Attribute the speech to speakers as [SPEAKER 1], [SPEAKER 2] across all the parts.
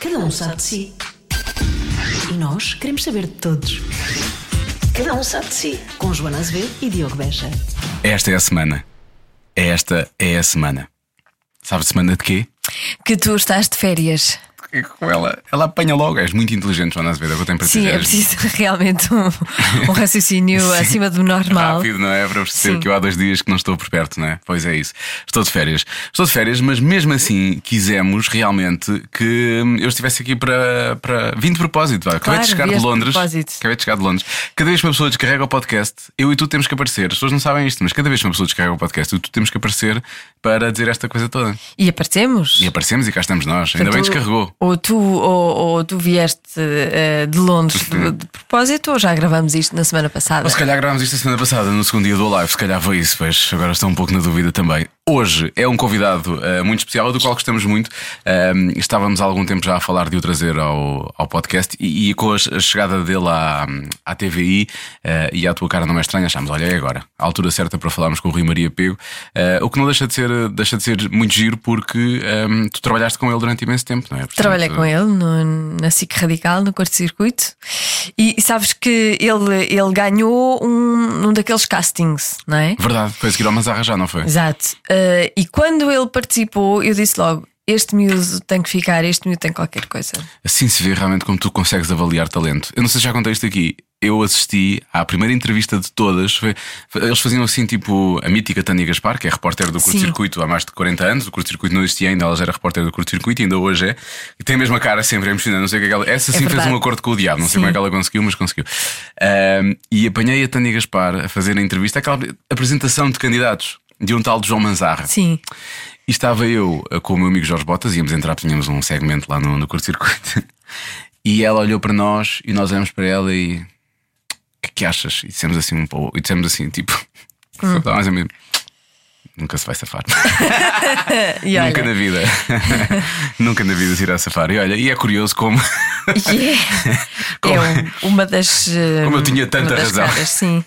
[SPEAKER 1] Cada um sabe de si. E nós queremos saber de todos. Cada um sabe de si. Com Joana Azevedo e Diogo Beja.
[SPEAKER 2] Esta é a semana. Esta é a semana. Sabe semana de quê?
[SPEAKER 3] Que tu estás de férias.
[SPEAKER 2] Porque com ela, ela apanha logo. És muito inteligente, Joana Azevedo. Eu um tenho para te
[SPEAKER 3] Sim,
[SPEAKER 2] dizer.
[SPEAKER 3] é
[SPEAKER 2] És
[SPEAKER 3] preciso realmente um, um raciocínio acima do normal.
[SPEAKER 2] Rápido, não é? Para perceber
[SPEAKER 3] Sim.
[SPEAKER 2] que eu há dois dias que não estou por perto, não é? Pois é isso. Estou de férias. Estou de férias, mas mesmo assim quisemos realmente que hum, eu estivesse aqui para. para... Vim de propósito, vá. Acabei de
[SPEAKER 3] Claro,
[SPEAKER 2] chegar de
[SPEAKER 3] vieste de
[SPEAKER 2] Londres.
[SPEAKER 3] propósito.
[SPEAKER 2] Acabei de chegar de Londres. Cada vez que uma pessoa descarrega o podcast, eu e tu temos que aparecer. As pessoas não sabem isto, mas cada vez que uma pessoa descarrega o podcast, eu e tu temos que aparecer para dizer esta coisa toda.
[SPEAKER 3] E aparecemos.
[SPEAKER 2] E aparecemos e cá estamos nós. Ainda bem
[SPEAKER 3] Tu-
[SPEAKER 2] descarregou.
[SPEAKER 3] Ou tu, ou, ou tu vieste eh, de Londres de, de propósito, ou já gravamos isto na semana passada.
[SPEAKER 2] Ou se calhar gravámos isto a semana passada, no segundo dia do live, se calhar foi isso, pois agora estou um pouco na dúvida também. Hoje é um convidado eh, muito especial, do qual gostamos muito. Ahm, estávamos há algum tempo já a falar de o trazer ao, ao podcast e, e com a, a chegada dele à, à TVI eh, e à tua cara não é estranha, achámos, olha, é agora, a altura certa para falarmos com o Rui Maria Pego, Eh, o que não deixa de ser, deixa de ser muito giro porque ehm, tu trabalhaste com ele durante imenso tempo, não é? Portanto,
[SPEAKER 3] Trabalhei com ele no- na SIC Radical, no curto-circuito, e, e sabes que ele, ele ganhou um, um daqueles castings, não é?
[SPEAKER 2] Verdade, foi a seguir ao Mazarra já, não foi?
[SPEAKER 3] Exato. Eh, e quando ele participou, eu disse logo: este miúdo tem que ficar, este miúdo tem qualquer coisa.
[SPEAKER 2] Assim se vê realmente como tu consegues avaliar talento. Eu não sei se já contei isto aqui. Eu assisti à primeira entrevista de todas. Foi- foi- eles faziam assim, tipo, a mítica Tânia Gaspar, que é repórter do Curto Circuito há mais de 40 anos. O Curto Circuito não existia ainda, ela já era repórter do Curto Circuito e ainda hoje é. E tem a mesma cara sempre, é emocionante. Não sei o que é que ela- Essa sim fez
[SPEAKER 3] verdade.
[SPEAKER 2] um acordo com o diabo, não sei
[SPEAKER 3] Sim.
[SPEAKER 2] como é que ela conseguiu, mas conseguiu. Ahm, e apanhei a Tânia Gaspar a fazer a entrevista, aquela apresentação de candidatos de um tal de João Manzarra.
[SPEAKER 3] Sim.
[SPEAKER 2] E estava eu eh, com o meu amigo Jorge Botas, íamos entrar, tínhamos um segmento lá no, no curto-circuito. E ela olhou para nós e nós olhamos para ela e. O que é que achas? E dissemos assim um pouco. E dissemos assim, tipo.
[SPEAKER 3] Hum.
[SPEAKER 2] "Dá mais ou menos, Nunca se vai safar.
[SPEAKER 3] E olha,
[SPEAKER 2] Nunca na vida. Nunca na vida se irá safar. E olha, e é curioso como.
[SPEAKER 3] e é-
[SPEAKER 2] Como-
[SPEAKER 3] é um- uma das. eh,
[SPEAKER 2] Como eu tinha tanta
[SPEAKER 3] uma das
[SPEAKER 2] razão.
[SPEAKER 3] caras, sim.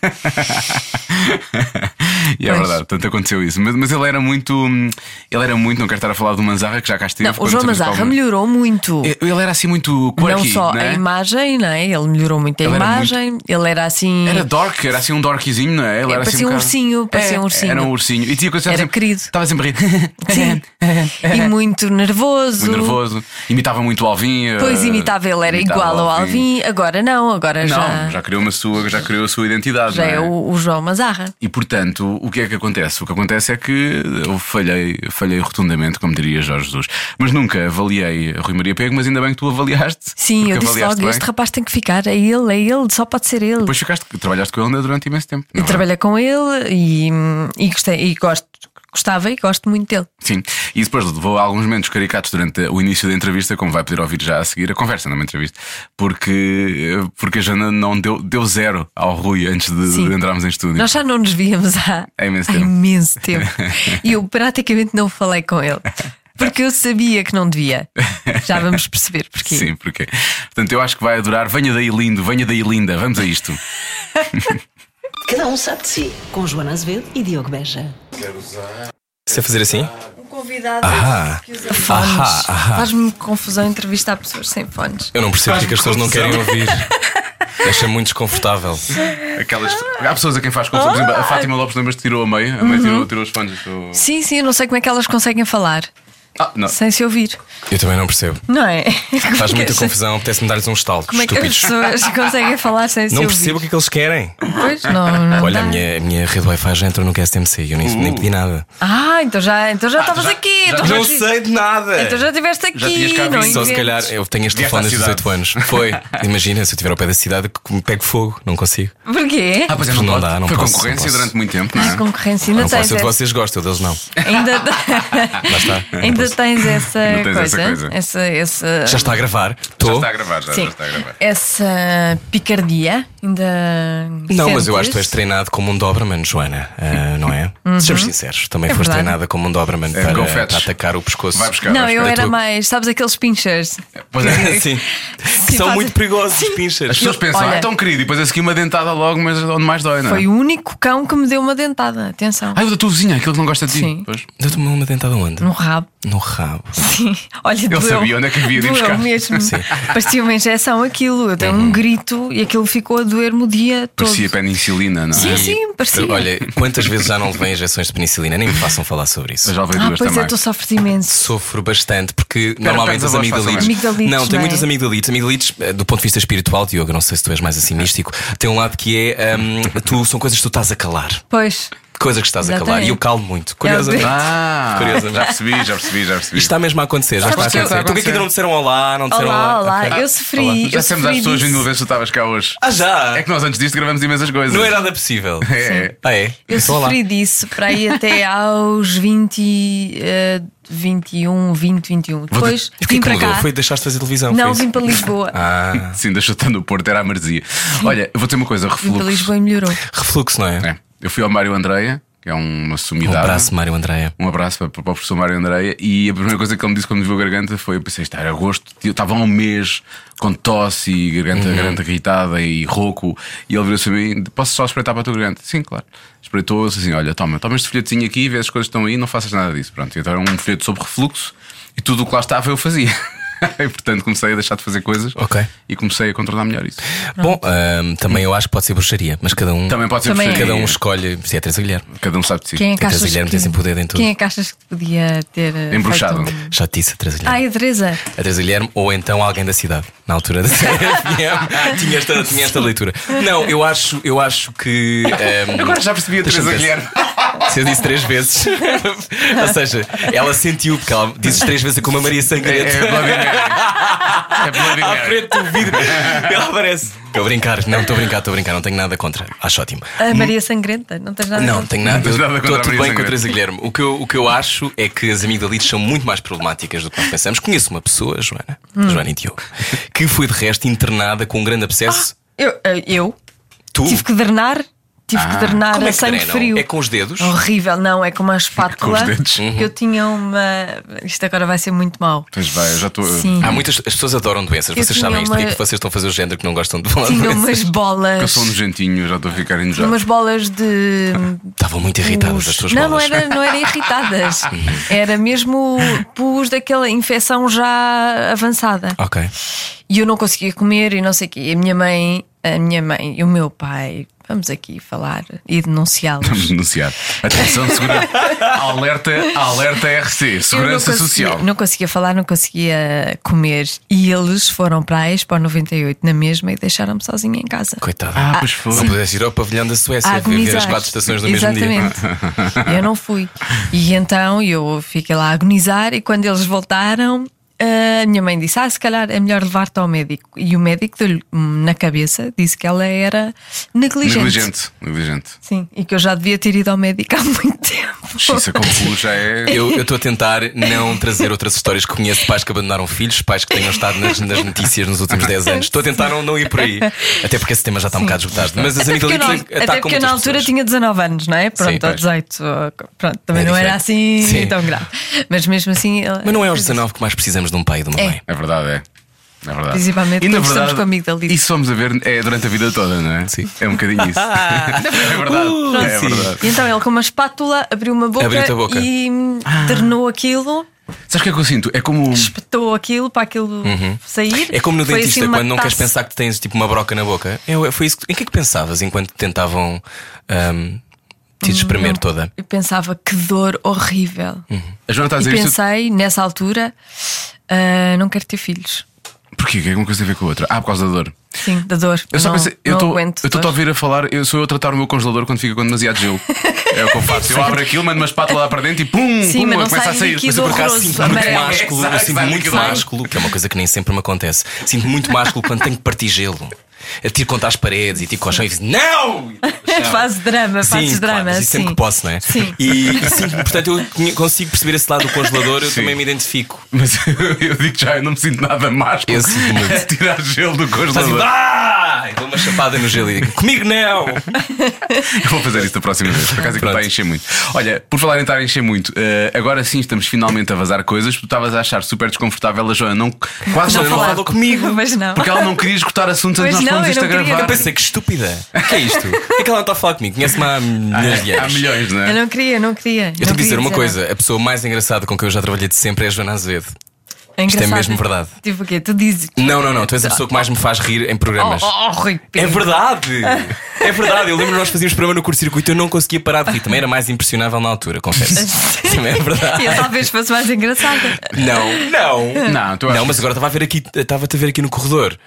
[SPEAKER 2] e é
[SPEAKER 3] Pois.
[SPEAKER 2] verdade, tanto aconteceu isso. Mas, mas ele era muito. hum, Ele era muito. Não quero estar a falar do Manzarra, que já cá esteve.
[SPEAKER 3] Não, o
[SPEAKER 2] quando
[SPEAKER 3] João
[SPEAKER 2] estamos a
[SPEAKER 3] Mazarra
[SPEAKER 2] falar-
[SPEAKER 3] melhorou muito.
[SPEAKER 2] Ele era assim muito quirky,
[SPEAKER 3] não só
[SPEAKER 2] não
[SPEAKER 3] a
[SPEAKER 2] é?
[SPEAKER 3] imagem, não é? Ele melhorou muito a
[SPEAKER 2] Ele era
[SPEAKER 3] imagem, ele era assim.
[SPEAKER 2] Era dork, era assim um dorkzinho, não é? Ele era assim
[SPEAKER 3] parecia um
[SPEAKER 2] bocado-
[SPEAKER 3] ursinho, parecia
[SPEAKER 2] É,
[SPEAKER 3] um ursinho.
[SPEAKER 2] Era um ursinho. E tinha coisa
[SPEAKER 3] Era
[SPEAKER 2] sempre-
[SPEAKER 3] querido.
[SPEAKER 2] Estava sempre a rir.
[SPEAKER 3] Sim. e muito nervoso.
[SPEAKER 2] é. Muito nervoso. Imitava muito o Alvin. eh,
[SPEAKER 3] Pois imitava, ele era
[SPEAKER 2] imitava
[SPEAKER 3] igual
[SPEAKER 2] o
[SPEAKER 3] ao Alvin. Agora não, agora já,
[SPEAKER 2] Não, já criou uma sua, já criou a sua identidade.
[SPEAKER 3] já
[SPEAKER 2] não
[SPEAKER 3] é o, o João Mazarra.
[SPEAKER 2] E portanto, o que é que acontece? O que acontece é que eu falhei, falhei rotundamente, como diria Jorge Jesus. Mas nunca avaliei a Rui Maria Pego, mas ainda bem que tu avaliaste.
[SPEAKER 3] Sim,
[SPEAKER 2] porque
[SPEAKER 3] eu disse
[SPEAKER 2] avaliaste
[SPEAKER 3] logo:
[SPEAKER 2] bem.
[SPEAKER 3] este rapaz tem que ficar, é ele, é ele, só pode ser ele.
[SPEAKER 2] Depois ficaste, trabalhaste com ele ainda durante imenso tempo. não
[SPEAKER 3] eu
[SPEAKER 2] é?
[SPEAKER 3] trabalhei com ele e, hum, e, gostei, e gosto, gostava e gosto muito dele.
[SPEAKER 2] Sim, e depois levou a alguns momentos caricatos durante o início da entrevista, como vai poder ouvir já a seguir a conversa numa entrevista, porque, porque a Jana não deu, deu zero ao Rui antes de,
[SPEAKER 3] Sim.
[SPEAKER 2] de entrarmos em estúdio.
[SPEAKER 3] Nós já não nos víamos há,
[SPEAKER 2] Há imenso
[SPEAKER 3] há
[SPEAKER 2] tempo.
[SPEAKER 3] imenso tempo. E eu praticamente não falei com ele. Porque eu sabia que não devia. Já vamos perceber porquê.
[SPEAKER 2] Sim, porque. Portanto, eu acho que vai adorar. Venha daí lindo, venha daí linda, vamos a isto.
[SPEAKER 1] Cada um sabe de si. Com Joana Azevedo e Diogo Beja.
[SPEAKER 4] Você fazer assim?
[SPEAKER 3] Um convidado
[SPEAKER 4] Ahá.
[SPEAKER 3] que usa fones.
[SPEAKER 4] Ahá, ahá.
[SPEAKER 3] Faz-me confusão entrevistar pessoas sem fones.
[SPEAKER 4] Eu não percebo porque as pessoas não querem ouvir. Deixa muito desconfortável.
[SPEAKER 2] Aquelas... Há pessoas a quem faz confusão. Por exemplo, a Fátima Lopes, lembras-te, tirou a meia, a meia tirou, tirou os fones. do-
[SPEAKER 3] Sim, sim, eu não sei como é que elas conseguem falar
[SPEAKER 2] Ah, não.
[SPEAKER 3] sem se ouvir.
[SPEAKER 4] Eu também não percebo.
[SPEAKER 3] Não é?
[SPEAKER 4] Faz
[SPEAKER 3] Como é que
[SPEAKER 4] muita
[SPEAKER 3] as-
[SPEAKER 4] confusão, apetece-me dar-lhes um estalo.
[SPEAKER 3] Como é que as
[SPEAKER 4] Estúpidos.
[SPEAKER 3] pessoas conseguem falar sem se
[SPEAKER 4] Não
[SPEAKER 3] ouvir?
[SPEAKER 4] percebo o que é que eles querem.
[SPEAKER 3] Pois, não, não
[SPEAKER 4] Olha, a
[SPEAKER 3] Então dá.
[SPEAKER 4] minha, a minha rede Wi-Fi já entrou no QSTMC. Eu nem, nem pedi nada.
[SPEAKER 3] Ah, então já, então já estavas aqui. então
[SPEAKER 4] Não
[SPEAKER 3] já-
[SPEAKER 4] sei de nada.
[SPEAKER 3] Então já estiveste aqui,
[SPEAKER 2] Já tinhas cá
[SPEAKER 3] não
[SPEAKER 2] visto,
[SPEAKER 4] Só se
[SPEAKER 3] inventes.
[SPEAKER 4] calhar eu tenho
[SPEAKER 2] Vieste
[SPEAKER 4] este telefone
[SPEAKER 2] à
[SPEAKER 4] desde os 18 anos. Foi. Imagina, se eu estiver ao pé da cidade, que me pego fogo. Não consigo.
[SPEAKER 3] Porquê?
[SPEAKER 2] Ah, pois é,
[SPEAKER 4] Não
[SPEAKER 2] pode.
[SPEAKER 4] dá, não
[SPEAKER 2] Foi
[SPEAKER 4] posso, não
[SPEAKER 2] concorrência
[SPEAKER 4] posso.
[SPEAKER 2] durante muito tempo, não
[SPEAKER 3] Ai,
[SPEAKER 2] é?
[SPEAKER 3] concorrência, ainda
[SPEAKER 4] Ah, não
[SPEAKER 3] tens,
[SPEAKER 4] posso. Eu de
[SPEAKER 3] essa-
[SPEAKER 4] vocês gosto, eu deles não.
[SPEAKER 3] ainda,
[SPEAKER 4] Lá está.
[SPEAKER 3] ainda tens essa
[SPEAKER 2] Ainda tens
[SPEAKER 3] coisa,
[SPEAKER 2] essa coisa.
[SPEAKER 3] Essa, essa,
[SPEAKER 4] Já está a gravar? Estou.
[SPEAKER 2] Está a gravar, já, já
[SPEAKER 3] sim,
[SPEAKER 2] está a gravar.
[SPEAKER 3] essa picardia ainda.
[SPEAKER 4] Não, mas eu
[SPEAKER 3] sentes?
[SPEAKER 4] acho que tu és treinado como um Doberman, Joana, ah, não é? Sejamos sinceros, também
[SPEAKER 3] É
[SPEAKER 4] foste
[SPEAKER 3] verdade.
[SPEAKER 4] treinada como um Doberman
[SPEAKER 2] É, go
[SPEAKER 4] para,
[SPEAKER 2] fetch.
[SPEAKER 4] para atacar o pescoço.
[SPEAKER 2] Vai buscar.
[SPEAKER 3] Não,
[SPEAKER 2] vai
[SPEAKER 3] eu
[SPEAKER 2] buscar.
[SPEAKER 3] era
[SPEAKER 4] da tua-
[SPEAKER 3] mais, sabes, aqueles pinchers.
[SPEAKER 2] Pois é.
[SPEAKER 4] Sim.
[SPEAKER 3] Sim,
[SPEAKER 4] São
[SPEAKER 3] faz-
[SPEAKER 4] muito perigosos os pinchers.
[SPEAKER 2] As pessoas pensam,
[SPEAKER 3] Olha-
[SPEAKER 2] ah, tão querido, e depois a seguir uma dentada logo, mas onde mais dói, não é?
[SPEAKER 3] Foi o único cão que me deu uma dentada, atenção.
[SPEAKER 2] Ah, o da tua vizinha, aquele que não gosta de ti.
[SPEAKER 3] Sim.
[SPEAKER 2] Pois.
[SPEAKER 4] Eu tomei uma dentada onde?
[SPEAKER 3] No rabo.
[SPEAKER 4] No rabo.
[SPEAKER 3] Sim, olha,
[SPEAKER 2] Ele
[SPEAKER 3] doeu.
[SPEAKER 2] sabia onde é que havia de ir
[SPEAKER 3] Doeu
[SPEAKER 2] buscar. Uhum.
[SPEAKER 3] mesmo.
[SPEAKER 4] Sim.
[SPEAKER 3] Parecia uma injeção aquilo. Eu dei um grito e aquilo ficou a doer-me o dia todo.
[SPEAKER 2] Parecia penicilina, não é?
[SPEAKER 3] Sim, sim, parecia.
[SPEAKER 4] Olha, quantas vezes já não levei injeções de penicilina? Nem me façam falar sobre isso.
[SPEAKER 2] Já levei
[SPEAKER 3] ah,
[SPEAKER 2] duas
[SPEAKER 3] pois é,
[SPEAKER 2] também.
[SPEAKER 3] tu sofres imenso.
[SPEAKER 4] Sofro bastante porque normalmente
[SPEAKER 2] pera,
[SPEAKER 4] as
[SPEAKER 2] a voz,
[SPEAKER 4] amigdalites.
[SPEAKER 2] faça
[SPEAKER 3] mais. Amigdalites,
[SPEAKER 4] Não,
[SPEAKER 3] não
[SPEAKER 4] tem
[SPEAKER 3] é?
[SPEAKER 4] muitas amigdalites. Amigdalites, eh, do ponto de vista espiritual, Diogo, eu não sei se tu és mais assim místico, tem um lado que é. hum, tu, são coisas que tu estás a calar.
[SPEAKER 3] Pois.
[SPEAKER 4] Coisas que estás a calar.
[SPEAKER 3] Exatamente.
[SPEAKER 4] E eu calo muito.
[SPEAKER 3] É o
[SPEAKER 4] Curiosamente.
[SPEAKER 3] dedo.
[SPEAKER 2] Ah,
[SPEAKER 4] Curioso.
[SPEAKER 2] já percebi, já percebi, já percebi.
[SPEAKER 4] Isto está mesmo a acontecer, já
[SPEAKER 3] Sabes
[SPEAKER 4] está a
[SPEAKER 3] que eu-
[SPEAKER 4] acontecer. Então, porquê que ainda não disseram olá? Não disseram
[SPEAKER 3] Olá, olá,
[SPEAKER 4] Ah,
[SPEAKER 3] eu sofri.
[SPEAKER 4] olá.
[SPEAKER 3] eu
[SPEAKER 2] Já dissemos às
[SPEAKER 3] sofri
[SPEAKER 2] pessoas
[SPEAKER 3] disso.
[SPEAKER 2] mil vezes que tu estavas cá hoje.
[SPEAKER 4] Ah, já!
[SPEAKER 2] É que nós antes disto gravamos imensas coisas.
[SPEAKER 4] Não é nada possível.
[SPEAKER 2] É.
[SPEAKER 4] Ah, é?
[SPEAKER 3] Eu
[SPEAKER 4] Então, olá.
[SPEAKER 3] sofri disso para aí até aos 20, eh, 21, 20, 21. Depois
[SPEAKER 4] E o que é
[SPEAKER 3] vim
[SPEAKER 4] que
[SPEAKER 3] para
[SPEAKER 4] mudou?
[SPEAKER 3] cá.
[SPEAKER 4] Foi deixaste de fazer televisão? foi
[SPEAKER 3] Não,
[SPEAKER 4] isso?
[SPEAKER 3] vim para Lisboa.
[SPEAKER 4] Ah,
[SPEAKER 2] Sim, deixou estar no Porto, era a marzia. Olha, eu vou ter uma coisa,
[SPEAKER 3] Vim para
[SPEAKER 2] refluxo.
[SPEAKER 3] Lisboa e melhorou.
[SPEAKER 4] refluxo, não é?
[SPEAKER 2] É, eu fui ao Mário Andreia, que é uma
[SPEAKER 4] Um
[SPEAKER 2] sumidade.
[SPEAKER 4] abraço, Mário Andréia.
[SPEAKER 2] Um abraço para, para o professor Mário Andreia. E a primeira coisa que ele me disse quando me viu a garganta foi: eu pensei, isto era agosto, eu estava há um mês com tosse e garganta, garganta irritada e rouco. E ele virou-se a mim: posso só espreitar para a tua garganta? Sim, claro. Espreitou assim: olha, toma, toma este folhetinho aqui, vê se as coisas estão aí, não faças nada disso. Pronto, e então era um folheto sobre refluxo e tudo o que lá estava eu fazia. e portanto comecei a deixar de fazer coisas
[SPEAKER 4] Ok.
[SPEAKER 2] e comecei a controlar melhor isso.
[SPEAKER 4] Bom, ahm, também eu acho que pode ser bruxaria, mas cada um,
[SPEAKER 2] Também pode ser
[SPEAKER 3] Também é.
[SPEAKER 2] bruxaria.
[SPEAKER 4] cada um escolhe. Se é a Teresa Guilherme,
[SPEAKER 2] Cada um sabe de si.
[SPEAKER 3] Quem é que
[SPEAKER 4] Tem
[SPEAKER 3] achas
[SPEAKER 4] Teresa Guilherme tem
[SPEAKER 3] que,
[SPEAKER 4] sempre poder em tudo.
[SPEAKER 3] quem é que achas que podia ter. eh,
[SPEAKER 2] Embruxado.
[SPEAKER 3] feito um-
[SPEAKER 4] já te disse a Teresa Guilherme.
[SPEAKER 3] Ah, é a Teresa.
[SPEAKER 4] A Teresa Guilherme ou então alguém da cidade, na altura da CFM, tinha esta, tinha esta leitura. Não, eu acho, eu acho que.
[SPEAKER 3] é?
[SPEAKER 4] ahm,
[SPEAKER 2] Agora já percebi a
[SPEAKER 4] deixa-me
[SPEAKER 2] Teresa
[SPEAKER 4] pensar.
[SPEAKER 2] Guilherme.
[SPEAKER 4] Se eu disse três vezes, ou seja, ela sentiu, porque ela disse três vezes como a
[SPEAKER 2] É,
[SPEAKER 4] Maria
[SPEAKER 2] é
[SPEAKER 4] Sangrenta.
[SPEAKER 2] Bloody Mary. É Bloody
[SPEAKER 4] à
[SPEAKER 2] Mary.
[SPEAKER 4] frente do vidro. Ela aparece. Estou a brincar, não, estou a brincar, estou a brincar, não tenho nada contra. Acho ótimo.
[SPEAKER 3] A Maria Sangrenta, não tens nada a
[SPEAKER 4] Hum? Não,
[SPEAKER 3] ver.
[SPEAKER 4] tenho nada.
[SPEAKER 2] tens nada
[SPEAKER 4] eu- Estou
[SPEAKER 2] contra a
[SPEAKER 4] tudo
[SPEAKER 2] Maria
[SPEAKER 4] bem com
[SPEAKER 2] Sangrenta.
[SPEAKER 4] a Teresa Guilherme. O que, eu, o que eu acho é que as amigdalites são muito mais problemáticas do que nós pensamos. Conheço uma pessoa, Joana,
[SPEAKER 2] Hum.
[SPEAKER 4] Joana e Diogo, que foi de resto internada com um grande abscesso.
[SPEAKER 2] Ah,
[SPEAKER 3] Eu, eh, eu
[SPEAKER 4] tu?
[SPEAKER 3] tive que drenar, tive que drenar
[SPEAKER 4] Como é
[SPEAKER 3] a
[SPEAKER 4] que
[SPEAKER 3] sangue
[SPEAKER 4] drenam?
[SPEAKER 3] frio.
[SPEAKER 4] É com os dedos?
[SPEAKER 3] Horrível, não, é com uma espátula.
[SPEAKER 2] Com os dedos. Uhum.
[SPEAKER 3] Eu tinha uma. Isto agora vai ser muito mau.
[SPEAKER 2] Pois vai, eu já estou.
[SPEAKER 3] Sim.
[SPEAKER 4] Há muitas. As pessoas adoram doenças.
[SPEAKER 3] Eu
[SPEAKER 4] Vocês
[SPEAKER 3] tinha
[SPEAKER 4] sabem isto.
[SPEAKER 3] uma-
[SPEAKER 4] Porquê que vocês estão a fazer o género que não gostam de falar de
[SPEAKER 3] Tinha
[SPEAKER 4] doenças?
[SPEAKER 3] umas bolas.
[SPEAKER 2] Eu sou um nojentinho, já estou a ficar
[SPEAKER 3] Tinha
[SPEAKER 2] enojado.
[SPEAKER 3] umas bolas de.
[SPEAKER 4] Estavam muito Tá irritadas
[SPEAKER 3] pus.
[SPEAKER 4] as tuas
[SPEAKER 3] não, é
[SPEAKER 4] bolas. Uhum.
[SPEAKER 3] Não, era, não era irritadas. era mesmo pus daquela infecção já avançada.
[SPEAKER 4] Ok.
[SPEAKER 3] E eu não conseguia comer e não sei o quê. E a minha mãe, a minha mãe e o meu pai, vamos aqui falar e
[SPEAKER 2] Vamos
[SPEAKER 4] Uhum.
[SPEAKER 3] denunciá-los.
[SPEAKER 2] denunciar. Atenção, segura... alerta, alerta RC,
[SPEAKER 3] Eu não
[SPEAKER 2] Segurança
[SPEAKER 3] conseguia-
[SPEAKER 2] Social.
[SPEAKER 3] Não conseguia falar, não conseguia comer. E eles foram para a Expo 98 na mesma e deixaram-me sozinha em casa.
[SPEAKER 4] Coitada.
[SPEAKER 2] Ah, pois foi.
[SPEAKER 4] Não pudesse ir ao pavilhão da Suécia
[SPEAKER 3] a
[SPEAKER 4] ver as
[SPEAKER 3] Ah, agonizar.
[SPEAKER 4] quatro estações no mesmo dia.
[SPEAKER 3] Exatamente. eu não fui. E então eu fiquei lá a agonizar e quando eles voltaram. A minha mãe disse: Ah, se calhar é melhor levar-te ao médico. E o médico deu-lhe hum, na cabeça, disse que ela era negligente.
[SPEAKER 2] Negligente, negligente.
[SPEAKER 3] Sim, e que eu já devia ter ido ao médico há muito tempo.
[SPEAKER 2] Xissa com cu já é.
[SPEAKER 4] Eu eu estou a tentar não trazer outras histórias que conheço de pais que abandonaram filhos, pais que tenham estado nas, nas notícias nos últimos 10 anos. Estou a tentar não, não ir por aí. Até porque esse tema já está um bocado esgotado. Mas as
[SPEAKER 3] Até porque, eu
[SPEAKER 4] amigdalites
[SPEAKER 3] não-
[SPEAKER 4] atacam
[SPEAKER 3] até porque eu na
[SPEAKER 4] muitas
[SPEAKER 3] altura
[SPEAKER 4] pessoas.
[SPEAKER 3] tinha 19 anos, não é? Pronto,
[SPEAKER 4] pois.
[SPEAKER 3] aos 18, pronto, também
[SPEAKER 4] É
[SPEAKER 3] não era
[SPEAKER 4] diferente.
[SPEAKER 3] assim
[SPEAKER 4] Sim.
[SPEAKER 3] tão grave. Mas mesmo assim.
[SPEAKER 4] Mas não é aos 19 que mais precisamos de um pai e de uma
[SPEAKER 3] É.
[SPEAKER 4] mãe.
[SPEAKER 2] É verdade, é. É verdade.
[SPEAKER 3] Principalmente quando estamos com amigdalite.
[SPEAKER 2] Isso somos a ver é durante a vida toda, não é?
[SPEAKER 4] Sim.
[SPEAKER 2] É um bocadinho isso. é verdade.
[SPEAKER 3] Uh,
[SPEAKER 2] é
[SPEAKER 4] sim.
[SPEAKER 2] verdade.
[SPEAKER 3] E então ele com uma espátula abriu uma boca,
[SPEAKER 4] Abriu-te a boca. Ah.
[SPEAKER 3] e hum, ternou aquilo,
[SPEAKER 2] Sabes o que é que eu sinto? É como.
[SPEAKER 3] espetou aquilo para aquilo sair.
[SPEAKER 4] É como no
[SPEAKER 3] Foi
[SPEAKER 4] dentista,
[SPEAKER 3] assim uma
[SPEAKER 4] quando não queres
[SPEAKER 3] taça.
[SPEAKER 4] pensar que tens tipo uma broca na boca. Eu, foi isso que- em que é que pensavas enquanto tentavam ahm,
[SPEAKER 3] Hum,
[SPEAKER 4] te espremer toda?
[SPEAKER 3] Eu pensava que dor horrível.
[SPEAKER 4] Uhum.
[SPEAKER 2] A Joana está a
[SPEAKER 3] E
[SPEAKER 2] dizer isto.
[SPEAKER 3] pensei, nessa altura, "Ah, não quero ter filhos.
[SPEAKER 2] Porquê? O que é que uma coisa tem a ver com a outra? Ah, por causa da dor.
[SPEAKER 3] Sim, da dor.
[SPEAKER 2] Eu só
[SPEAKER 3] não,
[SPEAKER 2] pensei, eu
[SPEAKER 3] não
[SPEAKER 2] estou
[SPEAKER 3] aguento.
[SPEAKER 2] eu estou a
[SPEAKER 3] dor.
[SPEAKER 2] ouvir a falar, eu sou eu a tratar o meu congelador quando fica com demasiado gelo. É o que eu faço. Eu abro aquilo, mando uma espátula lá para dentro e pum,
[SPEAKER 3] Sim,
[SPEAKER 2] pum,
[SPEAKER 3] mas não
[SPEAKER 2] começa
[SPEAKER 3] sai
[SPEAKER 2] a sair.
[SPEAKER 3] líquido.
[SPEAKER 4] Mas eu por acaso
[SPEAKER 3] horroroso,
[SPEAKER 4] sinto muito
[SPEAKER 3] amarelo.
[SPEAKER 4] másculo, eu
[SPEAKER 2] Exato,
[SPEAKER 4] sinto
[SPEAKER 2] sai
[SPEAKER 4] muito
[SPEAKER 2] líquido.
[SPEAKER 4] másculo, que é uma coisa que nem sempre me acontece. Sinto muito másculo quando tenho que partir gelo. Atiro contra as paredes e tiro com o chão e diz Não!
[SPEAKER 3] Faz drama, fazes
[SPEAKER 4] Sim,
[SPEAKER 3] drama.
[SPEAKER 4] claro, mas isso sempre
[SPEAKER 3] sim.
[SPEAKER 4] que posso, não é?
[SPEAKER 3] Sim.
[SPEAKER 4] E, e sinto, portanto, eu conhe- consigo perceber esse lado do congelador, eu
[SPEAKER 2] Sim.
[SPEAKER 4] também me identifico.
[SPEAKER 2] Mas eu digo já, eu não me sinto nada másculo.
[SPEAKER 4] Eu sinto muito.
[SPEAKER 2] É tirar gelo do
[SPEAKER 4] Faz assim,
[SPEAKER 2] congelador.
[SPEAKER 4] "Ah!" Ai, dou uma chapada no gelo e digo: comigo não!
[SPEAKER 2] Eu vou fazer isso da próxima vez, por acaso é que está a encher muito. Olha, por falar em estar a encher muito, eh, agora sim estamos finalmente a vazar coisas. Tu estavas a achar super desconfortável a Joana, não, quase
[SPEAKER 4] Não
[SPEAKER 2] não,
[SPEAKER 4] falar.
[SPEAKER 2] falava
[SPEAKER 4] falou comigo.
[SPEAKER 3] Mas não.
[SPEAKER 2] porque ela não queria escutar assuntos antes
[SPEAKER 3] Pois
[SPEAKER 2] de nós
[SPEAKER 3] não,
[SPEAKER 2] pôrmos
[SPEAKER 3] eu
[SPEAKER 2] isto a
[SPEAKER 3] não queria.
[SPEAKER 2] gravar.
[SPEAKER 4] Eu pensei que estúpida. O que é isto? Por que é que ela não está a falar comigo? Conhece-me há milhões de
[SPEAKER 2] Há
[SPEAKER 4] anos.
[SPEAKER 2] milhões, não é?
[SPEAKER 3] Eu não queria, não queria.
[SPEAKER 4] Eu tenho que dizer uma coisa: a pessoa mais engraçada com quem eu já trabalhei de sempre é a Joana Azevedo.
[SPEAKER 3] É
[SPEAKER 4] Isto é
[SPEAKER 3] engraçado.
[SPEAKER 4] mesmo verdade.
[SPEAKER 3] Tipo o quê? Tu dizes.
[SPEAKER 4] Não, não, não. Tu és a pessoa que mais me faz rir em
[SPEAKER 3] Oh,
[SPEAKER 4] programas.
[SPEAKER 3] oh, oh, Rui
[SPEAKER 4] É
[SPEAKER 3] Pinto.
[SPEAKER 4] verdade! É verdade, eu lembro nós fazíamos programa no curto-circuito e eu não conseguia parar de rir. Também era mais impressionável na altura, confesso. Também é verdade.
[SPEAKER 3] Eu talvez fosse mais engraçada.
[SPEAKER 4] Não, não.
[SPEAKER 2] Não, tu
[SPEAKER 4] Não,
[SPEAKER 2] achas-
[SPEAKER 4] mas agora estava a ver aqui, estava-te a ver aqui no corredor,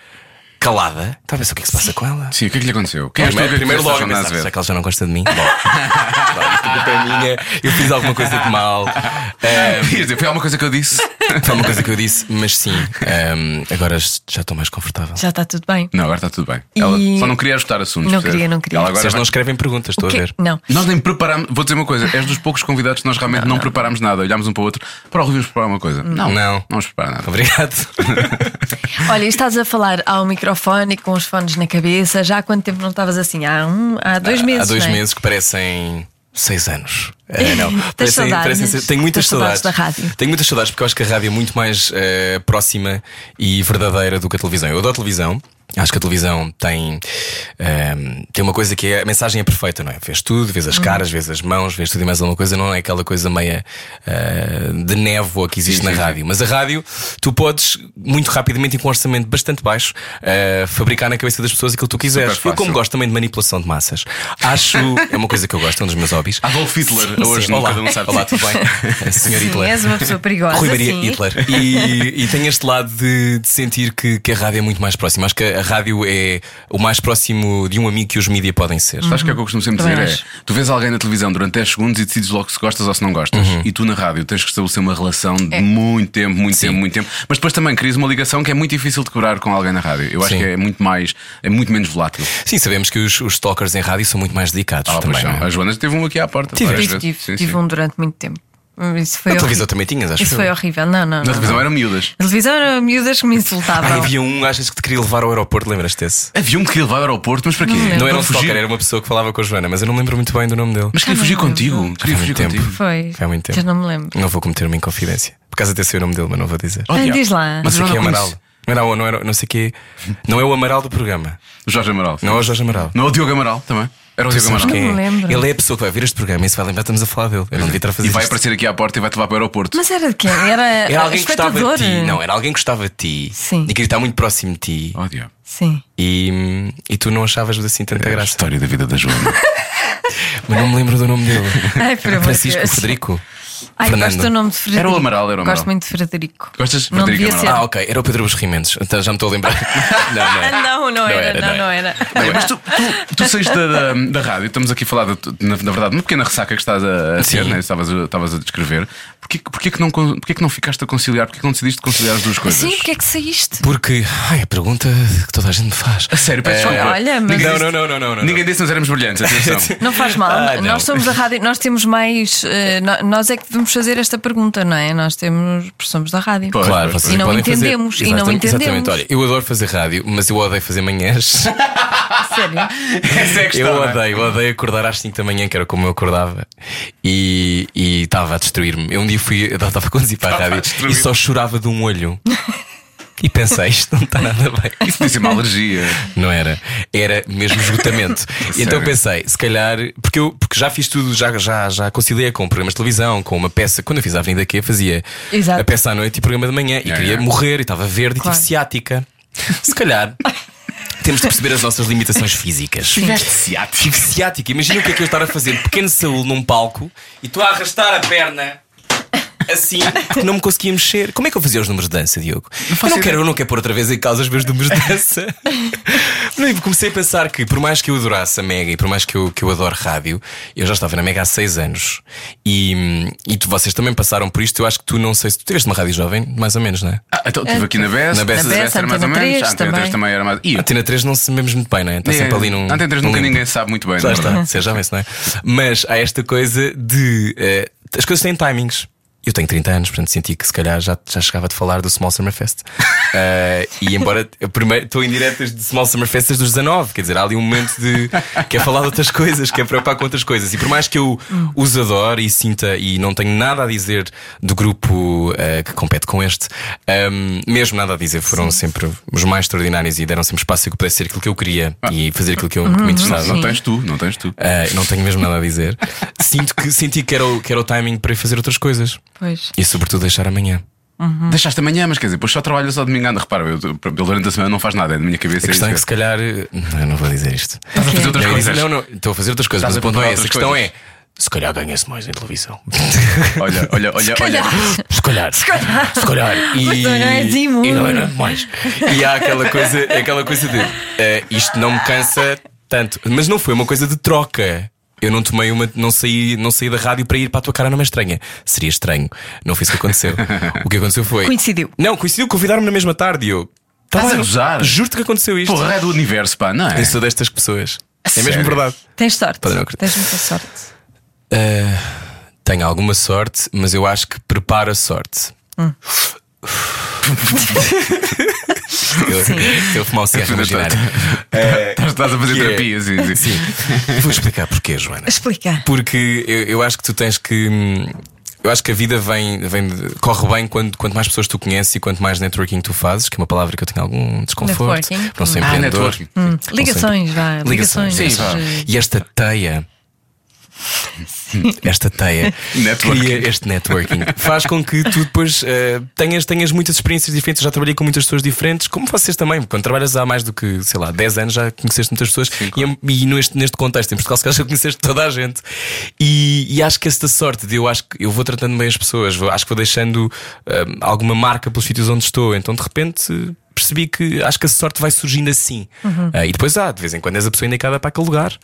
[SPEAKER 4] calada. Estava a ver o que é que se passa com ela.
[SPEAKER 2] Sim, o que é que lhe aconteceu? Quem és tu? O que
[SPEAKER 4] primeiro,
[SPEAKER 2] é que
[SPEAKER 4] primeiro
[SPEAKER 2] fizeste
[SPEAKER 4] logo,
[SPEAKER 2] a Joana
[SPEAKER 4] mas, ah,
[SPEAKER 2] Azevedo?
[SPEAKER 4] será que ela já não gosta de mim? Bom, Bom, isto culpa é minha, eu fiz alguma coisa de mal. Ah,
[SPEAKER 2] Quer dizer, Eh, Foi alguma coisa que eu disse?
[SPEAKER 4] foi uma coisa que eu disse, mas sim, ah, agora já estou mais confortável.
[SPEAKER 3] Já está tudo bem.
[SPEAKER 2] Não, agora está tudo bem. Ela
[SPEAKER 3] E-
[SPEAKER 2] só não queria ajustar assuntos.
[SPEAKER 3] Não
[SPEAKER 2] percebes?
[SPEAKER 3] queria, não queria.
[SPEAKER 2] Ela agora
[SPEAKER 4] Vocês
[SPEAKER 2] vai-
[SPEAKER 4] não escrevem perguntas, estou a
[SPEAKER 3] Que-
[SPEAKER 4] ver.
[SPEAKER 3] Não.
[SPEAKER 2] Nós nem preparámos. Vou dizer uma coisa: és dos poucos convidados que nós realmente não, preparámos nada. Olhámos um para o outro. Para o Rui, vamos preparar uma coisa. Não,
[SPEAKER 4] Não.
[SPEAKER 2] vamos preparar nada.
[SPEAKER 4] Obrigado.
[SPEAKER 3] Olha, e estás a falar ao microfone e com os fones na cabeça. Já há quanto tempo não estavas assim? Há, um, há dois meses.
[SPEAKER 4] Há dois
[SPEAKER 3] não é?
[SPEAKER 4] meses que parecem seis anos. Ah, não.
[SPEAKER 3] Tens saudades? né?
[SPEAKER 4] tenho muitas
[SPEAKER 3] Tens saudades da rádio?
[SPEAKER 4] Tenho muitas saudades porque eu acho que a rádio é muito mais eh, próxima e verdadeira do que a televisão. Eu adoro a televisão. Acho que a televisão tem, ehm, tem uma coisa que é a mensagem é perfeita, não é? Vês tudo, vês
[SPEAKER 3] Uhum.
[SPEAKER 4] as caras, vês as mãos, vês tudo e mais alguma coisa, não é aquela coisa meia eh, de névoa que existe
[SPEAKER 2] Sim,
[SPEAKER 4] na
[SPEAKER 2] sim, sim.
[SPEAKER 4] rádio. Mas a rádio, tu podes muito rapidamente e com um orçamento bastante baixo eh, fabricar na cabeça das pessoas aquilo que tu quiseres.
[SPEAKER 2] Super
[SPEAKER 4] Eu,
[SPEAKER 2] é
[SPEAKER 4] como
[SPEAKER 2] fácil.
[SPEAKER 4] gosto também de manipulação de massas, acho. é uma coisa que eu gosto, é um dos meus hobbies.
[SPEAKER 2] Adolf Hitler, hoje
[SPEAKER 4] Sim,
[SPEAKER 2] no
[SPEAKER 4] olá,
[SPEAKER 2] Cada Um Sabe
[SPEAKER 4] olá,
[SPEAKER 2] de Si.
[SPEAKER 4] tudo bem? Senhor
[SPEAKER 3] Sim,
[SPEAKER 4] Hitler.
[SPEAKER 3] és uma pessoa perigosa.
[SPEAKER 4] Rui Maria
[SPEAKER 3] sim.
[SPEAKER 4] Hitler. E, e tem este lado de, de sentir que, que a rádio é muito mais próxima. Acho que a rádio é o mais próximo de um amigo que os mídia podem ser.
[SPEAKER 3] Hum.
[SPEAKER 2] Sabes o que é que eu costumo sempre
[SPEAKER 3] Também
[SPEAKER 2] dizer?
[SPEAKER 3] acho.
[SPEAKER 2] É, tu vês alguém na televisão durante 10 segundos e decides logo se gostas ou se não gostas. E tu na rádio tens que estabelecer uma relação de muito tempo, muito
[SPEAKER 4] Sim.
[SPEAKER 2] tempo, muito tempo. Mas depois também crias uma ligação que é muito difícil de cobrar com alguém na rádio. Eu acho
[SPEAKER 4] Sim.
[SPEAKER 2] que é muito mais, é muito menos volátil.
[SPEAKER 4] Sim, sabemos que os, os stalkers em rádio são muito mais dedicados
[SPEAKER 2] Ah,
[SPEAKER 4] também.
[SPEAKER 2] pois não.
[SPEAKER 4] não é?
[SPEAKER 2] A Joana teve um aqui à porta.
[SPEAKER 4] Tive,
[SPEAKER 2] várias
[SPEAKER 3] Tive,
[SPEAKER 2] vezes.
[SPEAKER 3] tive,
[SPEAKER 2] Sim,
[SPEAKER 3] tive
[SPEAKER 2] sim.
[SPEAKER 3] um durante muito tempo. Isso foi
[SPEAKER 4] Na
[SPEAKER 3] horrível.
[SPEAKER 4] televisão também tinhas, acho
[SPEAKER 3] Isso
[SPEAKER 4] eu.
[SPEAKER 3] foi horrível. Não, não.
[SPEAKER 2] Na
[SPEAKER 3] não,
[SPEAKER 2] televisão
[SPEAKER 3] não.
[SPEAKER 2] eram miúdas.
[SPEAKER 3] Na televisão eram miúdas que me insultavam.
[SPEAKER 4] Ah, havia um, achas que te queria levar ao aeroporto, lembras-te desse?
[SPEAKER 2] Havia um que ia levar ao aeroporto, mas para quê?
[SPEAKER 3] Não lembro.
[SPEAKER 4] Não
[SPEAKER 2] Para
[SPEAKER 4] era um
[SPEAKER 2] fugir?
[SPEAKER 4] stalker, era uma pessoa que falava com a Joana, mas eu não me lembro muito bem do nome dele.
[SPEAKER 2] Mas queria
[SPEAKER 3] Ah,
[SPEAKER 2] fugir
[SPEAKER 3] não lembro.
[SPEAKER 2] contigo. Queria
[SPEAKER 4] há
[SPEAKER 2] fugir
[SPEAKER 4] muito
[SPEAKER 2] contigo.
[SPEAKER 4] tempo.
[SPEAKER 3] Foi.
[SPEAKER 4] um. Foi há muito tempo.
[SPEAKER 3] Já não me lembro.
[SPEAKER 4] Não vou cometer uma inconfidência. Por acaso até sei o nome dele, mas não vou dizer.
[SPEAKER 2] Oh,
[SPEAKER 3] Ah,
[SPEAKER 2] diabo.
[SPEAKER 3] diz lá.
[SPEAKER 4] Não sei
[SPEAKER 2] Mas
[SPEAKER 4] quem é
[SPEAKER 2] eu não
[SPEAKER 4] Amaral. Não, era o- não, era, não sei quem é. Não é o Amaral do programa.
[SPEAKER 2] Jorge Amaral.
[SPEAKER 4] Não é o Jorge Amaral.
[SPEAKER 2] Não é o Diogo Amaral também. Era o
[SPEAKER 4] Tu
[SPEAKER 2] Diogo
[SPEAKER 4] sabes
[SPEAKER 2] Amaral.
[SPEAKER 4] quem
[SPEAKER 3] Não me
[SPEAKER 4] é?
[SPEAKER 3] lembro.
[SPEAKER 4] Ele é a pessoa que vai ver este programa e se vai lembrar, estamos a falar dele. Eu não devia estar a fazer
[SPEAKER 2] E vai
[SPEAKER 4] isto.
[SPEAKER 2] aparecer aqui à porta e vai te levar para o aeroporto.
[SPEAKER 3] Mas era de quem? Era,
[SPEAKER 4] Era alguém que gostava
[SPEAKER 3] É espectador?
[SPEAKER 4] de ti. Não, é? era alguém que gostava de ti
[SPEAKER 3] Sim.
[SPEAKER 4] e queria estar muito próximo de ti.
[SPEAKER 2] Oh, diabo.
[SPEAKER 3] Sim.
[SPEAKER 4] E, e tu não achavas assim tanta
[SPEAKER 2] é A
[SPEAKER 4] graça.
[SPEAKER 2] história da vida da Joana.
[SPEAKER 4] Mas não me lembro do nome dele.
[SPEAKER 3] Ai, por amor de
[SPEAKER 4] Francisco
[SPEAKER 3] Deus.
[SPEAKER 4] Frederico.
[SPEAKER 3] Ai,
[SPEAKER 4] Fernando.
[SPEAKER 3] gosto do nome de Frederico.
[SPEAKER 2] Era o Amaral, era o Amaral.
[SPEAKER 3] Gosto muito de Frederico.
[SPEAKER 2] Gostas de
[SPEAKER 3] Não
[SPEAKER 2] Frederico
[SPEAKER 3] devia
[SPEAKER 2] Amaral?
[SPEAKER 3] ser.
[SPEAKER 4] Ah, ok. Era o Pedro Os Rimentos. Então já me estou a lembrar. é.
[SPEAKER 3] Ah, não, não era, não, não era.
[SPEAKER 2] Bem, mas tu, tu, tu saíste da, da, da rádio, estamos aqui a falar, de, na, na verdade, uma pequena ressaca que estás a, a ter,
[SPEAKER 4] Sim.
[SPEAKER 2] né? estavas, a- estavas a descrever. Porquê, porquê, que não, con- porquê que não ficaste a conciliar? Porquê que não decidiste conciliar as duas coisas?
[SPEAKER 3] Sim, porque é que saíste?
[SPEAKER 4] Porque. Ai, a pergunta que toda a gente me faz.
[SPEAKER 2] A sério, peço
[SPEAKER 4] É,
[SPEAKER 2] desculpa.
[SPEAKER 3] olha, mas-
[SPEAKER 2] Ninguém
[SPEAKER 4] Não,
[SPEAKER 2] disse-
[SPEAKER 4] não, não, não, não, não.
[SPEAKER 2] Ninguém disse que nós éramos brilhantes, atenção.
[SPEAKER 3] Não faz mal.
[SPEAKER 4] Ah, não.
[SPEAKER 3] Nós somos da rádio, nós temos mais. eh, no- nós é que devemos fazer esta pergunta, não é? Nós temos. porque Somos da rádio.
[SPEAKER 2] Pois.
[SPEAKER 4] Claro, vocês
[SPEAKER 3] E não
[SPEAKER 4] podem fazer-
[SPEAKER 3] entendemos, e não
[SPEAKER 4] Exatamente,
[SPEAKER 3] entendemos.
[SPEAKER 4] Exatamente, olha, eu adoro fazer rádio, mas eu odeio fazer manhãs.
[SPEAKER 3] Sério.
[SPEAKER 2] Essa é a questão.
[SPEAKER 4] eu
[SPEAKER 2] não é?
[SPEAKER 4] odeio, eu odeio acordar às 5 da manhã, que era como eu acordava, e e estava a destruir-me. Eu um dia fui, eu estava a conduzir para a
[SPEAKER 2] Estava a
[SPEAKER 4] rádio
[SPEAKER 2] destruir.
[SPEAKER 4] e só chorava de um olho. E pensei, isto não está nada bem.
[SPEAKER 2] Isso disse uma alergia.
[SPEAKER 4] Não era. Era mesmo esgotamento. E então
[SPEAKER 2] Sério?
[SPEAKER 4] pensei, se calhar, porque eu porque já fiz tudo, já, já, já conciliei com programas de televisão, com uma peça. Quando eu fiz a Avenida Q, fazia
[SPEAKER 3] Exato.
[SPEAKER 4] a peça à noite e programa de manhã. E
[SPEAKER 2] Yeah,
[SPEAKER 4] queria
[SPEAKER 2] yeah.
[SPEAKER 4] morrer, e estava verde, e
[SPEAKER 3] Claro.
[SPEAKER 4] tive ciática. Se calhar. Temos de perceber as nossas limitações físicas.
[SPEAKER 2] Tiveste ciático.
[SPEAKER 4] Tive ciática. Imagina o que é que eu estar a fazer, pequeno Saúl num palco e tu a arrastar a perna. Assim, porque não me conseguia mexer. Como é que eu fazia os números de dança, Diogo? eu, não
[SPEAKER 2] ideia.
[SPEAKER 4] quero, eu não quero pôr outra vez em causa os meus números de dança. Não, e comecei a pensar que, por mais que eu adorasse a Mega e por mais que eu, que eu adore rádio, eu já estava na Mega há seis anos e, e tu, vocês também passaram por isto. Eu acho que tu não sei se tu tiveste uma rádio jovem, mais ou menos, não é?
[SPEAKER 2] Ah, então estive aqui na BES,
[SPEAKER 4] Na BES,
[SPEAKER 2] era mais ou
[SPEAKER 3] Antena
[SPEAKER 2] menos.
[SPEAKER 3] 3
[SPEAKER 2] Ah, Antena
[SPEAKER 3] também.
[SPEAKER 2] 3 também era mais. E
[SPEAKER 4] A Antena 3 não sabemos muito bem, não é? Está sempre ali num.
[SPEAKER 2] Antena 3
[SPEAKER 4] num
[SPEAKER 2] nunca
[SPEAKER 4] limbo.
[SPEAKER 2] ninguém sabe muito bem,
[SPEAKER 4] é
[SPEAKER 2] é?
[SPEAKER 4] Já
[SPEAKER 2] na
[SPEAKER 4] está,
[SPEAKER 2] verdade.
[SPEAKER 4] você já vê-se, não é? Mas há esta coisa de. eh, as coisas têm timings. Eu tenho 30 anos, portanto senti que se calhar já, já chegava de falar do Small Summer Fest. Eh, e embora eu primeiro estou em diretas de Small Summer Festas dos 19, quer dizer, há ali um momento de quer falar de outras coisas, quer preocupar com outras coisas. E por mais que eu os adore e sinta e não tenho nada a dizer do grupo eh, que compete com este, ehm, mesmo nada a dizer, foram sempre os mais extraordinários e deram sempre espaço a que eu pudesse ser aquilo que eu queria e fazer aquilo que eu que me
[SPEAKER 2] Não,
[SPEAKER 4] interessava.
[SPEAKER 2] não tens tu, não tens tu.
[SPEAKER 4] Uh, não tenho mesmo nada a dizer. Sinto que, senti que era, o, que era o timing para ir fazer outras coisas.
[SPEAKER 3] Pois.
[SPEAKER 4] E sobretudo deixar amanhã.
[SPEAKER 2] Deixaste amanhã, mas quer dizer, depois só trabalhas ao domingo anda. Repara, eu, eu durante a semana não faz nada, é da minha cabeça.
[SPEAKER 4] A questão é
[SPEAKER 2] é
[SPEAKER 4] que se
[SPEAKER 2] isso.
[SPEAKER 4] calhar. eh, Não, eu não vou dizer isto.
[SPEAKER 2] Estás a fazer outras
[SPEAKER 4] Eu ia dizer,
[SPEAKER 2] coisas.
[SPEAKER 4] Não, não, estou a fazer outras coisas,
[SPEAKER 2] Estás
[SPEAKER 4] mas
[SPEAKER 2] a
[SPEAKER 4] o ponto não é
[SPEAKER 2] procurar
[SPEAKER 4] esse. A
[SPEAKER 2] outras
[SPEAKER 4] questão é. Se calhar ganha-se mais em televisão.
[SPEAKER 2] Olha, olha, olha, olha.
[SPEAKER 4] Se calhar. Se calhar. E,
[SPEAKER 3] Mas não é assim
[SPEAKER 4] e não era
[SPEAKER 3] muito.
[SPEAKER 4] mais. E há aquela coisa, é aquela coisa de eh, isto não me cansa tanto. Mas não foi uma coisa de troca. Eu não tomei uma, não saí, não saí da rádio para ir para a tua cara, não é estranha. Seria estranho. Não foi isso que aconteceu. O que aconteceu foi.
[SPEAKER 3] Coincidiu.
[SPEAKER 4] Não, coincidiu, convidaram-me na mesma tarde e eu.
[SPEAKER 2] Estás
[SPEAKER 4] "Pá,
[SPEAKER 2] a gozar?"
[SPEAKER 4] Juro-te que aconteceu isto.
[SPEAKER 2] Porra, é do universo, pá, não é?
[SPEAKER 4] Eu sou destas pessoas. É
[SPEAKER 2] sério?
[SPEAKER 4] mesmo verdade.
[SPEAKER 3] Tens sorte.
[SPEAKER 4] Pá, não acredito.
[SPEAKER 3] Tens muita sorte.
[SPEAKER 4] Tenho alguma sorte, mas eu acho que preparo a sorte. eu, eu fumo o cigarro imaginário.
[SPEAKER 2] Estás estás a fazer
[SPEAKER 4] que é-
[SPEAKER 2] terapia, sim, sim.
[SPEAKER 4] Sim. Vou explicar porquê, Joana.
[SPEAKER 3] Explica.
[SPEAKER 4] Porque eu, eu acho que tu tens que. hum, Eu acho que a vida vem, vem de- corre bem quando, quanto mais pessoas tu conheces e quanto mais networking tu fazes, que é uma palavra que eu tenho algum desconforto.
[SPEAKER 3] Networking.
[SPEAKER 4] Não sou
[SPEAKER 2] Ah,
[SPEAKER 4] empreendedor.
[SPEAKER 2] networking.
[SPEAKER 3] Hum.
[SPEAKER 4] Não sou
[SPEAKER 3] Ligações, vá. Ligações.
[SPEAKER 4] Ligações.
[SPEAKER 2] Sim, vá.
[SPEAKER 3] eh,
[SPEAKER 4] E esta teia. Esta teia
[SPEAKER 2] Networking.
[SPEAKER 4] cria este networking. Faz com que tu depois eh, tenhas, tenhas muitas experiências diferentes. Já trabalhei com muitas pessoas diferentes, como vocês também. Quando trabalhas há mais do que, sei lá, 10 anos já conheceste muitas pessoas. E, é- e neste, neste contexto, em Portugal, se calhar já conheceste toda a gente. E, e acho que esta sorte de eu acho que eu vou tratando bem as pessoas, vou- acho que vou deixando eh, alguma marca pelos sítios onde estou. Então de repente. eh, percebi que acho que a sorte vai surgindo assim. Ah, e depois há, de vez em quando és a pessoa indicada para aquele lugar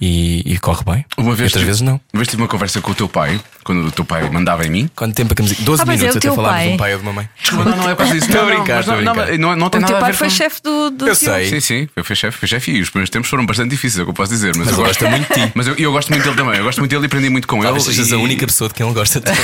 [SPEAKER 4] e, e corre bem.
[SPEAKER 2] Uma vez,
[SPEAKER 4] E Outras vezes não.
[SPEAKER 2] Uma vez tive uma conversa com o teu pai, quando o teu pai mandava em mim.
[SPEAKER 4] Quanto tempo a camisinha? 12
[SPEAKER 3] Ah, mas é
[SPEAKER 4] minutos
[SPEAKER 3] o
[SPEAKER 4] até
[SPEAKER 3] teu
[SPEAKER 4] falarmos de um
[SPEAKER 3] pai.
[SPEAKER 4] pai ou de uma mãe.
[SPEAKER 2] Não, não é para isso.
[SPEAKER 4] Estou a brincar,
[SPEAKER 2] não,
[SPEAKER 4] estou a
[SPEAKER 2] não,
[SPEAKER 4] brincar.
[SPEAKER 2] não, não tem
[SPEAKER 3] O
[SPEAKER 2] nada
[SPEAKER 3] teu
[SPEAKER 2] a
[SPEAKER 3] pai
[SPEAKER 2] ver
[SPEAKER 3] foi
[SPEAKER 2] com-
[SPEAKER 3] chefe do, do
[SPEAKER 4] Eu
[SPEAKER 3] teu-
[SPEAKER 4] sei.
[SPEAKER 2] Sim, sim, eu fui chefe, fui chefe e os primeiros tempos foram bastante difíceis, é o que eu posso dizer. Mas,
[SPEAKER 4] Mas
[SPEAKER 2] eu
[SPEAKER 4] ele
[SPEAKER 2] gosto
[SPEAKER 4] gosta muito de ti.
[SPEAKER 2] Mas eu, eu gosto muito dele também, eu gosto muito dele e aprendi muito com ele.
[SPEAKER 4] Talvez sejas
[SPEAKER 2] e-
[SPEAKER 4] a única pessoa de quem ele gosta de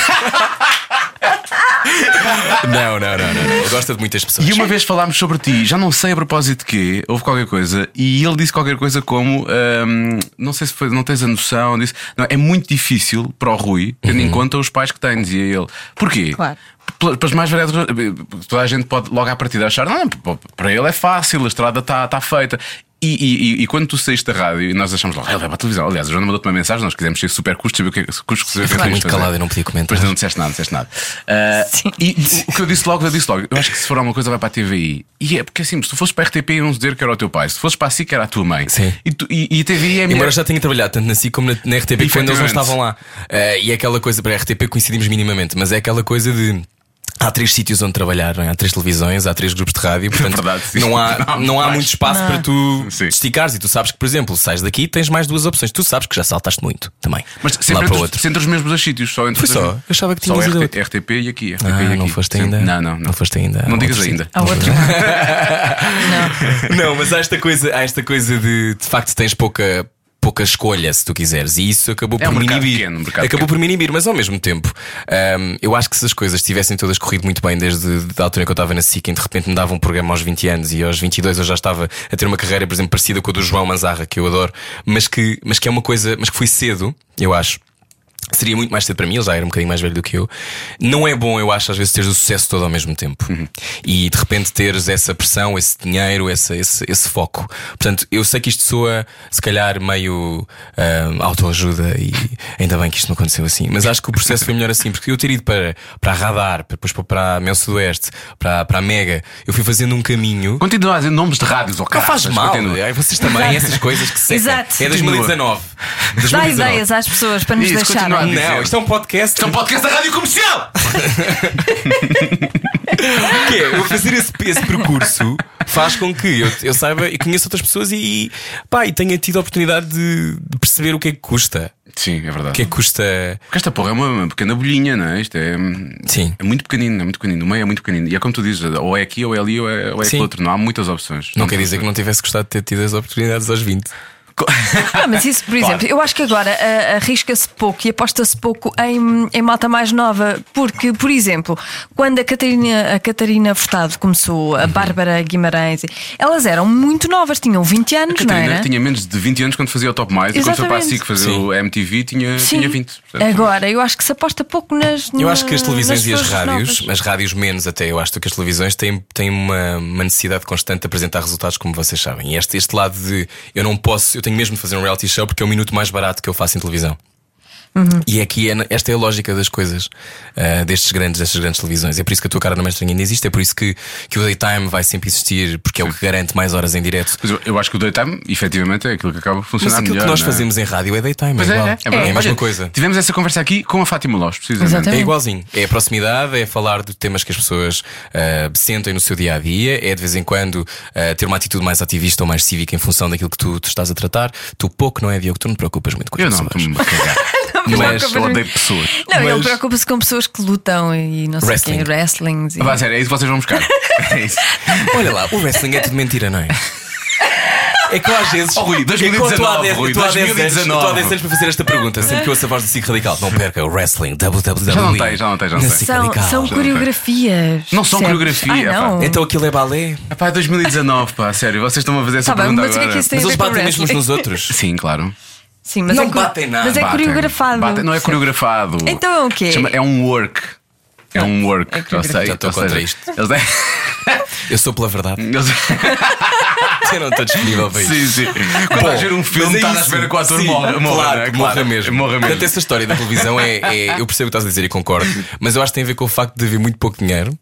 [SPEAKER 4] não, não, não, não, não. Ele gosta de muitas pessoas.
[SPEAKER 2] E uma vez falámos sobre ti, já não sei a propósito de quê, houve qualquer coisa, e ele disse qualquer coisa como: ahm, não sei se foi, não tens a noção, disse, "Não, é muito difícil para o Rui, tendo
[SPEAKER 4] Uhum.
[SPEAKER 2] em conta os pais que tem, dizia ele. Porquê?
[SPEAKER 3] Claro.
[SPEAKER 2] Pela- Pelas mais variadas razões. toda a gente pode logo à partida achar, não, pô, para ele é fácil, a estrada está tá feita. E, e- e- e quando tu saíste da rádio e nós achamos logo, "Ah, ele vai para a televisão. Aliás, o João mandou-te uma mensagem, nós quisemos ser super custos, saber o que custos, saber o que é que
[SPEAKER 4] Fiquei
[SPEAKER 2] ias
[SPEAKER 4] muito
[SPEAKER 2] fazer.
[SPEAKER 4] calado e não podia comentar.
[SPEAKER 2] Pois não disseste nada, não disseste nada. Ah,
[SPEAKER 3] Sim.
[SPEAKER 2] e o- o que eu disse logo, eu disse logo, eu acho que se for alguma coisa vai para a TVI. E é porque assim, se tu fosses para a RTP, iam dizer que era o teu pai, se fosses para a SIC, era a tua mãe.
[SPEAKER 4] Sim.
[SPEAKER 2] E, tu- e, e a TVI é a minha.
[SPEAKER 4] Embora eu já tenha trabalhado tanto na SIC como na, na RTP quando eles não
[SPEAKER 2] Efetivamente.
[SPEAKER 4] estavam lá. Eh, e é aquela coisa, para a RTP coincidimos minimamente, mas é aquela coisa de. Há três sítios onde trabalhar, não é? há três televisões, há três grupos de rádio, portanto
[SPEAKER 2] É Verdade, sim.
[SPEAKER 4] não há,
[SPEAKER 2] Não há
[SPEAKER 4] não,
[SPEAKER 2] muito
[SPEAKER 4] há
[SPEAKER 2] mais.
[SPEAKER 4] muito espaço para tu
[SPEAKER 2] Sim.
[SPEAKER 4] te esticares. E tu sabes que, por exemplo, sais daqui tens mais duas opções. Tu sabes que já saltaste muito também.
[SPEAKER 2] Mas
[SPEAKER 4] lá
[SPEAKER 2] sempre
[SPEAKER 4] para
[SPEAKER 2] entre,
[SPEAKER 4] o
[SPEAKER 2] os-
[SPEAKER 4] outro.
[SPEAKER 2] sempre entre os mesmos dois sítios, só entre
[SPEAKER 4] Foi
[SPEAKER 2] os
[SPEAKER 4] só?
[SPEAKER 2] dois-
[SPEAKER 4] Eu achava que
[SPEAKER 2] só
[SPEAKER 4] tinhas ido a
[SPEAKER 2] RT,
[SPEAKER 4] outro.
[SPEAKER 2] RTP e aqui. RTP e
[SPEAKER 4] Ah,
[SPEAKER 2] aqui.
[SPEAKER 4] não foste
[SPEAKER 2] Sim.
[SPEAKER 4] ainda?
[SPEAKER 2] Não, não, não.
[SPEAKER 4] Não foste ainda.
[SPEAKER 2] Não digas
[SPEAKER 4] Outro
[SPEAKER 2] ainda.
[SPEAKER 3] A outra.
[SPEAKER 4] Não, mas há esta coisa, há esta coisa de de facto tens pouca. Pouca escolha, se tu quiseres, e isso acabou
[SPEAKER 2] É um
[SPEAKER 4] por me
[SPEAKER 2] mercado
[SPEAKER 4] inibir.
[SPEAKER 2] pequeno, um mercado
[SPEAKER 4] acabou
[SPEAKER 2] pequeno.
[SPEAKER 4] por me inibir, mas ao mesmo tempo, hum, eu acho que se as coisas tivessem todas corrido muito bem desde a altura em que eu estava na SIC, em de repente me dava um programa aos 20 anos e aos 22 eu já estava a ter uma carreira, por exemplo, parecida com a do João Manzarra, que eu adoro, mas que, mas que é uma coisa, mas que foi cedo, eu acho. Seria muito mais cedo para mim, ele já era um bocadinho mais velho do que eu. Não é bom, eu acho, às vezes, teres o sucesso todo ao mesmo tempo. E de repente teres essa pressão, esse dinheiro, esse, esse, esse foco. Portanto, eu sei que isto soa, se calhar, meio ahm, autoajuda e ainda bem que isto não aconteceu assim. Mas acho que o processo foi melhor assim, porque eu ter ido para, para a Radar, para- depois para- para a Mel Sudoeste, para, para a Mega, eu fui fazendo um caminho.
[SPEAKER 2] Continua a dizer nomes de rádios ou
[SPEAKER 4] Não faz mal, é. Ai, vocês também, essas coisas que secam.
[SPEAKER 3] Exato.
[SPEAKER 4] É 2019.
[SPEAKER 3] Dá
[SPEAKER 4] 2019.
[SPEAKER 3] ideias às pessoas para nos
[SPEAKER 2] Isso, continua a
[SPEAKER 3] deixarem.
[SPEAKER 2] dizer.
[SPEAKER 4] Não, isto é um podcast.
[SPEAKER 2] São podcast da Rádio Comercial!
[SPEAKER 4] que é, eu fazer esse, esse percurso faz com que eu, eu saiba e conheça outras pessoas e, e, pá, e tenha tido a oportunidade de, de perceber o que é que custa.
[SPEAKER 2] Sim, é verdade.
[SPEAKER 4] O que é que custa.
[SPEAKER 2] Porque esta porra é uma uma pequena bolhinha, não é? Isto é.
[SPEAKER 4] Sim.
[SPEAKER 2] É muito pequenino, é muito pequenino. O meio é muito pequenino. E é como tu dizes, ou é aqui, ou é ali, ou é, ou é
[SPEAKER 4] Sim.
[SPEAKER 2] aquele outro. Não há muitas opções.
[SPEAKER 4] Não quer dizer que não tivesse gostado de ter tido as oportunidades aos 20.
[SPEAKER 3] Ah, mas isso, por exemplo, eu acho que agora ah, arrisca-se pouco e aposta-se pouco em, em malta mais nova, porque, por exemplo, quando a Catarina, a Catarina Furtado começou,
[SPEAKER 2] Uhum.
[SPEAKER 3] a Bárbara Guimarães, elas eram muito novas, tinham 20 anos, não
[SPEAKER 2] Catarina
[SPEAKER 3] era?
[SPEAKER 2] tinha menos de 20 anos quando fazia o Top Mais e quando foi para a
[SPEAKER 3] Exatamente.
[SPEAKER 2] SIC fazer
[SPEAKER 4] Sim.
[SPEAKER 2] o MTV tinha, tinha 20. portanto,
[SPEAKER 3] Agora, eu acho que se aposta pouco nas.
[SPEAKER 4] Eu acho que as
[SPEAKER 3] nas
[SPEAKER 4] televisões e as
[SPEAKER 3] pessoas
[SPEAKER 4] rádios,
[SPEAKER 3] novas.
[SPEAKER 4] as rádios menos até, eu acho que as televisões têm, têm uma, uma necessidade constante de apresentar resultados, como vocês sabem. E este, este lado de eu não posso, eu tenho mesmo de fazer um reality show porque é o minuto mais barato que eu faço em televisão.
[SPEAKER 2] Uhum.
[SPEAKER 4] E aqui é, esta é a lógica das coisas ah, destes grandes, destas grandes televisões. É por isso que a tua cara na mainstream ainda existe, é por isso que, que o daytime vai sempre existir, porque é o que garante mais horas em direto.
[SPEAKER 2] Mas eu- eu acho que o daytime, efetivamente, é aquilo que acaba por
[SPEAKER 4] Mas
[SPEAKER 2] funcionar
[SPEAKER 4] aquilo
[SPEAKER 2] melhor.
[SPEAKER 4] que nós
[SPEAKER 2] não é?
[SPEAKER 4] fazemos em rádio é daytime,
[SPEAKER 2] Pois
[SPEAKER 4] é,
[SPEAKER 2] é,
[SPEAKER 4] igual.
[SPEAKER 2] é, é verdade.
[SPEAKER 4] a mesma
[SPEAKER 2] Olha,
[SPEAKER 4] coisa.
[SPEAKER 2] Tivemos essa conversa aqui com a Fátima Lopes, precisamente.
[SPEAKER 3] Exatamente.
[SPEAKER 4] É igualzinho. É a proximidade, é falar de temas que as pessoas ah, sentem no seu dia a dia, é de vez em quando ah, ter uma atitude mais ativista ou mais cívica em função daquilo que tu, tu estás a tratar. Tu pouco, não é, Diogo? Tu não te preocupas muito com as
[SPEAKER 2] Eu não,
[SPEAKER 4] pessoas.
[SPEAKER 2] estou-me a cagar.
[SPEAKER 3] preocupas
[SPEAKER 2] Mas eu odeio
[SPEAKER 3] muito.
[SPEAKER 2] pessoas.
[SPEAKER 3] Não, ele
[SPEAKER 2] Mas-
[SPEAKER 3] preocupa-se com pessoas que lutam e não sei o quê,
[SPEAKER 4] Wrestling.
[SPEAKER 3] wrestlings. E...
[SPEAKER 2] Vá, sério, é isso que vocês vão buscar. É isso.
[SPEAKER 4] Olha lá, o wrestling é tudo mentira, não é? É que eu às vezes.
[SPEAKER 2] Oh, Rui, 2019,
[SPEAKER 4] é que eu estou há dez-
[SPEAKER 2] Rui,
[SPEAKER 4] eu estou há dez anos-
[SPEAKER 2] 2019.
[SPEAKER 4] eu estou há 10 anos para fazer esta pergunta, sempre que eu ouço a voz do Cico Radical. Não perca o wrestling, WWE.
[SPEAKER 2] Já não tem, já não tem, já não
[SPEAKER 4] na
[SPEAKER 2] tem.
[SPEAKER 4] SIC
[SPEAKER 3] São,
[SPEAKER 4] Radical.
[SPEAKER 3] são
[SPEAKER 2] já
[SPEAKER 3] coreografias.
[SPEAKER 2] Não são
[SPEAKER 3] percebes?
[SPEAKER 2] coreografia,
[SPEAKER 3] Ah,
[SPEAKER 2] pá.
[SPEAKER 3] não.
[SPEAKER 4] Então aquilo é balé?
[SPEAKER 2] Epá, é 2019, pá, sério, vocês estão a fazer essa
[SPEAKER 3] Tá bem,
[SPEAKER 2] pergunta
[SPEAKER 3] mas o que é
[SPEAKER 2] agora.
[SPEAKER 3] que isso tem
[SPEAKER 4] Mas
[SPEAKER 3] a
[SPEAKER 4] eles
[SPEAKER 3] ver com
[SPEAKER 4] batem mesmo uns
[SPEAKER 3] wrestling?
[SPEAKER 4] nos outros.
[SPEAKER 2] Sim, claro.
[SPEAKER 3] Sim, mas
[SPEAKER 4] Não
[SPEAKER 3] é co-
[SPEAKER 4] batem nada.
[SPEAKER 3] Mas é
[SPEAKER 2] Batem.
[SPEAKER 3] coreografado.
[SPEAKER 2] Batem- Não é
[SPEAKER 3] Sim.
[SPEAKER 2] coreografado.
[SPEAKER 3] Então é o quê?
[SPEAKER 2] Chama- É um work. É um work.
[SPEAKER 3] É
[SPEAKER 2] eu sei,
[SPEAKER 3] coreografia.
[SPEAKER 4] Já estou
[SPEAKER 2] eu sei.
[SPEAKER 4] contra isto.
[SPEAKER 2] Eles-
[SPEAKER 4] Eu sou pela verdade.
[SPEAKER 2] eles-
[SPEAKER 4] Eu não estou disponível para isso.
[SPEAKER 2] Sim, sim. Quando
[SPEAKER 4] Bom,
[SPEAKER 2] vais ver um filme,
[SPEAKER 4] mas é
[SPEAKER 2] estás à
[SPEAKER 4] isso.
[SPEAKER 2] espera que o ator
[SPEAKER 4] Sim,
[SPEAKER 2] morra. morra,
[SPEAKER 4] claro,
[SPEAKER 2] não é?
[SPEAKER 4] que morra
[SPEAKER 2] Claro,
[SPEAKER 4] mesmo.
[SPEAKER 2] Morra mesmo.
[SPEAKER 4] Portanto, essa história da televisão é, é- Eu percebo o que estás a dizer e concordo, mas eu acho que tem a ver com o facto de haver muito pouco dinheiro.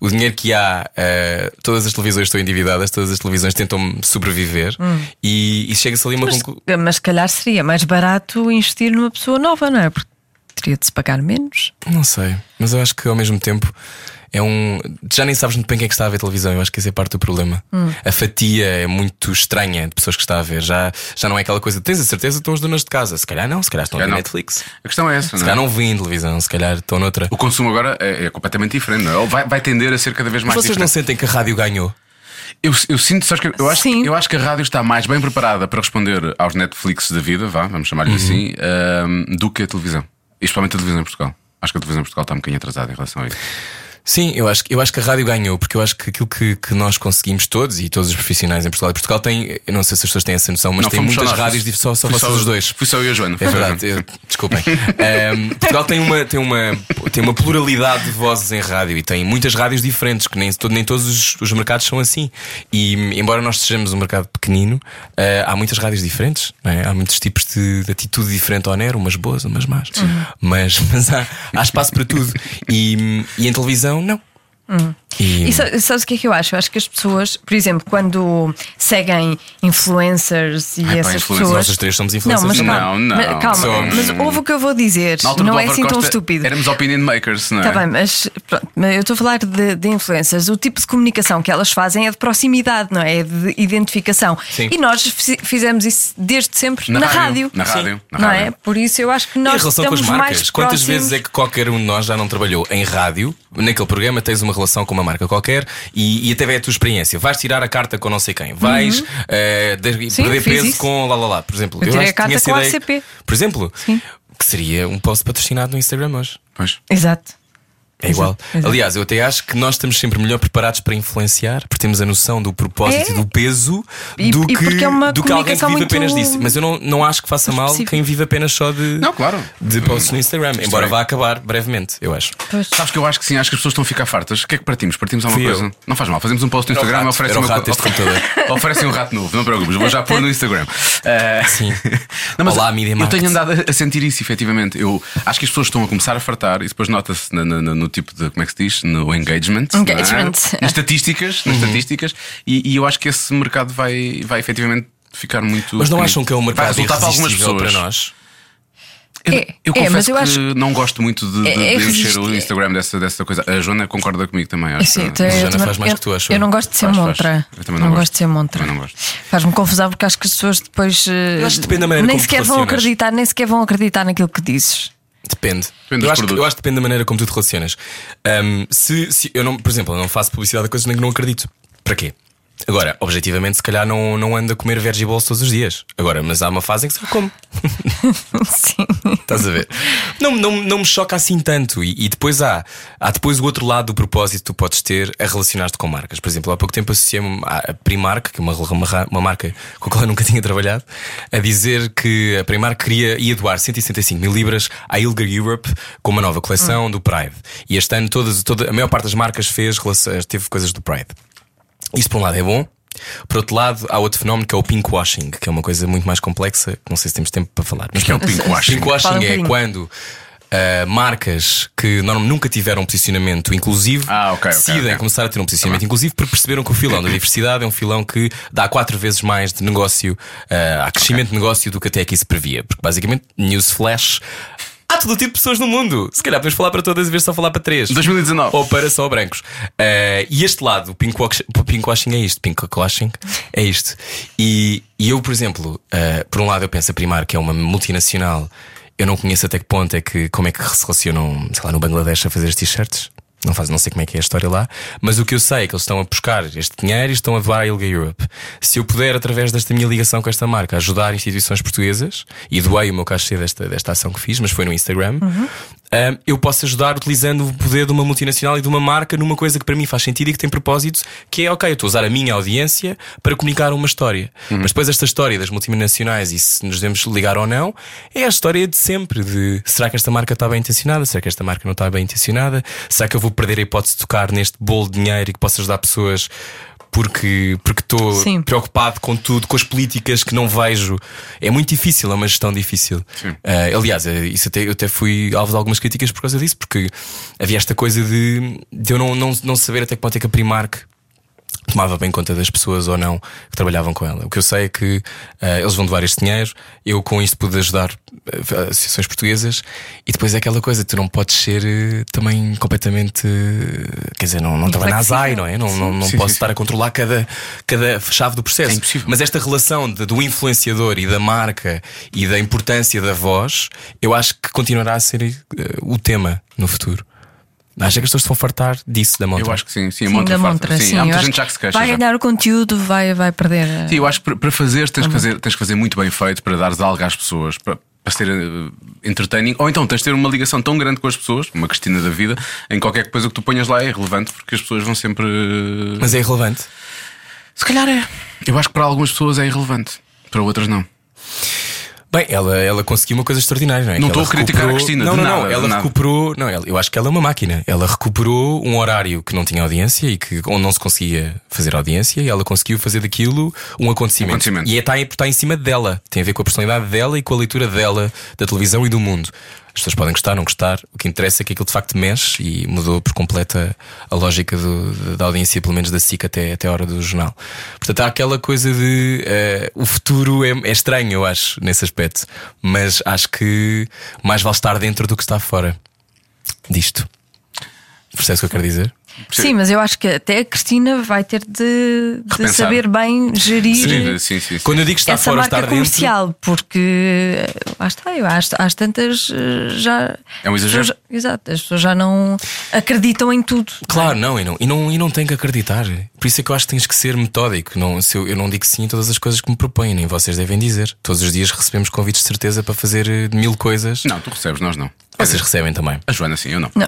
[SPEAKER 4] O dinheiro que há, eh, todas as televisões estão endividadas, todas as televisões tentam sobreviver e, e chega-se ali a uma
[SPEAKER 3] Mas,
[SPEAKER 4] conclusão.
[SPEAKER 3] mas se calhar seria mais barato investir numa pessoa nova, não é? Porque teria de se pagar menos.
[SPEAKER 4] Não sei, mas eu acho que ao mesmo tempo é um. Já nem sabes muito bem quem é que está a ver televisão, eu acho que essa é parte do problema. A fatia é muito estranha de pessoas que está a ver. Já, já não é aquela coisa, tens a certeza que estão os donos de casa? Se calhar não, se calhar estão a
[SPEAKER 2] Já
[SPEAKER 4] ver
[SPEAKER 2] não.
[SPEAKER 4] Netflix.
[SPEAKER 2] A questão é essa,
[SPEAKER 4] Se
[SPEAKER 2] não é?
[SPEAKER 4] calhar não vêm televisão, se calhar estão noutra.
[SPEAKER 2] O consumo agora é, é completamente diferente, não é? Ou vai, vai tender a ser cada vez
[SPEAKER 4] Mas
[SPEAKER 2] mais
[SPEAKER 4] vocês não
[SPEAKER 2] diferente.
[SPEAKER 4] sentem que a rádio ganhou?
[SPEAKER 2] Eu, eu sinto, sabes que eu acho,
[SPEAKER 3] Sim.
[SPEAKER 2] eu acho que a rádio está mais bem preparada para responder aos Netflix da vida, vá, vamos chamar-lhe
[SPEAKER 4] Uhum.
[SPEAKER 2] assim, ahm, do que a televisão. E especialmente a televisão em Portugal. Acho que a televisão em Portugal está um bocadinho atrasada em relação a isso.
[SPEAKER 4] Sim, eu acho, que- eu acho que a rádio ganhou, porque eu acho que aquilo que, que nós conseguimos todos e todos os profissionais em Portugal, e Portugal tem, eu não sei se as pessoas têm essa noção, mas
[SPEAKER 2] Não,
[SPEAKER 4] tem
[SPEAKER 2] fomos só
[SPEAKER 4] muitas
[SPEAKER 2] nós,
[SPEAKER 4] rádios,
[SPEAKER 2] fui-
[SPEAKER 4] de- só, só
[SPEAKER 2] fui
[SPEAKER 4] vocês os dois.
[SPEAKER 2] Fui só eu e a Joana.
[SPEAKER 4] É verdade, eu- desculpem. Ahm, Portugal tem uma, tem, uma, tem uma pluralidade de vozes em rádio e tem muitas rádios diferentes, que nem, to- nem todos os, os mercados são assim. E embora nós sejamos um mercado pequenino, ah, há muitas rádios diferentes, não é? há muitos tipos de, de atitude diferente ao Nero, umas boas, umas más.
[SPEAKER 3] Uhum.
[SPEAKER 4] Mas, mas há, há espaço para tudo. E, e em televisão, não. E-
[SPEAKER 3] Uhum. E sa- sabes o que é que eu acho? Eu acho que as pessoas, por exemplo, quando seguem influencers e
[SPEAKER 2] Ai, pá,
[SPEAKER 3] essas
[SPEAKER 2] influencers,
[SPEAKER 3] pessoas.
[SPEAKER 4] Ah, então nós as três somos influencers.
[SPEAKER 3] Não, mas
[SPEAKER 2] Não,
[SPEAKER 3] calma,
[SPEAKER 2] não.
[SPEAKER 3] mas calma,
[SPEAKER 4] Somos.
[SPEAKER 3] mas ouve o que eu vou dizer.
[SPEAKER 2] Na altura
[SPEAKER 3] Não
[SPEAKER 2] do
[SPEAKER 3] é
[SPEAKER 2] Álvaro
[SPEAKER 3] assim tão
[SPEAKER 2] Costa,
[SPEAKER 3] estúpido.
[SPEAKER 2] Éramos opinion makers, não é?
[SPEAKER 3] Está Tá bem, mas pronto, mas eu estou a falar de, de influencers. O tipo de comunicação que elas fazem é de proximidade, não é? É de identificação.
[SPEAKER 4] Sim.
[SPEAKER 3] E nós fi- fizemos isso desde sempre
[SPEAKER 2] Na
[SPEAKER 3] na,
[SPEAKER 2] rádio,
[SPEAKER 3] rádio.
[SPEAKER 2] na rádio,
[SPEAKER 3] Sim.
[SPEAKER 2] na
[SPEAKER 3] não
[SPEAKER 2] rádio.
[SPEAKER 3] é? Por isso eu acho que nós
[SPEAKER 4] em relação com
[SPEAKER 3] estamos
[SPEAKER 4] as
[SPEAKER 3] mais
[SPEAKER 4] marcas, quantas
[SPEAKER 3] próximos-
[SPEAKER 4] vezes é que qualquer um de nós já não trabalhou em rádio? Naquele programa tens uma relação com uma marca qualquer e, e até vai a tua experiência. Vais tirar a carta com não sei quem, vais eh, de-
[SPEAKER 3] Uhum. Sim,
[SPEAKER 4] perder
[SPEAKER 3] fiz
[SPEAKER 4] peso
[SPEAKER 3] isso.
[SPEAKER 4] com lá lá lá, por exemplo.
[SPEAKER 3] Eu tirei
[SPEAKER 4] acho
[SPEAKER 3] a
[SPEAKER 4] que tinha
[SPEAKER 3] carta
[SPEAKER 4] essa
[SPEAKER 3] com a
[SPEAKER 4] ideia que-
[SPEAKER 3] ACP.
[SPEAKER 4] Por exemplo,
[SPEAKER 3] Sim.
[SPEAKER 4] que seria um post patrocinado no Instagram hoje.
[SPEAKER 2] Pois.
[SPEAKER 3] Exato.
[SPEAKER 4] É igual.
[SPEAKER 3] exato.
[SPEAKER 4] Aliás, eu até acho que nós estamos sempre melhor preparados para influenciar, porque temos a noção do propósito
[SPEAKER 3] É.
[SPEAKER 4] e do peso
[SPEAKER 3] E-
[SPEAKER 4] do,
[SPEAKER 3] e
[SPEAKER 4] que,
[SPEAKER 3] porque é uma
[SPEAKER 4] do que alguém que
[SPEAKER 3] comunicação
[SPEAKER 4] vive
[SPEAKER 3] muito
[SPEAKER 4] apenas disso. Mas eu não, não acho que faça mal
[SPEAKER 3] específica.
[SPEAKER 4] quem vive apenas só de,
[SPEAKER 2] Não, claro.
[SPEAKER 4] de posts no Instagram, embora vá acabar brevemente, eu acho.
[SPEAKER 3] Pois.
[SPEAKER 2] Sabes que eu acho que sim, acho que as pessoas estão a ficar fartas. O que é que partimos? Partimos alguma
[SPEAKER 4] Fui eu.
[SPEAKER 2] coisa? Não faz mal, fazemos um post no
[SPEAKER 4] Era o
[SPEAKER 2] Instagram e
[SPEAKER 4] rato,
[SPEAKER 2] oferecem
[SPEAKER 4] era o
[SPEAKER 2] uma
[SPEAKER 4] rato
[SPEAKER 2] co-
[SPEAKER 4] este computador.
[SPEAKER 2] oferecem um rato novo, não te preocupes, vou já pôr no Instagram. Eh,
[SPEAKER 4] Sim.
[SPEAKER 2] Não, mas
[SPEAKER 4] Olá, Media
[SPEAKER 2] Eu
[SPEAKER 4] Market.
[SPEAKER 2] tenho andado a sentir isso, efetivamente. Eu acho que as pessoas estão a começar a fartar e depois nota-se na- na- na- no tipo de, como é que se diz? No engagement. não é?
[SPEAKER 3] Engagement.
[SPEAKER 2] Nas estatísticas, nas
[SPEAKER 4] Uhum.
[SPEAKER 2] estatísticas, e, e eu acho que esse mercado vai, vai efetivamente ficar muito.
[SPEAKER 4] Mas não
[SPEAKER 2] pequenino.
[SPEAKER 4] acham que é um
[SPEAKER 2] vai
[SPEAKER 4] mercado
[SPEAKER 2] resultar para algumas
[SPEAKER 4] irresistível
[SPEAKER 2] pessoas.
[SPEAKER 4] para nós?
[SPEAKER 2] Eu,
[SPEAKER 3] É,
[SPEAKER 2] eu
[SPEAKER 3] é,
[SPEAKER 2] confesso
[SPEAKER 3] mas eu
[SPEAKER 2] que
[SPEAKER 3] acho-
[SPEAKER 2] não gosto muito de, de,
[SPEAKER 3] É-
[SPEAKER 2] de
[SPEAKER 3] é
[SPEAKER 2] encher o
[SPEAKER 3] resisti-
[SPEAKER 2] Instagram dessa, dessa coisa. A Joana concorda comigo também, acho.
[SPEAKER 3] É Sim,
[SPEAKER 2] que-
[SPEAKER 3] eu
[SPEAKER 4] Joana
[SPEAKER 3] também-
[SPEAKER 4] faz mais
[SPEAKER 3] eu-
[SPEAKER 4] que tu, acho
[SPEAKER 3] Eu
[SPEAKER 4] eu.
[SPEAKER 3] não gosto de ser
[SPEAKER 2] Faz, faz.
[SPEAKER 3] montra.
[SPEAKER 2] Eu também não gosto.
[SPEAKER 3] gosto de ser montra.
[SPEAKER 2] Também não gosto.
[SPEAKER 3] Faz-me confusão porque acho que as pessoas depois. eh,
[SPEAKER 4] Eu acho que depende da maneira
[SPEAKER 3] nem
[SPEAKER 4] como tu
[SPEAKER 3] sequer vão
[SPEAKER 4] relacionas.
[SPEAKER 3] acreditar, nem sequer vão acreditar naquilo que dizes.
[SPEAKER 4] Depende.
[SPEAKER 2] Depende dos
[SPEAKER 4] eu, acho que,
[SPEAKER 2] produtos.
[SPEAKER 4] eu acho que depende da maneira como tu te relacionas. Ahm, se, se eu não, por exemplo, eu não faço publicidade a coisas em que não acredito. Para quê? Agora, objetivamente, se calhar não, não ando a comer veggie balls todos os dias. Agora, mas há uma fase em que só como.
[SPEAKER 3] Sim.
[SPEAKER 4] Estás a ver? Não, não, não me choca assim tanto. E, e depois há, há depois o outro lado do propósito que tu podes ter a relacionar-te com marcas. Por exemplo, há pouco tempo associei-me à Primark, que é uma, uma, ra- uma marca com a qual eu nunca tinha trabalhado, a dizer que a Primark queria ia doar 165 mil libras à Ilga Europe com uma nova
[SPEAKER 2] Hum.
[SPEAKER 4] coleção do Pride. E este ano todas, toda, a maior parte das marcas fez, relação- teve coisas do Pride. Isso por um lado é bom. Por outro lado, há outro fenómeno que é o pinkwashing, que é uma coisa muito mais complexa, que não sei se temos tempo para falar. Mas
[SPEAKER 2] que é o pinkwashing?
[SPEAKER 4] Pinkwashing
[SPEAKER 3] Fala um
[SPEAKER 4] é
[SPEAKER 3] bocadinho.
[SPEAKER 4] quando ah, marcas que norm- nunca tiveram um posicionamento inclusivo
[SPEAKER 2] Ah, ok, ok,
[SPEAKER 4] decidem
[SPEAKER 2] ok. Tá
[SPEAKER 4] começar a ter um posicionamento inclusivo porque perceberam que o filão da diversidade é um filão que dá quatro vezes mais de negócio, ah, há crescimento de negócio do que até aqui se previa. Porque basicamente, newsflash. Há todo tipo de pessoas no mundo. Se calhar podemos falar para todas em vez de só falar para três.
[SPEAKER 2] 2019.
[SPEAKER 4] Ou para só brancos. Eh, e este lado, o pinkwash- o pinkwashing é isto. Pinkwashing é isto. E, e eu, por exemplo, eh, por um lado eu penso a Primark que é uma multinacional. Eu não conheço até que ponto é que, como é que se relacionam, sei lá, no Bangladesh a fazer as t-shirts. Não, faz, não sei como é que é a história lá, mas o que eu sei é que eles estão a buscar este dinheiro e estão a doar à Ilga Europe. Se eu puder, através desta minha ligação com esta marca, ajudar instituições portuguesas, e doei o meu cachê desta, desta ação que fiz, mas foi no Instagram, ahm, eu posso ajudar utilizando o poder de uma multinacional e de uma marca numa coisa que para mim faz sentido e que tem propósito, que é, ok, eu estou a usar a minha audiência para comunicar uma história. Mas depois esta história das multinacionais e se nos devemos ligar ou não, é a história de sempre, de será que esta marca está bem intencionada, será que esta marca não está bem intencionada, será que eu vou perder a hipótese de tocar neste bolo de dinheiro e que posso ajudar pessoas porque porque estou
[SPEAKER 3] Sim.
[SPEAKER 4] preocupado com tudo, com as políticas que não vejo. É muito difícil, é uma gestão difícil. Eh, aliás, eh, isso até, eu até fui alvo de algumas críticas por causa disso, porque havia esta coisa de, de eu não, não, não saber até que ponto é que a Primark tomava bem conta das pessoas ou não que trabalhavam com ela. O que eu sei é que eh, eles vão doar este dinheiro, eu com isto pude ajudar eh, associações portuguesas e depois é aquela coisa, tu não podes ser eh, também completamente. eh, quer dizer, não, não estava na
[SPEAKER 3] Inflexível.
[SPEAKER 4] ASAI, não é? Não, não, não
[SPEAKER 2] Sim,
[SPEAKER 4] posso
[SPEAKER 2] sim,
[SPEAKER 4] estar a controlar cada, cada chave do processo.
[SPEAKER 2] É impossível.
[SPEAKER 4] Mas esta relação de- do influenciador e da marca e da importância da voz, eu acho que continuará a ser eh, o tema no futuro. Acho que as pessoas se vão fartar disso da montra.
[SPEAKER 2] Eu acho que sim, sim, a
[SPEAKER 3] Sim,
[SPEAKER 2] montra
[SPEAKER 3] da
[SPEAKER 2] farta.
[SPEAKER 3] montra,
[SPEAKER 2] Sim,
[SPEAKER 3] sim.
[SPEAKER 2] há
[SPEAKER 3] eu
[SPEAKER 2] muita
[SPEAKER 3] acho
[SPEAKER 2] gente já que se queixa.
[SPEAKER 3] Vai
[SPEAKER 2] já.
[SPEAKER 3] ganhar o conteúdo, vai, vai perder.
[SPEAKER 2] Sim, eu acho que para- para fazer tens que fazer, tens que fazer muito bem feito para dares algo às pessoas, para, para ser eh, entertaining, ou então tens de ter uma ligação tão grande com as pessoas, uma Cristina da vida, em qualquer coisa que tu ponhas lá é irrelevante porque as pessoas vão sempre. eh,
[SPEAKER 4] Mas é irrelevante.
[SPEAKER 2] Se calhar é. Eu acho que para algumas pessoas é irrelevante, para outras não.
[SPEAKER 4] Bem, ela, ela conseguiu uma coisa extraordinária, não é?
[SPEAKER 2] Não
[SPEAKER 4] Que ela
[SPEAKER 2] estou a criticar a Cristina, de
[SPEAKER 4] Não, não,
[SPEAKER 2] nada,
[SPEAKER 4] não.
[SPEAKER 2] de
[SPEAKER 4] Ela
[SPEAKER 2] nada.
[SPEAKER 4] recuperou. Não, ela- eu acho que ela é uma máquina. Ela recuperou um horário que não tinha audiência e que onde não se conseguia fazer audiência e ela conseguiu fazer daquilo um acontecimento.
[SPEAKER 2] Um acontecimento.
[SPEAKER 4] E está, está em cima dela. Tem a ver com a personalidade dela e com a leitura dela da televisão e do mundo. As pessoas podem gostar, não gostar. O que interessa é que aquilo de facto mexe e mudou por completa a lógica do- da audiência, pelo menos da SIC até, até a hora do jornal. Portanto, há aquela coisa de eh, o futuro é, é estranho, eu acho, nesse aspecto. Mas acho que mais vale estar dentro do que estar fora disto. Percebes o que eu quero dizer?
[SPEAKER 3] Sim, mas eu acho que até a Cristina vai ter de, de
[SPEAKER 2] Repensar.
[SPEAKER 3] saber bem gerir.
[SPEAKER 2] Sim, sim, sim.
[SPEAKER 4] Quando eu digo estar
[SPEAKER 3] essa
[SPEAKER 4] fora ou
[SPEAKER 3] marca
[SPEAKER 4] estar dentro.
[SPEAKER 3] comercial, porque eh, lá está, eu às, às tantas eh, já.
[SPEAKER 2] É um exagero.
[SPEAKER 3] as pessoas- Exato, as pessoas já não acreditam em tudo.
[SPEAKER 4] Claro, não e, não, e não, e não tenho que acreditar. Por isso é que eu acho que tens que ser metódico. Não, se eu, eu não digo sim a todas as coisas que me propõem, nem vocês devem dizer. Todos os dias recebemos convites de certeza para fazer eh, mil coisas.
[SPEAKER 2] Não, tu recebes, nós não.
[SPEAKER 4] Vocês recebem também.
[SPEAKER 2] A Joana sim, eu não.
[SPEAKER 3] Não.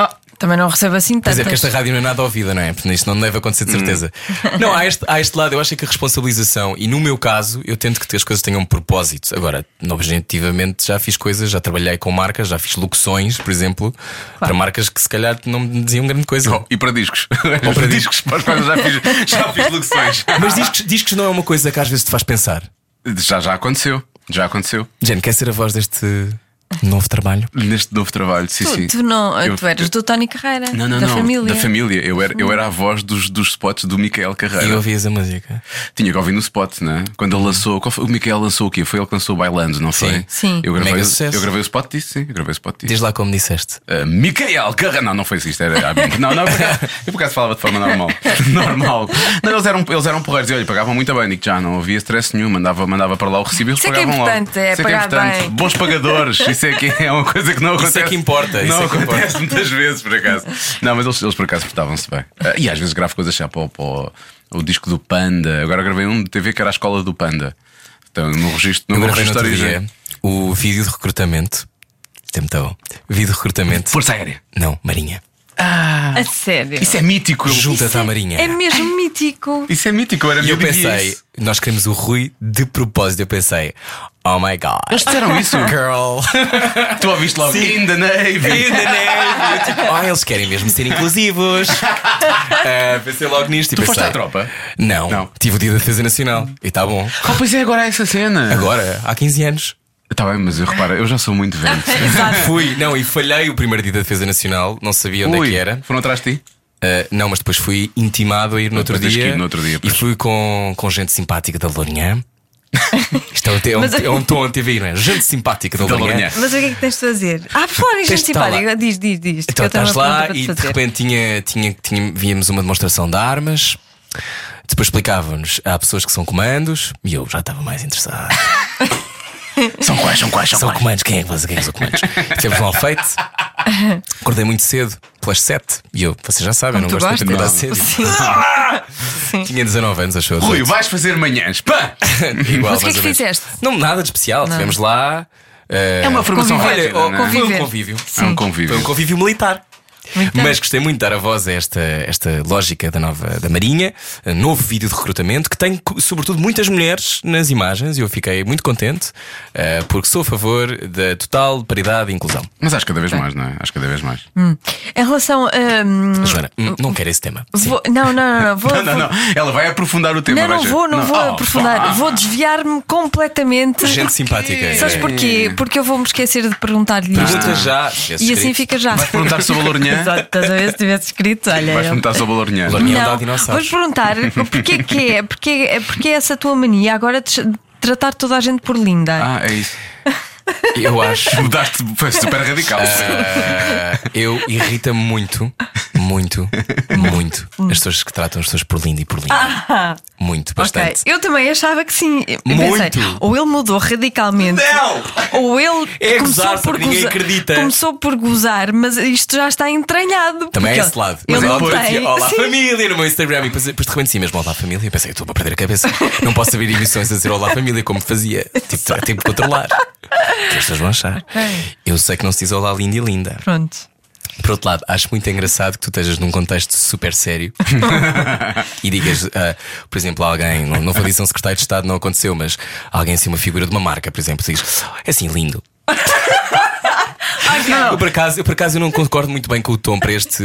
[SPEAKER 3] Oh, também não recebo assim tantas.
[SPEAKER 4] Quer dizer, porque esta rádio não é nada ouvida, não é? Porque isto não deve acontecer de certeza. Não, há este, há este lado, eu acho que a responsabilização, e no meu caso, eu tento que as coisas tenham um propósito. Agora, objetivamente, já fiz coisas, já trabalhei com marcas, já fiz locuções, por exemplo, para marcas que se calhar não me diziam grande coisa.
[SPEAKER 2] Oh, e para discos.
[SPEAKER 4] Ou para
[SPEAKER 2] discos, para os quais eu já fiz, já fiz locuções.
[SPEAKER 4] Mas discos, discos não é uma coisa que às vezes te faz pensar.
[SPEAKER 2] Já, já aconteceu. Já aconteceu.
[SPEAKER 4] Jane, quer ser a voz deste novo trabalho?
[SPEAKER 2] Neste novo trabalho, sim,
[SPEAKER 3] tu,
[SPEAKER 2] sim.
[SPEAKER 3] tu não,
[SPEAKER 2] Eu-
[SPEAKER 3] tu eras do Tony Carreira,
[SPEAKER 2] Não, não,
[SPEAKER 3] da
[SPEAKER 2] não.
[SPEAKER 3] família. Ah.
[SPEAKER 2] Da família. Eu era, eu era a voz dos, dos spots do Micael Carreira.
[SPEAKER 4] E ouvias a música.
[SPEAKER 2] Tinha que ouvir no spot, né? Quando ele lançou. qual foi- o Micael lançou o quê? Foi ele que lançou o Bailando, não foi?
[SPEAKER 4] Sim.
[SPEAKER 3] Uhum. Sim.
[SPEAKER 2] Eu gravei,
[SPEAKER 4] Mega sucesso.
[SPEAKER 2] eu gravei o spot disso, sim. Eu gravei o spot disso.
[SPEAKER 4] Diz lá como disseste.
[SPEAKER 2] Ah, Micael Carreira. Não, não foi isso. Isto era. Não, não, eu por acaso- eu por acaso falava de forma normal. normal. Não, eles eram, eles eram porreiros e olha, pagavam muito bem, Nick já. Não havia stress nenhum. Mandava, mandava para lá o recibo e eles
[SPEAKER 3] Isso é que é
[SPEAKER 2] pagavam lá.
[SPEAKER 3] importante, é pagar bem.
[SPEAKER 2] Bons pagadores, isso isso é que é uma coisa que não
[SPEAKER 4] Isso é
[SPEAKER 2] acontece.
[SPEAKER 4] que importa, isso
[SPEAKER 2] Não
[SPEAKER 4] é que importa.
[SPEAKER 2] acontece muitas vezes, por acaso. Não, mas eles, eles por acaso portavam-se bem. Ah, e às vezes gravo coisas já para, o- para o, o disco do Panda. Agora gravei um de TV que era a escola do Panda. Então, no registro,
[SPEAKER 4] Eu
[SPEAKER 2] no
[SPEAKER 4] gravei no
[SPEAKER 2] registro
[SPEAKER 4] outro
[SPEAKER 2] original.
[SPEAKER 4] dia o vídeo de recrutamento. Tem muito bom. Vídeo de recrutamento.
[SPEAKER 2] Força Aérea.
[SPEAKER 4] Não, Marinha.
[SPEAKER 3] A sério.
[SPEAKER 2] Isso é mítico. eu-
[SPEAKER 4] Junta-te à Marinha.
[SPEAKER 3] É mesmo mítico.
[SPEAKER 2] Isso é mítico. Eu era
[SPEAKER 4] E eu
[SPEAKER 2] miúdo via
[SPEAKER 4] pensei,
[SPEAKER 2] isso.
[SPEAKER 4] nós queremos o Rui de propósito. Eu pensei, oh my god.
[SPEAKER 2] Eles disseram isso.
[SPEAKER 4] Girl.
[SPEAKER 2] tu ouviste logo.
[SPEAKER 4] Sim.
[SPEAKER 2] In the Navy.
[SPEAKER 4] In the Navy. Tipo, ah, eles querem mesmo ser inclusivos. Ah, pensei logo nisto. e
[SPEAKER 2] Tu foste
[SPEAKER 4] pensei,
[SPEAKER 2] à tropa?
[SPEAKER 4] Não,
[SPEAKER 2] Não.
[SPEAKER 4] Tive o dia da defesa nacional. E está bom.
[SPEAKER 2] Ah, pois é, agora é essa cena.
[SPEAKER 4] Agora, há 15 anos.
[SPEAKER 2] Tá bem, mas eu repara, eu já sou muito velho.
[SPEAKER 4] Fui, não, e falhei o primeiro dia da defesa nacional. Não sabia onde
[SPEAKER 2] Ui,
[SPEAKER 4] é que era.
[SPEAKER 2] Foram atrás de ti?
[SPEAKER 4] Uh, não, mas depois fui intimado a ir no outro
[SPEAKER 2] Depois tens que
[SPEAKER 4] dia,
[SPEAKER 2] ir no outro dia,
[SPEAKER 4] e
[SPEAKER 2] pois.
[SPEAKER 4] fui com, com gente simpática da Lourinhã. Isto é um, te- é um,
[SPEAKER 3] Mas-
[SPEAKER 4] é um tom a TV, não é? Gente simpática da,
[SPEAKER 2] Da
[SPEAKER 4] Lourinhã.
[SPEAKER 2] Lourinhã.
[SPEAKER 3] Mas o que é que tens de fazer? Ah, por falar em
[SPEAKER 4] Tens
[SPEAKER 3] gente
[SPEAKER 4] de estar lá.
[SPEAKER 3] simpática, diz, diz, diz. que
[SPEAKER 4] Então
[SPEAKER 3] eu tenho
[SPEAKER 4] estás
[SPEAKER 3] uma
[SPEAKER 4] lá
[SPEAKER 3] pergunta
[SPEAKER 4] e
[SPEAKER 3] para
[SPEAKER 4] de
[SPEAKER 3] te fazer.
[SPEAKER 4] repente tinha, tinha, tinha- víamos uma demonstração de armas. Depois explicavam-nos, há pessoas que são comandos e eu já estava mais interessado.
[SPEAKER 2] São quais, são quais, são,
[SPEAKER 4] São
[SPEAKER 2] quais?
[SPEAKER 4] comandos, quem é que faz? Quem é que são comandos? Tivemos um alfeite, acordei muito cedo, pelas 7, e eu, vocês já sabem,
[SPEAKER 3] Como
[SPEAKER 4] não
[SPEAKER 3] tu
[SPEAKER 4] gosto de acordar
[SPEAKER 3] gostas?
[SPEAKER 4] cedo.
[SPEAKER 3] Sim.
[SPEAKER 4] Ah, Tinha 19 anos, achou?
[SPEAKER 2] Rui, vais fazer manhãs. Pá!
[SPEAKER 4] Igual,
[SPEAKER 3] Mas o que é
[SPEAKER 4] mais
[SPEAKER 3] que
[SPEAKER 4] ou menos.
[SPEAKER 3] fizeste?
[SPEAKER 4] Não, nada de especial. Tivemos lá. eh,
[SPEAKER 2] É uma formação
[SPEAKER 4] Olha,
[SPEAKER 2] rápida,
[SPEAKER 4] oh,
[SPEAKER 2] não é?
[SPEAKER 4] foi
[SPEAKER 3] Conviver.
[SPEAKER 4] um convívio.
[SPEAKER 2] É um
[SPEAKER 4] Foi
[SPEAKER 2] convívio.
[SPEAKER 4] um convívio militar.
[SPEAKER 3] Muito bem.
[SPEAKER 4] Mas gostei muito de dar a voz a esta, esta lógica da nova da Marinha, eh, novo vídeo de recrutamento, que tem co- sobretudo muitas mulheres nas imagens, e eu fiquei muito contente, eh, porque sou a favor da total paridade e inclusão.
[SPEAKER 2] Mas acho cada vez mais, não é? Acho cada vez mais.
[SPEAKER 3] Em relação. hum,
[SPEAKER 4] Joana, hum, não quero esse tema. Sim.
[SPEAKER 3] vou- não, não, não, não. Vou,
[SPEAKER 2] Não, não, não. Ela vai aprofundar o tema.
[SPEAKER 3] Não, não
[SPEAKER 2] vai-
[SPEAKER 3] vou, não, vou
[SPEAKER 2] Oh,
[SPEAKER 3] aprofundar.
[SPEAKER 4] Ah.
[SPEAKER 2] pá.
[SPEAKER 3] Vou desviar-me completamente.
[SPEAKER 4] Gente simpática. eh,
[SPEAKER 3] Sabes
[SPEAKER 4] É.
[SPEAKER 3] porquê? Porque eu vou-me esquecer de perguntar-lhe isto.
[SPEAKER 4] Pergunta já. se tivesse
[SPEAKER 3] E assim
[SPEAKER 4] escrito.
[SPEAKER 3] fica já.
[SPEAKER 2] Vais perguntar sobre a Lourinhã?
[SPEAKER 3] Exato, estás a ver se tivesse escrito? Olha.
[SPEAKER 2] Vais
[SPEAKER 3] eu-
[SPEAKER 2] perguntar sobre a Lourinhã.
[SPEAKER 4] Lourinhã. União
[SPEAKER 3] Não,
[SPEAKER 4] dá dinossauros.
[SPEAKER 3] Vou-te perguntar porquê que é, porquê, é- porquê é essa tua mania agora de ch- tratar toda a gente por linda?
[SPEAKER 2] Ah, é isso.
[SPEAKER 4] Eu acho.
[SPEAKER 2] Mudaste, foi super radical.
[SPEAKER 4] Ah, eu irrita-me muito, muito, muito as pessoas que tratam as pessoas por lindo e por lindo. Muito,
[SPEAKER 3] Ah, ok,
[SPEAKER 4] Ah, bastante.
[SPEAKER 3] eu também achava que sim. Eu
[SPEAKER 4] Muito.
[SPEAKER 3] Pensei, ou ele mudou radicalmente. Ou ele
[SPEAKER 4] É
[SPEAKER 3] começou
[SPEAKER 4] gozar,
[SPEAKER 3] por
[SPEAKER 4] ninguém
[SPEAKER 3] gozar,
[SPEAKER 4] acredita.
[SPEAKER 3] Começou por gozar, mas isto já está entranhado.
[SPEAKER 4] Também é
[SPEAKER 3] porque
[SPEAKER 4] esse lado.
[SPEAKER 3] Ele
[SPEAKER 4] Mas
[SPEAKER 3] não
[SPEAKER 4] ela depois
[SPEAKER 3] tem.
[SPEAKER 4] dizia, Olá
[SPEAKER 3] Sim.
[SPEAKER 4] família no meu Instagram e depois, depois de repente sim mesmo Olá família. Eu pensei, eu estou a perder a cabeça. Não posso abrir emissões a dizer Olá família como fazia. Tipo, tá, tenho que controlar. O que as pessoas vão achar? Eu sei que não se diz Olá linda e linda.
[SPEAKER 3] Pronto.
[SPEAKER 4] Por outro lado, acho muito engraçado que tu estejas num contexto super sério e digas, ah, por exemplo, a alguém, não, não vou dizer um secretário de Estado, não aconteceu, mas alguém assim, uma figura de uma marca, por exemplo, diz, é assim lindo. Eu por, acaso, eu por acaso eu não concordo muito bem com o tom para este,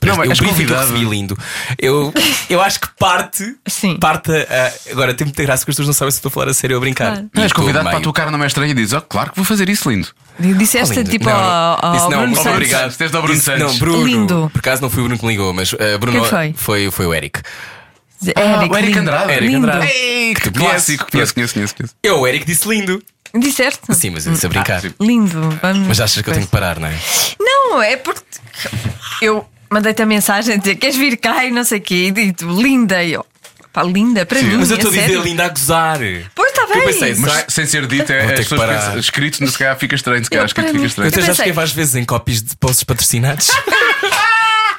[SPEAKER 4] para
[SPEAKER 2] Não, mas
[SPEAKER 4] este eu
[SPEAKER 2] és
[SPEAKER 4] briefing que eu
[SPEAKER 2] convidado.
[SPEAKER 4] recebi lindo. Eu, eu acho que parte,
[SPEAKER 3] Sim.
[SPEAKER 4] parte ah, agora tem muita graça que as pessoas não sabem se eu estou a falar a sério ou a brincar.
[SPEAKER 3] Claro.
[SPEAKER 4] E
[SPEAKER 2] Não és
[SPEAKER 4] estou
[SPEAKER 2] convidado
[SPEAKER 4] meio-
[SPEAKER 2] para a tua cara não é estranha e dizes: Oh, claro que vou fazer isso lindo.
[SPEAKER 3] Disseste
[SPEAKER 4] Lindo.
[SPEAKER 3] tipo
[SPEAKER 4] Não, não.
[SPEAKER 3] ao, ao
[SPEAKER 4] Disse não,
[SPEAKER 3] Bruno Santos.
[SPEAKER 4] obrigado.
[SPEAKER 2] Santos. Deste ao Bruno
[SPEAKER 4] Disse,
[SPEAKER 2] Santos.
[SPEAKER 4] Não, Bruno.
[SPEAKER 3] Lindo.
[SPEAKER 4] Por acaso não foi o Bruno que me ligou, mas eh, Bruno
[SPEAKER 3] Quem foi?
[SPEAKER 4] foi? foi o Eric.
[SPEAKER 3] Ah, Eric,
[SPEAKER 2] o É, Eric
[SPEAKER 3] lindo.
[SPEAKER 2] Andrade.
[SPEAKER 4] Eric
[SPEAKER 3] Lindo.
[SPEAKER 4] Andrade.
[SPEAKER 2] Ei, que
[SPEAKER 4] conheces,
[SPEAKER 2] clássico.
[SPEAKER 4] conheces.
[SPEAKER 2] Conheço, conheço, conheço. conheço.
[SPEAKER 4] Eu, É, o Eric, disse lindo.
[SPEAKER 3] Disseste?
[SPEAKER 4] Sim, mas eu disse a
[SPEAKER 3] Ah,
[SPEAKER 4] brincar.
[SPEAKER 2] sim.
[SPEAKER 3] Lindo. Vamos.
[SPEAKER 4] Mas achas que eu tenho que parar, não é?
[SPEAKER 3] Não, é porque eu mandei-te a mensagem a dizer queres vir cá e não sei o quê. E dito, linda. E eu, pá, linda para mim.
[SPEAKER 4] mas eu
[SPEAKER 3] é
[SPEAKER 4] estou a dizer
[SPEAKER 3] sério.
[SPEAKER 4] linda a gozar.
[SPEAKER 3] Pois está bem.
[SPEAKER 4] Eu pensei,
[SPEAKER 2] Mas
[SPEAKER 4] Sai-
[SPEAKER 2] sem ser dito, é,
[SPEAKER 4] Vou ter
[SPEAKER 2] as
[SPEAKER 4] que
[SPEAKER 2] pessoas
[SPEAKER 4] parar.
[SPEAKER 2] pensam, escrito, se calhar fica estranho, se calhar
[SPEAKER 3] Eu,
[SPEAKER 2] escrito
[SPEAKER 3] para
[SPEAKER 2] fica
[SPEAKER 3] mim-
[SPEAKER 4] Eu
[SPEAKER 2] estranho.
[SPEAKER 4] até já
[SPEAKER 3] pensei-
[SPEAKER 4] fiquei várias vezes em cópias de posts patrocinados.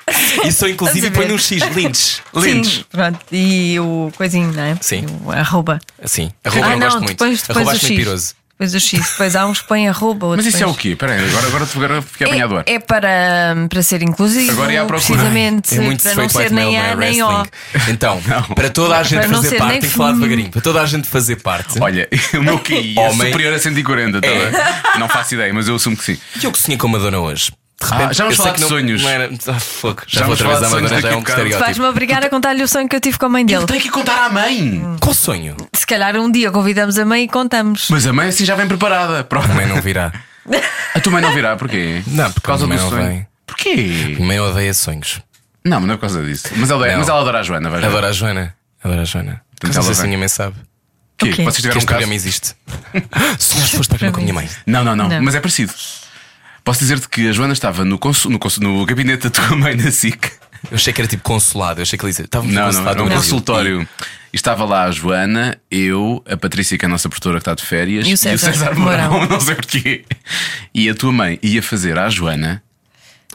[SPEAKER 4] E sou
[SPEAKER 3] Estás
[SPEAKER 4] inclusive
[SPEAKER 3] a ver?
[SPEAKER 4] põe um X, lindos.
[SPEAKER 3] Sim,
[SPEAKER 4] Lindos.
[SPEAKER 3] pronto. E o coisinho, não é?
[SPEAKER 4] Sim.
[SPEAKER 3] O arroba.
[SPEAKER 4] Sim, arroba
[SPEAKER 3] ah,
[SPEAKER 4] Assim. não,
[SPEAKER 3] não,
[SPEAKER 4] gosto muito.
[SPEAKER 3] depois, depois
[SPEAKER 4] arroba
[SPEAKER 3] o
[SPEAKER 4] acho
[SPEAKER 3] X.
[SPEAKER 4] meio piroso.
[SPEAKER 3] Depois o X. Depois há uns que põem arroba.
[SPEAKER 2] Mas
[SPEAKER 3] outros
[SPEAKER 2] isso é
[SPEAKER 3] põem-
[SPEAKER 2] o quê? Espera aí, agora, agora, te- agora fiquei apanhado ar.
[SPEAKER 3] É, é para, para ser inclusivo,
[SPEAKER 2] Agora é à procura.
[SPEAKER 3] precisamente,
[SPEAKER 4] É muito
[SPEAKER 3] para não
[SPEAKER 4] straight white
[SPEAKER 3] ser
[SPEAKER 4] male,
[SPEAKER 3] nem
[SPEAKER 4] não é
[SPEAKER 3] A nem O.
[SPEAKER 4] wrestling. Então, para toda a gente
[SPEAKER 3] Para não
[SPEAKER 4] fazer
[SPEAKER 3] ser
[SPEAKER 4] parte,
[SPEAKER 3] nem
[SPEAKER 4] tem que falar
[SPEAKER 3] feminino.
[SPEAKER 4] devagarinho. Para toda a gente fazer parte.
[SPEAKER 2] Olha, o meu QI é
[SPEAKER 4] Homem.
[SPEAKER 2] superior a 140, tá
[SPEAKER 4] É.
[SPEAKER 2] bem? Não faço ideia, mas eu assumo que sim.
[SPEAKER 4] E eu que sonhei com Madonna hoje. De
[SPEAKER 2] Ah, já vamos
[SPEAKER 4] eu sei
[SPEAKER 2] falar
[SPEAKER 4] que
[SPEAKER 2] de
[SPEAKER 4] não-
[SPEAKER 2] sonhos.
[SPEAKER 4] Não era, ah, fuck. Já,
[SPEAKER 2] Já
[SPEAKER 4] vou
[SPEAKER 2] vamos falar de
[SPEAKER 4] através da
[SPEAKER 2] sonhos
[SPEAKER 4] Madonna, já é um
[SPEAKER 2] daqui a bocado.
[SPEAKER 3] Vais-me
[SPEAKER 4] estereótipo.
[SPEAKER 3] obrigar a contar-lhe o sonho que eu tive com a mãe dele.
[SPEAKER 2] Tenho que contar à mãe.
[SPEAKER 4] Qual sonho?
[SPEAKER 3] Se calhar um dia convidamos a mãe e contamos.
[SPEAKER 2] Mas a mãe assim já vem preparada. Pronto.
[SPEAKER 4] Também não virá.
[SPEAKER 2] A tua mãe não virá, porquê?
[SPEAKER 4] Não, porque
[SPEAKER 2] por causa
[SPEAKER 4] a minha
[SPEAKER 2] do
[SPEAKER 4] mãe não
[SPEAKER 2] sonho.
[SPEAKER 4] vem.
[SPEAKER 2] Porquê?
[SPEAKER 4] Mãe odeia sonhos.
[SPEAKER 2] Não, mas não é por causa disso. Mas ela,
[SPEAKER 4] Não.
[SPEAKER 2] mas ela adora a Joana, vai ver.
[SPEAKER 4] Adoro a Joana. Adoro a Joana.
[SPEAKER 2] Portanto,
[SPEAKER 4] Mas não
[SPEAKER 2] Então ela
[SPEAKER 4] sei se
[SPEAKER 2] vem.
[SPEAKER 4] minha mãe sabe.
[SPEAKER 2] Porquê?
[SPEAKER 3] O quê?
[SPEAKER 2] Vocês
[SPEAKER 4] Que
[SPEAKER 2] tiveram um caso?
[SPEAKER 4] este programa existe. Sonhaste foste para a cama com a minha mãe.
[SPEAKER 2] Não, não, não,
[SPEAKER 3] Não.
[SPEAKER 2] mas é parecido. Posso dizer-te que a Joana estava no, consu- no, consu- no gabinete da tua mãe na SIC
[SPEAKER 4] Eu achei que era tipo consulado, eu achei que ele dizia, estávamos no
[SPEAKER 2] Não, não,
[SPEAKER 4] consulado.
[SPEAKER 2] era um
[SPEAKER 4] no Brasil.
[SPEAKER 2] consultório. E estava lá a Joana, eu, a Patrícia, que é a nossa produtora que está de férias,
[SPEAKER 3] E o César
[SPEAKER 2] Mourão,
[SPEAKER 3] Mourão.
[SPEAKER 2] não sei porquê. E a tua mãe ia fazer à Joana.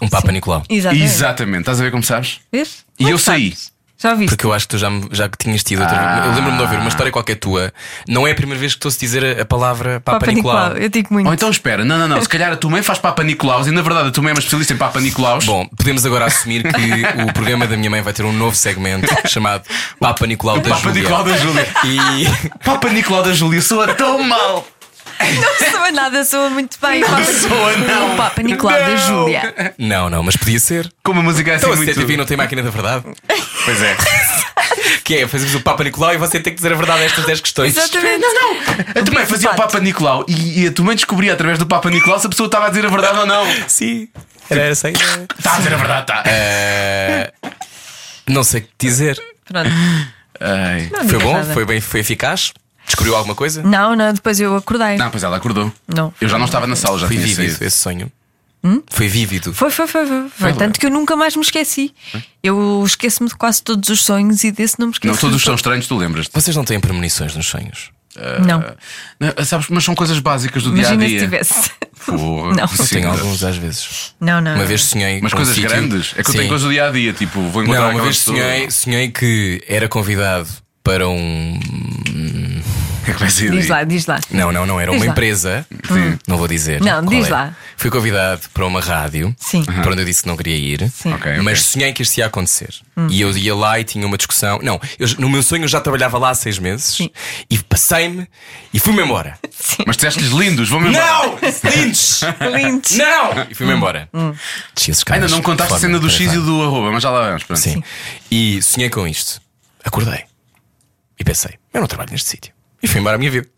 [SPEAKER 4] Um Papa Nicolau.
[SPEAKER 3] Exatamente.
[SPEAKER 2] Exatamente. Estás a ver como sabes?
[SPEAKER 3] Vês?
[SPEAKER 2] E
[SPEAKER 3] Como
[SPEAKER 2] eu
[SPEAKER 3] que
[SPEAKER 2] saí.
[SPEAKER 3] sabes? Já viste?
[SPEAKER 4] Porque eu acho que tu já, me- já tinhas tido outra
[SPEAKER 2] Ah.
[SPEAKER 4] vez. Eu lembro-me de ouvir uma história qualquer tua. Não é a primeira vez que estou-se dizer a, a palavra Papa, Nicolau.
[SPEAKER 3] Eu digo muito.
[SPEAKER 2] Ou então espera, não, não, não. Se calhar a tua mãe faz Papa Nicolaus e na verdade a tua mãe é uma especialista em Papa Nicolaus.
[SPEAKER 4] Bom, podemos agora assumir que o programa da minha mãe vai ter um novo segmento chamado Papa Nicolau da
[SPEAKER 2] Papa
[SPEAKER 4] Júlia.
[SPEAKER 2] Nicolau da Júlia.
[SPEAKER 4] E
[SPEAKER 2] Papa Nicolau da Júlia soa tão mal.
[SPEAKER 3] Não soa nada, soa muito bem. Não
[SPEAKER 2] soa, não.
[SPEAKER 3] O Papa Nicolau da
[SPEAKER 2] Não.
[SPEAKER 3] Júlia.
[SPEAKER 4] Não, não, mas podia ser.
[SPEAKER 2] Como a música é assim
[SPEAKER 4] Então a
[SPEAKER 2] muito.
[SPEAKER 4] CTV não tem máquina da verdade?
[SPEAKER 2] Pois é.
[SPEAKER 4] Que é, fazemos o Papa Nicolau e você tem que dizer a verdade a estas 10 questões.
[SPEAKER 3] Exatamente. Não, não.
[SPEAKER 2] A tua mãe fazia o Papa Nicolau e, e a tua mãe descobria através do Papa Nicolau se a pessoa estava a dizer a verdade ou não.
[SPEAKER 4] Sim, era essa a ideia.
[SPEAKER 2] Está a dizer a verdade, está.
[SPEAKER 4] É. Eh, Não sei o que dizer.
[SPEAKER 3] Pronto.
[SPEAKER 2] Ai.
[SPEAKER 3] Não
[SPEAKER 4] Foi
[SPEAKER 3] digas
[SPEAKER 4] bom?
[SPEAKER 3] nada.
[SPEAKER 4] Foi bem? Foi eficaz? Descobriu alguma coisa?
[SPEAKER 3] Não, não, depois eu acordei.
[SPEAKER 2] Não, pois ela acordou.
[SPEAKER 3] Não.
[SPEAKER 2] Eu já não estava na sala, já
[SPEAKER 4] Foi
[SPEAKER 2] tinha
[SPEAKER 4] vívido
[SPEAKER 2] saído.
[SPEAKER 4] esse sonho.
[SPEAKER 3] Hum?
[SPEAKER 4] Foi vívido.
[SPEAKER 3] Foi, foi, foi, foi. foi. Tanto que eu nunca mais me esqueci. Eu esqueço-me de quase todos os sonhos e desse não me esqueci.
[SPEAKER 2] Não, todos
[SPEAKER 3] de
[SPEAKER 2] são estranhos, tu lembras-te.
[SPEAKER 4] Vocês não têm premonições nos sonhos?
[SPEAKER 3] Não.
[SPEAKER 2] Não, Sabes, mas são coisas básicas do dia a
[SPEAKER 3] Imagina se
[SPEAKER 2] dia.
[SPEAKER 3] tivesse.
[SPEAKER 2] Porra,
[SPEAKER 3] Não.
[SPEAKER 4] Eu
[SPEAKER 2] sim,
[SPEAKER 4] tenho alguns às vezes.
[SPEAKER 3] Não, não.
[SPEAKER 4] Uma vez sonhei.
[SPEAKER 2] Mas
[SPEAKER 4] com um
[SPEAKER 2] coisas
[SPEAKER 4] sítio-
[SPEAKER 2] grandes? É que eu
[SPEAKER 4] Sim.
[SPEAKER 2] tenho coisas do dia a dia, tipo, vou encontrar
[SPEAKER 4] Não, uma
[SPEAKER 2] aquela
[SPEAKER 4] vez
[SPEAKER 2] pessoa.
[SPEAKER 4] sonhei, sonhei que era convidado para um.
[SPEAKER 2] O que é que vai sair
[SPEAKER 3] Diz
[SPEAKER 2] daí?
[SPEAKER 3] lá, diz lá.
[SPEAKER 4] Não, não, não, era
[SPEAKER 3] Diz
[SPEAKER 4] uma
[SPEAKER 3] lá. Hum.
[SPEAKER 4] empresa. Não vou dizer.
[SPEAKER 3] Não,
[SPEAKER 4] qual
[SPEAKER 3] diz
[SPEAKER 4] é.
[SPEAKER 3] lá.
[SPEAKER 4] Fui convidado para uma rádio,
[SPEAKER 3] Sim.
[SPEAKER 4] para onde eu disse que não queria ir.
[SPEAKER 3] Sim. Hum.
[SPEAKER 2] Ok, ok.
[SPEAKER 4] Mas sonhei que isto ia acontecer. E eu ia lá e tinha uma discussão. Não, eu- no meu sonho eu já trabalhava lá há seis meses
[SPEAKER 3] Sim.
[SPEAKER 4] e passei-me e fui-me embora.
[SPEAKER 2] Mas disseste-lhes lindos, vou-me embora.
[SPEAKER 4] não! Lynch!
[SPEAKER 3] Lindos.
[SPEAKER 4] não! E fui-me embora.
[SPEAKER 3] Hum.
[SPEAKER 4] Desci as escadas
[SPEAKER 2] Ainda não contaste a
[SPEAKER 4] de
[SPEAKER 2] cena
[SPEAKER 4] forma
[SPEAKER 2] do X e
[SPEAKER 4] atrasada.
[SPEAKER 2] do arroba, mas já lá vamos. Pronto.
[SPEAKER 4] Sim. E sonhei com isto. Acordei. E pensei, eu não trabalho neste sítio. E fui embora à minha vida.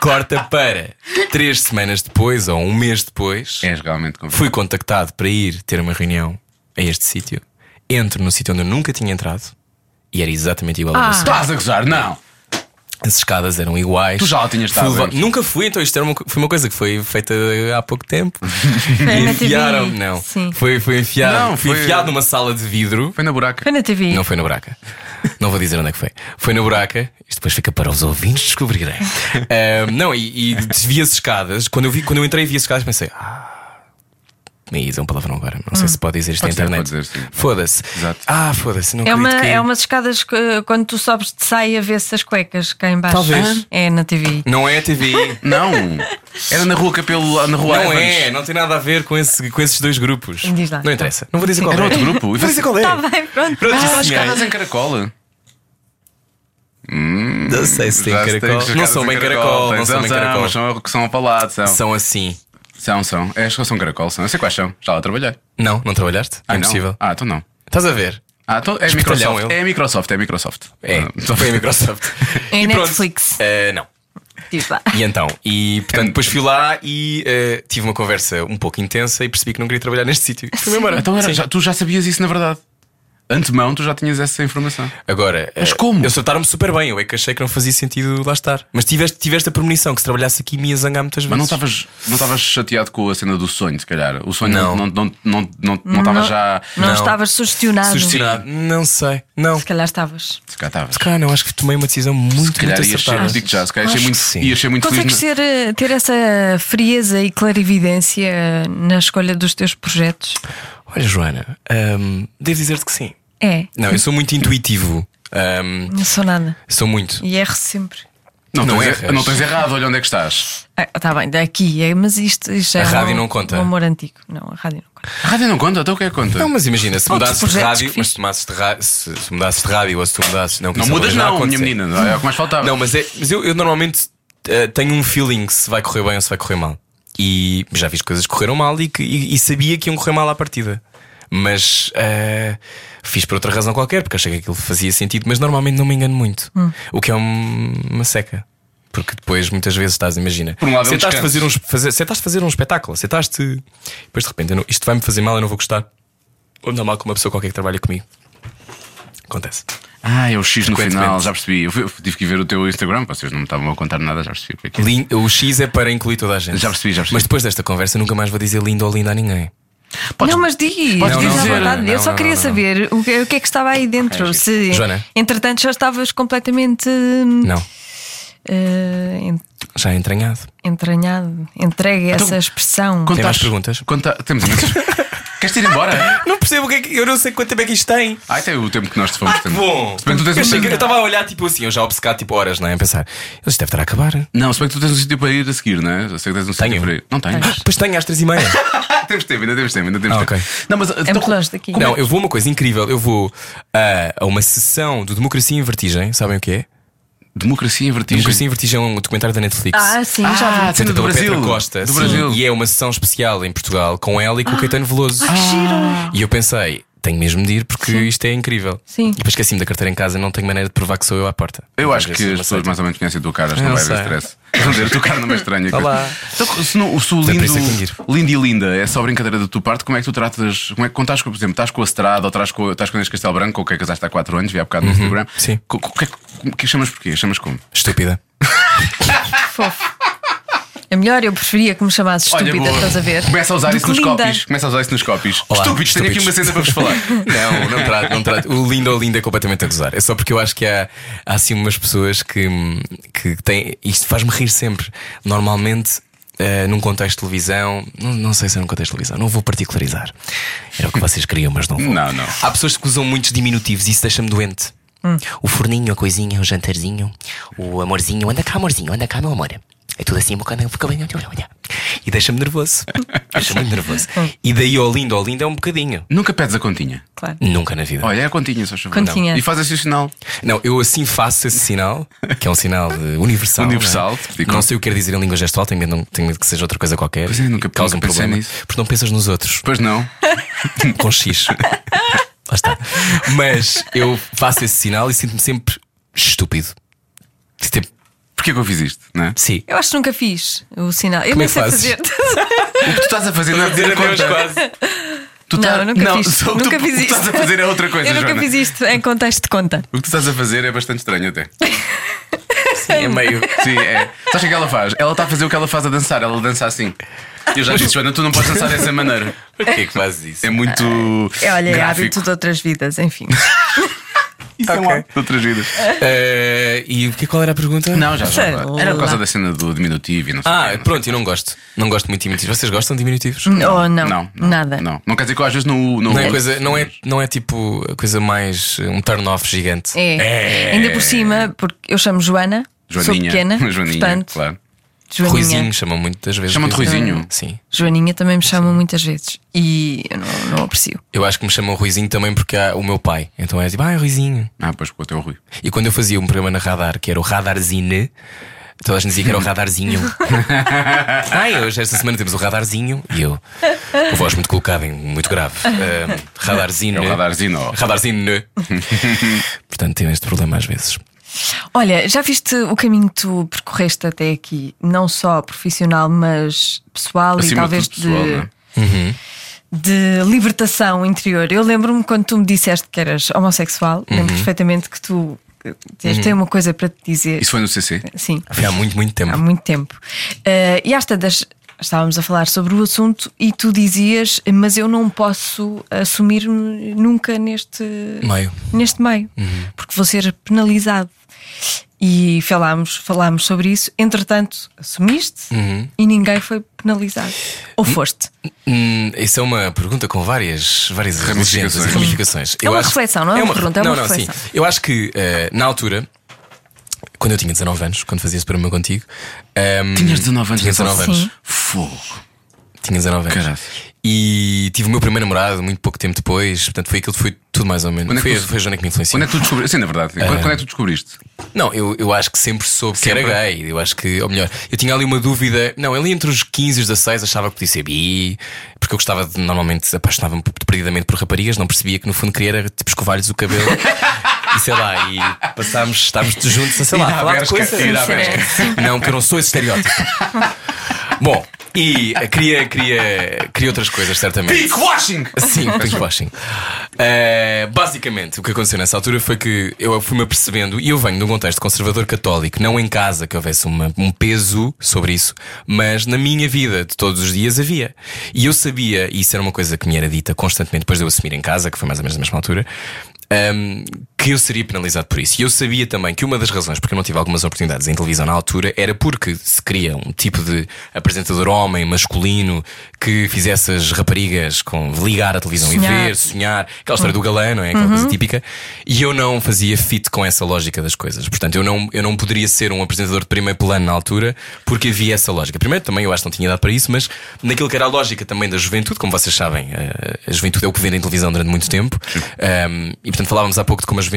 [SPEAKER 4] Corta para três semanas depois ou um mês depois.
[SPEAKER 2] És realmente convidado.
[SPEAKER 4] Fui contactado para ir ter uma reunião a este sítio. Entro no sítio onde eu nunca tinha entrado. E era exatamente igual a
[SPEAKER 3] Ah.
[SPEAKER 4] você.
[SPEAKER 2] Estás a gozar? Não.
[SPEAKER 4] As escadas eram iguais.
[SPEAKER 2] Tu já lá tinhas estado
[SPEAKER 4] Fui leva-
[SPEAKER 2] antes.
[SPEAKER 4] Nunca fui, então isto era uma, co- foi uma coisa que foi feita há pouco tempo.
[SPEAKER 3] na TV.
[SPEAKER 4] enfiaram, não.
[SPEAKER 3] Sim.
[SPEAKER 4] Foi, foi enfiado.
[SPEAKER 2] Não,
[SPEAKER 4] fui
[SPEAKER 2] foi-
[SPEAKER 4] enfiado numa sala de vidro.
[SPEAKER 2] Foi na buraca.
[SPEAKER 3] Foi na TV.
[SPEAKER 4] Não foi na buraca. Não vou dizer onde é que foi. Foi na buraca. Isto depois fica para os ouvintes descobrirem. Ahm, não, e, e desvia-se escadas. Quando eu, vi, quando eu entrei e vi as escadas, pensei. Ah, e é um palavrão agora. Não sei se pode dizer isto
[SPEAKER 2] Hum. Pode
[SPEAKER 4] na
[SPEAKER 2] dizer,
[SPEAKER 4] internet.
[SPEAKER 2] pode dizer, sim.
[SPEAKER 4] Foda-se.
[SPEAKER 2] Exato.
[SPEAKER 4] Ah, foda-se. Não
[SPEAKER 3] É, uma,
[SPEAKER 4] acredito que...
[SPEAKER 3] é umas escadas que quando tu sobes de saia vê-se as cuecas cá em baixo.
[SPEAKER 4] Talvez.
[SPEAKER 3] É na TV.
[SPEAKER 4] Não é a TV.
[SPEAKER 2] Não. Era na rua Capelo, na rua
[SPEAKER 4] Não
[SPEAKER 2] Evans.
[SPEAKER 4] é, não tem nada a ver com, esse- com esses dois grupos.
[SPEAKER 3] Diz lá.
[SPEAKER 4] Não interessa. Não vou dizer qual
[SPEAKER 2] Era
[SPEAKER 4] é.
[SPEAKER 2] outro grupo.
[SPEAKER 4] Vou dizer qual é.
[SPEAKER 3] Está Tá bem, pronto.
[SPEAKER 4] Pronto,
[SPEAKER 2] Ah, as
[SPEAKER 4] Sim, é.
[SPEAKER 2] escadas em caracola.
[SPEAKER 4] Não sei se tem
[SPEAKER 2] Já se
[SPEAKER 4] caracol.
[SPEAKER 2] tem
[SPEAKER 4] Não
[SPEAKER 2] escadas
[SPEAKER 4] são
[SPEAKER 2] em
[SPEAKER 4] bem caracol. Não
[SPEAKER 2] Tens
[SPEAKER 4] são bem
[SPEAKER 2] razão,
[SPEAKER 4] caracol.
[SPEAKER 2] mas são que são apalados. São,
[SPEAKER 4] São assim.
[SPEAKER 2] são. são. É, acho que são caracol, são. Eu sei quais são. Já lá trabalhei.
[SPEAKER 4] Não, não trabalhaste?
[SPEAKER 2] Ah,
[SPEAKER 4] é
[SPEAKER 2] não?
[SPEAKER 4] impossível.
[SPEAKER 2] Ah, então não.
[SPEAKER 4] Estás a ver?
[SPEAKER 2] Ah, então é
[SPEAKER 4] Espertalhão
[SPEAKER 2] Microsoft.
[SPEAKER 4] ele.
[SPEAKER 2] É Microsoft, é Microsoft.
[SPEAKER 4] É,
[SPEAKER 2] Ah,
[SPEAKER 4] só foi a Microsoft.
[SPEAKER 3] É
[SPEAKER 4] E pronto.
[SPEAKER 3] Netflix.
[SPEAKER 4] Eh, não.
[SPEAKER 3] Diz lá.
[SPEAKER 4] E então, e
[SPEAKER 2] É.
[SPEAKER 4] portanto, depois fui lá e eh, tive uma conversa um pouco intensa e percebi que não queria trabalhar neste sítio. E Fui-me embora.
[SPEAKER 2] Então era,
[SPEAKER 4] Sim.
[SPEAKER 2] já- tu já sabias isso, na verdade. Antemão, tu já tinhas essa informação.
[SPEAKER 4] Agora,
[SPEAKER 2] Mas
[SPEAKER 4] eh,
[SPEAKER 2] como?
[SPEAKER 4] Eles trataram-me super bem. Eu é que achei que não fazia sentido lá estar. Mas tiveste, tiveste a premonição que se trabalhasse aqui me ia zangar muitas vezes.
[SPEAKER 2] Mas não estavas não estavas chateado com a cena do sonho, se calhar. O sonho não
[SPEAKER 4] Não.
[SPEAKER 2] não não não não não estava já.
[SPEAKER 3] Não,
[SPEAKER 4] Não.
[SPEAKER 3] estavas sugestionado.
[SPEAKER 4] Sugestionado. Não sei. Não.
[SPEAKER 3] Se calhar estavas.
[SPEAKER 2] Se calhar estavas.
[SPEAKER 4] Se calhar não. Acho que tomei uma decisão
[SPEAKER 2] Se
[SPEAKER 4] muito,
[SPEAKER 2] calhar
[SPEAKER 4] muito
[SPEAKER 2] ias ser,
[SPEAKER 4] acertada.
[SPEAKER 2] digo já, se calhar ia ser
[SPEAKER 4] Acho
[SPEAKER 2] muito,
[SPEAKER 4] que sim.
[SPEAKER 2] ias ser muito
[SPEAKER 3] Consegues
[SPEAKER 2] feliz. na-
[SPEAKER 3] ser, eh, ter essa frieza e clarividência na escolha dos teus projetos?
[SPEAKER 4] Olha, Joana, ehm, devo dizer-te que sim.
[SPEAKER 3] É,
[SPEAKER 4] Não, eu sou muito intuitivo. Ehm,
[SPEAKER 3] não sou nada.
[SPEAKER 4] sou muito.
[SPEAKER 3] E erro sempre.
[SPEAKER 2] Não,
[SPEAKER 4] Não
[SPEAKER 2] tens,
[SPEAKER 4] erras.
[SPEAKER 2] não tens errado, olha onde é que estás.
[SPEAKER 3] Está bem, daqui, é, mas isto isto já
[SPEAKER 4] A
[SPEAKER 3] é
[SPEAKER 4] rádio
[SPEAKER 3] um-
[SPEAKER 4] não conta.
[SPEAKER 3] Um amor antigo. Não, a rádio não conta.
[SPEAKER 2] A rádio não conta, então o que é que conta?
[SPEAKER 4] Não, mas imagina, se
[SPEAKER 3] Outros
[SPEAKER 4] mudasses de
[SPEAKER 3] projetos
[SPEAKER 4] rádio,
[SPEAKER 3] que
[SPEAKER 4] mas
[SPEAKER 3] fiz.
[SPEAKER 4] se mudasses de, ra- se, se mudasses de rádio ou se tu mudasses. Não, que
[SPEAKER 2] não
[SPEAKER 4] isso
[SPEAKER 2] mudas,
[SPEAKER 4] agora já
[SPEAKER 2] não, minha
[SPEAKER 4] aconteceu.
[SPEAKER 2] menina. não É o que mais faltava.
[SPEAKER 4] Não, mas, é, mas eu, eu normalmente eh, tenho um feeling se vai correr bem ou se vai correr mal. E já fiz coisas que correram mal e, que, e, e sabia que iam correr mal à partida. Mas eh, fiz por outra razão qualquer, porque achei que aquilo fazia sentido, mas normalmente não me engano muito. O que é um- uma seca. Porque depois muitas vezes estás, imagina,
[SPEAKER 2] Por um lado é um
[SPEAKER 4] sentaste a
[SPEAKER 2] descanso.
[SPEAKER 4] fazer um, fazer, sentaste a fazer um espetáculo, sentaste. Depois de repente, eu não- isto vai-me fazer mal, eu não vou gostar. Ou não mal com uma pessoa qualquer que trabalha comigo. Acontece.
[SPEAKER 2] Ah, é o X no
[SPEAKER 4] Frequentemente.
[SPEAKER 2] final, já percebi. Eu, fui- eu tive que ir ver o teu Instagram, vocês não me estavam a contar nada, já percebi. o que é que é.
[SPEAKER 4] Lin- O X é para incluir toda a gente.
[SPEAKER 2] Já percebi, já percebi.
[SPEAKER 4] Mas depois desta conversa nunca mais vou dizer lindo ou linda a ninguém.
[SPEAKER 2] Podes-
[SPEAKER 3] não, mas diz,
[SPEAKER 2] Podes
[SPEAKER 3] diz
[SPEAKER 2] dizer.
[SPEAKER 3] à vontade.
[SPEAKER 4] Não,
[SPEAKER 3] eu só
[SPEAKER 4] não,
[SPEAKER 3] queria
[SPEAKER 4] não, não.
[SPEAKER 3] saber O, que, o que é que estava aí dentro.
[SPEAKER 4] Ok,
[SPEAKER 3] se,
[SPEAKER 4] Joana?
[SPEAKER 3] entretanto, já estavas completamente hum,
[SPEAKER 4] Não,
[SPEAKER 3] eh, en-
[SPEAKER 4] já é entranhado.
[SPEAKER 3] entranhado, entregue a essa expressão.
[SPEAKER 2] Quando
[SPEAKER 4] Tem mais
[SPEAKER 2] estás-
[SPEAKER 4] perguntas?
[SPEAKER 2] quando tá- Então, Temos imensas. Queres ir embora?
[SPEAKER 4] Não percebo o que é que. Eu não sei quanto tempo é que isto tem.
[SPEAKER 2] Ai, tem o tempo que nós te fomos
[SPEAKER 4] Ah, que
[SPEAKER 2] tendo.
[SPEAKER 4] bom!
[SPEAKER 2] Se bem que tu tens um
[SPEAKER 4] Eu achei que- eu
[SPEAKER 2] sítio-
[SPEAKER 4] estava a olhar tipo assim, eu já obcecado tipo horas, não é? A pensar, isto deve estar a acabar.
[SPEAKER 2] Não, se bem que tu tens um sítio para ir a seguir, não é? Eu sei que tens um sítio
[SPEAKER 4] Tenho.
[SPEAKER 2] para ir. Não tens. Ah,
[SPEAKER 4] Ah, Pois tenho às três e meia.
[SPEAKER 2] temos tempo, ainda temos tempo, ainda temos
[SPEAKER 4] Ah,
[SPEAKER 2] tempo.
[SPEAKER 4] ok.
[SPEAKER 2] Não, mas, então,
[SPEAKER 3] É muito longe daqui.
[SPEAKER 4] Não, eu vou a uma coisa incrível. Eu vou ah, a uma sessão do Democracia em Vertigem. Sabem o que é?
[SPEAKER 2] Democracia em vertigem.
[SPEAKER 4] Democracia em Vertigem é um documentário da Netflix.
[SPEAKER 3] Ah, sim,
[SPEAKER 2] Ah,
[SPEAKER 3] já vi.
[SPEAKER 2] sim,
[SPEAKER 4] Feita
[SPEAKER 2] do
[SPEAKER 4] pela
[SPEAKER 2] Brasil.
[SPEAKER 4] Petra Costa.
[SPEAKER 2] Do
[SPEAKER 4] sim.
[SPEAKER 2] Brasil.
[SPEAKER 4] E é uma sessão especial em Portugal com ela e com o Caetano Veloso. Ah. E eu pensei, tenho mesmo de ir porque isto é incrível.
[SPEAKER 3] Sim.
[SPEAKER 4] E depois esqueci-me da carteira em casa, não tenho maneira de provar que sou eu à porta.
[SPEAKER 2] Eu acho
[SPEAKER 4] Mas
[SPEAKER 2] que as
[SPEAKER 4] isso não
[SPEAKER 2] pessoas mais ou menos conhecem a tua cara, acho que
[SPEAKER 4] Eu
[SPEAKER 2] não vai
[SPEAKER 4] não
[SPEAKER 2] haver
[SPEAKER 4] sei. Tá
[SPEAKER 2] stress. Vão dizer, a tua cara não é estranha.
[SPEAKER 4] Olá.
[SPEAKER 2] Então, se, não, se o
[SPEAKER 4] Portanto,
[SPEAKER 2] lindo,
[SPEAKER 4] isso é que tem que
[SPEAKER 2] lindo e linda é só brincadeira da tua parte, como é que tu tratas? Como é que quando estás com, por exemplo, estás com a Estrada ou estás com, estás com a Inês Castelo Branco, com quem é casaste há 4 anos, vi há bocado no Instagram?
[SPEAKER 4] Uhum. Sim.
[SPEAKER 2] Co- co- O que, é que- o que chamas porquê? Chamas como?
[SPEAKER 4] Estúpida.
[SPEAKER 3] Fofo. É melhor, eu preferia que me chamasses estúpida,
[SPEAKER 2] boa.
[SPEAKER 3] estás a ver?
[SPEAKER 2] Começa a usar
[SPEAKER 3] Do
[SPEAKER 2] isso
[SPEAKER 3] que
[SPEAKER 2] nos
[SPEAKER 3] linda.
[SPEAKER 2] copies. Começa a usar isso nos copies.
[SPEAKER 4] Olá,
[SPEAKER 2] estúpidos, tenho aqui uma
[SPEAKER 4] estúpidos.
[SPEAKER 2] cena para vos falar.
[SPEAKER 4] Não, não trato, não trato. O lindo ou linda é completamente a gozar. É só porque eu acho que há, há assim umas pessoas que, hum, que têm. Isto faz-me rir sempre. Normalmente. eh, num contexto de televisão, não, não sei se é num contexto de televisão, não vou particularizar. Era o que vocês queriam, mas não vou.
[SPEAKER 2] Não, não.
[SPEAKER 4] Há pessoas que usam muitos diminutivos e isso deixa-me doente. O forninho, a coisinha, o jantarzinho, o amorzinho, anda cá, amorzinho, anda cá, meu amor. É tudo assim, boca, boca, olha, olha, olha. E deixa-me nervoso. Deixa-me muito nervoso. E daí ao lindo, ao lindo é um bocadinho.
[SPEAKER 2] Nunca pedes a continha.
[SPEAKER 3] Claro.
[SPEAKER 4] Nunca na vida.
[SPEAKER 2] Olha, é a continha, só favor.
[SPEAKER 3] Continha.
[SPEAKER 2] E faz assim o sinal.
[SPEAKER 4] Não, eu assim faço esse sinal, que é um sinal eh, universal.
[SPEAKER 2] Universal,
[SPEAKER 4] não é?
[SPEAKER 2] fica-
[SPEAKER 4] Não sei o que quer dizer em língua gestual, tenho medo, tenho medo que seja outra coisa qualquer.
[SPEAKER 2] Pois é, nunca-
[SPEAKER 4] que causa um
[SPEAKER 2] nunca pensei
[SPEAKER 4] problema.
[SPEAKER 2] nisso.
[SPEAKER 4] Porque não pensas nos outros,
[SPEAKER 2] Pois não.
[SPEAKER 4] com X. Lá está. Mas eu faço esse sinal e sinto-me sempre estúpido. Sempre-
[SPEAKER 2] Porquê que eu fiz isto? Não é?
[SPEAKER 4] Sim.
[SPEAKER 3] Eu acho que nunca fiz o sinal. Eu
[SPEAKER 4] Como
[SPEAKER 3] nem
[SPEAKER 4] é que
[SPEAKER 3] sei
[SPEAKER 4] fazes?
[SPEAKER 3] fazer.
[SPEAKER 2] O que tu estás a fazer não é pedir a conta. Tu
[SPEAKER 3] Não,
[SPEAKER 2] tá-
[SPEAKER 3] eu nunca fiz.
[SPEAKER 2] só o que
[SPEAKER 3] Nunca
[SPEAKER 2] tu,
[SPEAKER 3] fiz
[SPEAKER 2] o que
[SPEAKER 3] isto.
[SPEAKER 2] estás a fazer é outra coisa,
[SPEAKER 3] eu nunca
[SPEAKER 2] Joana.
[SPEAKER 3] fiz isto em contexto de conta.
[SPEAKER 2] O que tu estás a fazer é bastante estranho até.
[SPEAKER 4] Sim, é meio.
[SPEAKER 2] Sim, é. Sabes o que é que ela faz? Ela está a fazer o que ela faz a dançar, ela dança assim. E Eu já disse, Joana, tu não podes dançar dessa maneira.
[SPEAKER 4] Porquê que fazes isso?
[SPEAKER 2] É muito.
[SPEAKER 3] É, olha, é
[SPEAKER 2] gráfico.
[SPEAKER 3] hábito de outras vidas, enfim.
[SPEAKER 2] Isso é okay. Outras vidas.
[SPEAKER 4] Eh, e o que- qual era a pergunta?
[SPEAKER 2] Não, já, já.
[SPEAKER 3] Sei
[SPEAKER 2] Era por causa
[SPEAKER 3] lá. é
[SPEAKER 2] da cena do diminutivo e não sei o
[SPEAKER 4] Ah,
[SPEAKER 2] quê, não
[SPEAKER 4] pronto, eu não gosto. Não gosto muito de diminutivos. Vocês gostam de diminutivos?
[SPEAKER 3] Ou não,
[SPEAKER 2] Não,
[SPEAKER 3] nada.
[SPEAKER 2] Não. não quer dizer que eu às vezes não. Não,
[SPEAKER 4] Não é, coisa, não, é, não é tipo a coisa mais eh, um turn-off gigante.
[SPEAKER 3] É. Ainda por cima, porque eu chamo Joana, sou
[SPEAKER 2] Joaninha.
[SPEAKER 3] pequena.
[SPEAKER 2] Joaninha,
[SPEAKER 3] portanto,
[SPEAKER 2] claro.
[SPEAKER 3] Joaninha.
[SPEAKER 4] Ruizinho chamam muitas vezes.
[SPEAKER 2] Chamam-te Ruizinho?
[SPEAKER 4] Sim.
[SPEAKER 3] Joaninha também me chamam muitas vezes e eu não, não aprecio.
[SPEAKER 4] Eu acho que me chamam Ruizinho também porque há o meu pai. Então é tipo, ah, é Ruizinho.
[SPEAKER 2] Ah, pois, com o teu Rui.
[SPEAKER 4] E quando eu fazia um programa na radar, que era o Radarzine, toda a gente dizia que era o Radarzinho. Ai, hoje, esta semana temos o Radarzinho e eu, com voz muito colocada, em- muito grave. Ahm, radarzine.
[SPEAKER 2] É o radarzinho. ó.
[SPEAKER 4] Radarzine. Portanto, tenho este problema às vezes.
[SPEAKER 3] Olha, já viste o caminho que tu percorreste até aqui, não só profissional, mas pessoal
[SPEAKER 2] Acima
[SPEAKER 3] e talvez
[SPEAKER 2] de tudo, pessoal,
[SPEAKER 3] de,
[SPEAKER 2] não é?
[SPEAKER 3] de libertação interior. Eu lembro-me quando tu me disseste que eras homossexual, lembro perfeitamente que tu que tens tem uma coisa para te dizer.
[SPEAKER 2] Isso foi no CC?
[SPEAKER 3] Sim.
[SPEAKER 4] Foi há muito, muito tempo.
[SPEAKER 3] há muito tempo. Eh, e às tantas estávamos a falar sobre o assunto e tu dizias, mas eu não posso assumir-me nunca neste
[SPEAKER 4] Meio. Uhum.
[SPEAKER 3] neste meio porque vou ser penalizado. E falámos, falámos sobre isso. Entretanto, assumiste
[SPEAKER 4] Uhum.
[SPEAKER 3] e ninguém foi penalizado. Ou foste?
[SPEAKER 4] Hum, isso é uma pergunta com várias, várias
[SPEAKER 2] Ramificações.
[SPEAKER 4] ramificações. ramificações.
[SPEAKER 3] É uma reflexão, não é uma pergunta, é uma
[SPEAKER 4] não, não,
[SPEAKER 3] reflexão.
[SPEAKER 4] Sim. Eu acho que eh, na altura, quando eu tinha 19 anos, quando fazia esse programa contigo, ehm,
[SPEAKER 2] Tinhas 19 anos,
[SPEAKER 4] Tinha 19 anos.
[SPEAKER 3] Sim.
[SPEAKER 2] Fogo.
[SPEAKER 4] Tinha 19 anos.
[SPEAKER 2] Caralho.
[SPEAKER 4] E tive o meu primeiro namorado muito pouco tempo depois, portanto foi aquilo que foi tudo mais ou menos.
[SPEAKER 2] Quando é que
[SPEAKER 4] foi,
[SPEAKER 2] tu-
[SPEAKER 4] foi a Joana que me influenciou.
[SPEAKER 2] Quando é que tu descobriste? Sim, na verdade.
[SPEAKER 4] Ah.
[SPEAKER 2] Quando, quando é que tu descobriste?
[SPEAKER 4] Não, eu, eu acho que sempre soube que
[SPEAKER 2] Sempre?
[SPEAKER 4] era gay. Eu acho que, ou melhor, eu tinha ali uma dúvida. Não, ali entre os 15 e os 16 achava que podia ser bi, porque eu gostava de, normalmente, apaixonava-me perdidamente por raparigas, não percebia que no fundo queria era tipo escovar-lhes o cabelo. E sei lá, e passámos, estávamos juntos a sei lá,
[SPEAKER 2] Ir à
[SPEAKER 4] falar de
[SPEAKER 2] pesca,
[SPEAKER 4] coisas.
[SPEAKER 2] ir à
[SPEAKER 4] Sim,
[SPEAKER 2] pesca.
[SPEAKER 4] sim. Não, porque eu não sou esse estereótipo. Bom, e eh, queria, queria, queria outras coisas, certamente.
[SPEAKER 2] washing!
[SPEAKER 4] Sim, pinkwashing. Eh, basicamente, o que aconteceu nessa altura foi que eu fui-me apercebendo, e eu venho de um contexto conservador católico, não em casa que houvesse uma- um peso sobre isso, mas na minha vida de todos os dias havia. E eu sabia, e isso era uma coisa que me era dita constantemente depois de eu assumir em casa, que foi mais ou menos na mesma altura, ehm, que eu seria penalizado por isso. E eu sabia também que uma das razões porque eu não tive algumas oportunidades em televisão na altura era porque se queria um tipo de apresentador homem, masculino, que fizesse as raparigas com ligar a televisão e
[SPEAKER 3] Sonhar.
[SPEAKER 4] ver, sonhar, aquela história do galã, não é? Aquela coisa típica. E eu não fazia fit com essa lógica das coisas. Portanto, eu não, eu não poderia ser um apresentador de primeiro plano na altura porque havia essa lógica. Primeiro, também eu acho que não tinha idade para isso, mas naquilo que era a lógica também da juventude, como vocês sabem, eh, a juventude é o que vende em televisão durante muito tempo. Ahm, e portanto, falávamos há pouco de como a juventude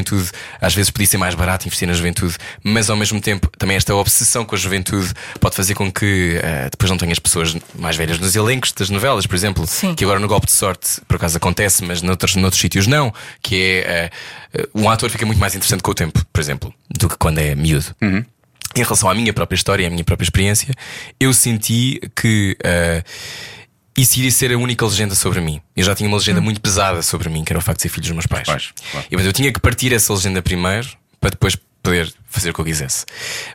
[SPEAKER 4] às vezes podia ser mais barata investir na juventude, mas ao mesmo tempo também esta obsessão com a juventude pode fazer com que eh, depois não tenhas pessoas mais velhas nos elencos das novelas, por exemplo,
[SPEAKER 3] Sim.
[SPEAKER 4] que agora no golpe de sorte, por acaso acontece, mas noutros, noutros sítios não, que é eh, um ator fica muito mais interessante com o tempo, por exemplo, do que quando é miúdo. Em relação à minha própria história e à minha própria experiência, eu senti que eh, isso iria ser a única legenda sobre mim. Eu já tinha uma legenda muito pesada sobre mim, que era o facto de ser filho dos meus pais.
[SPEAKER 2] Hum. pais, claro.
[SPEAKER 4] E, portanto, eu tinha que partir essa legenda primeiro para depois poder fazer o que eu quisesse.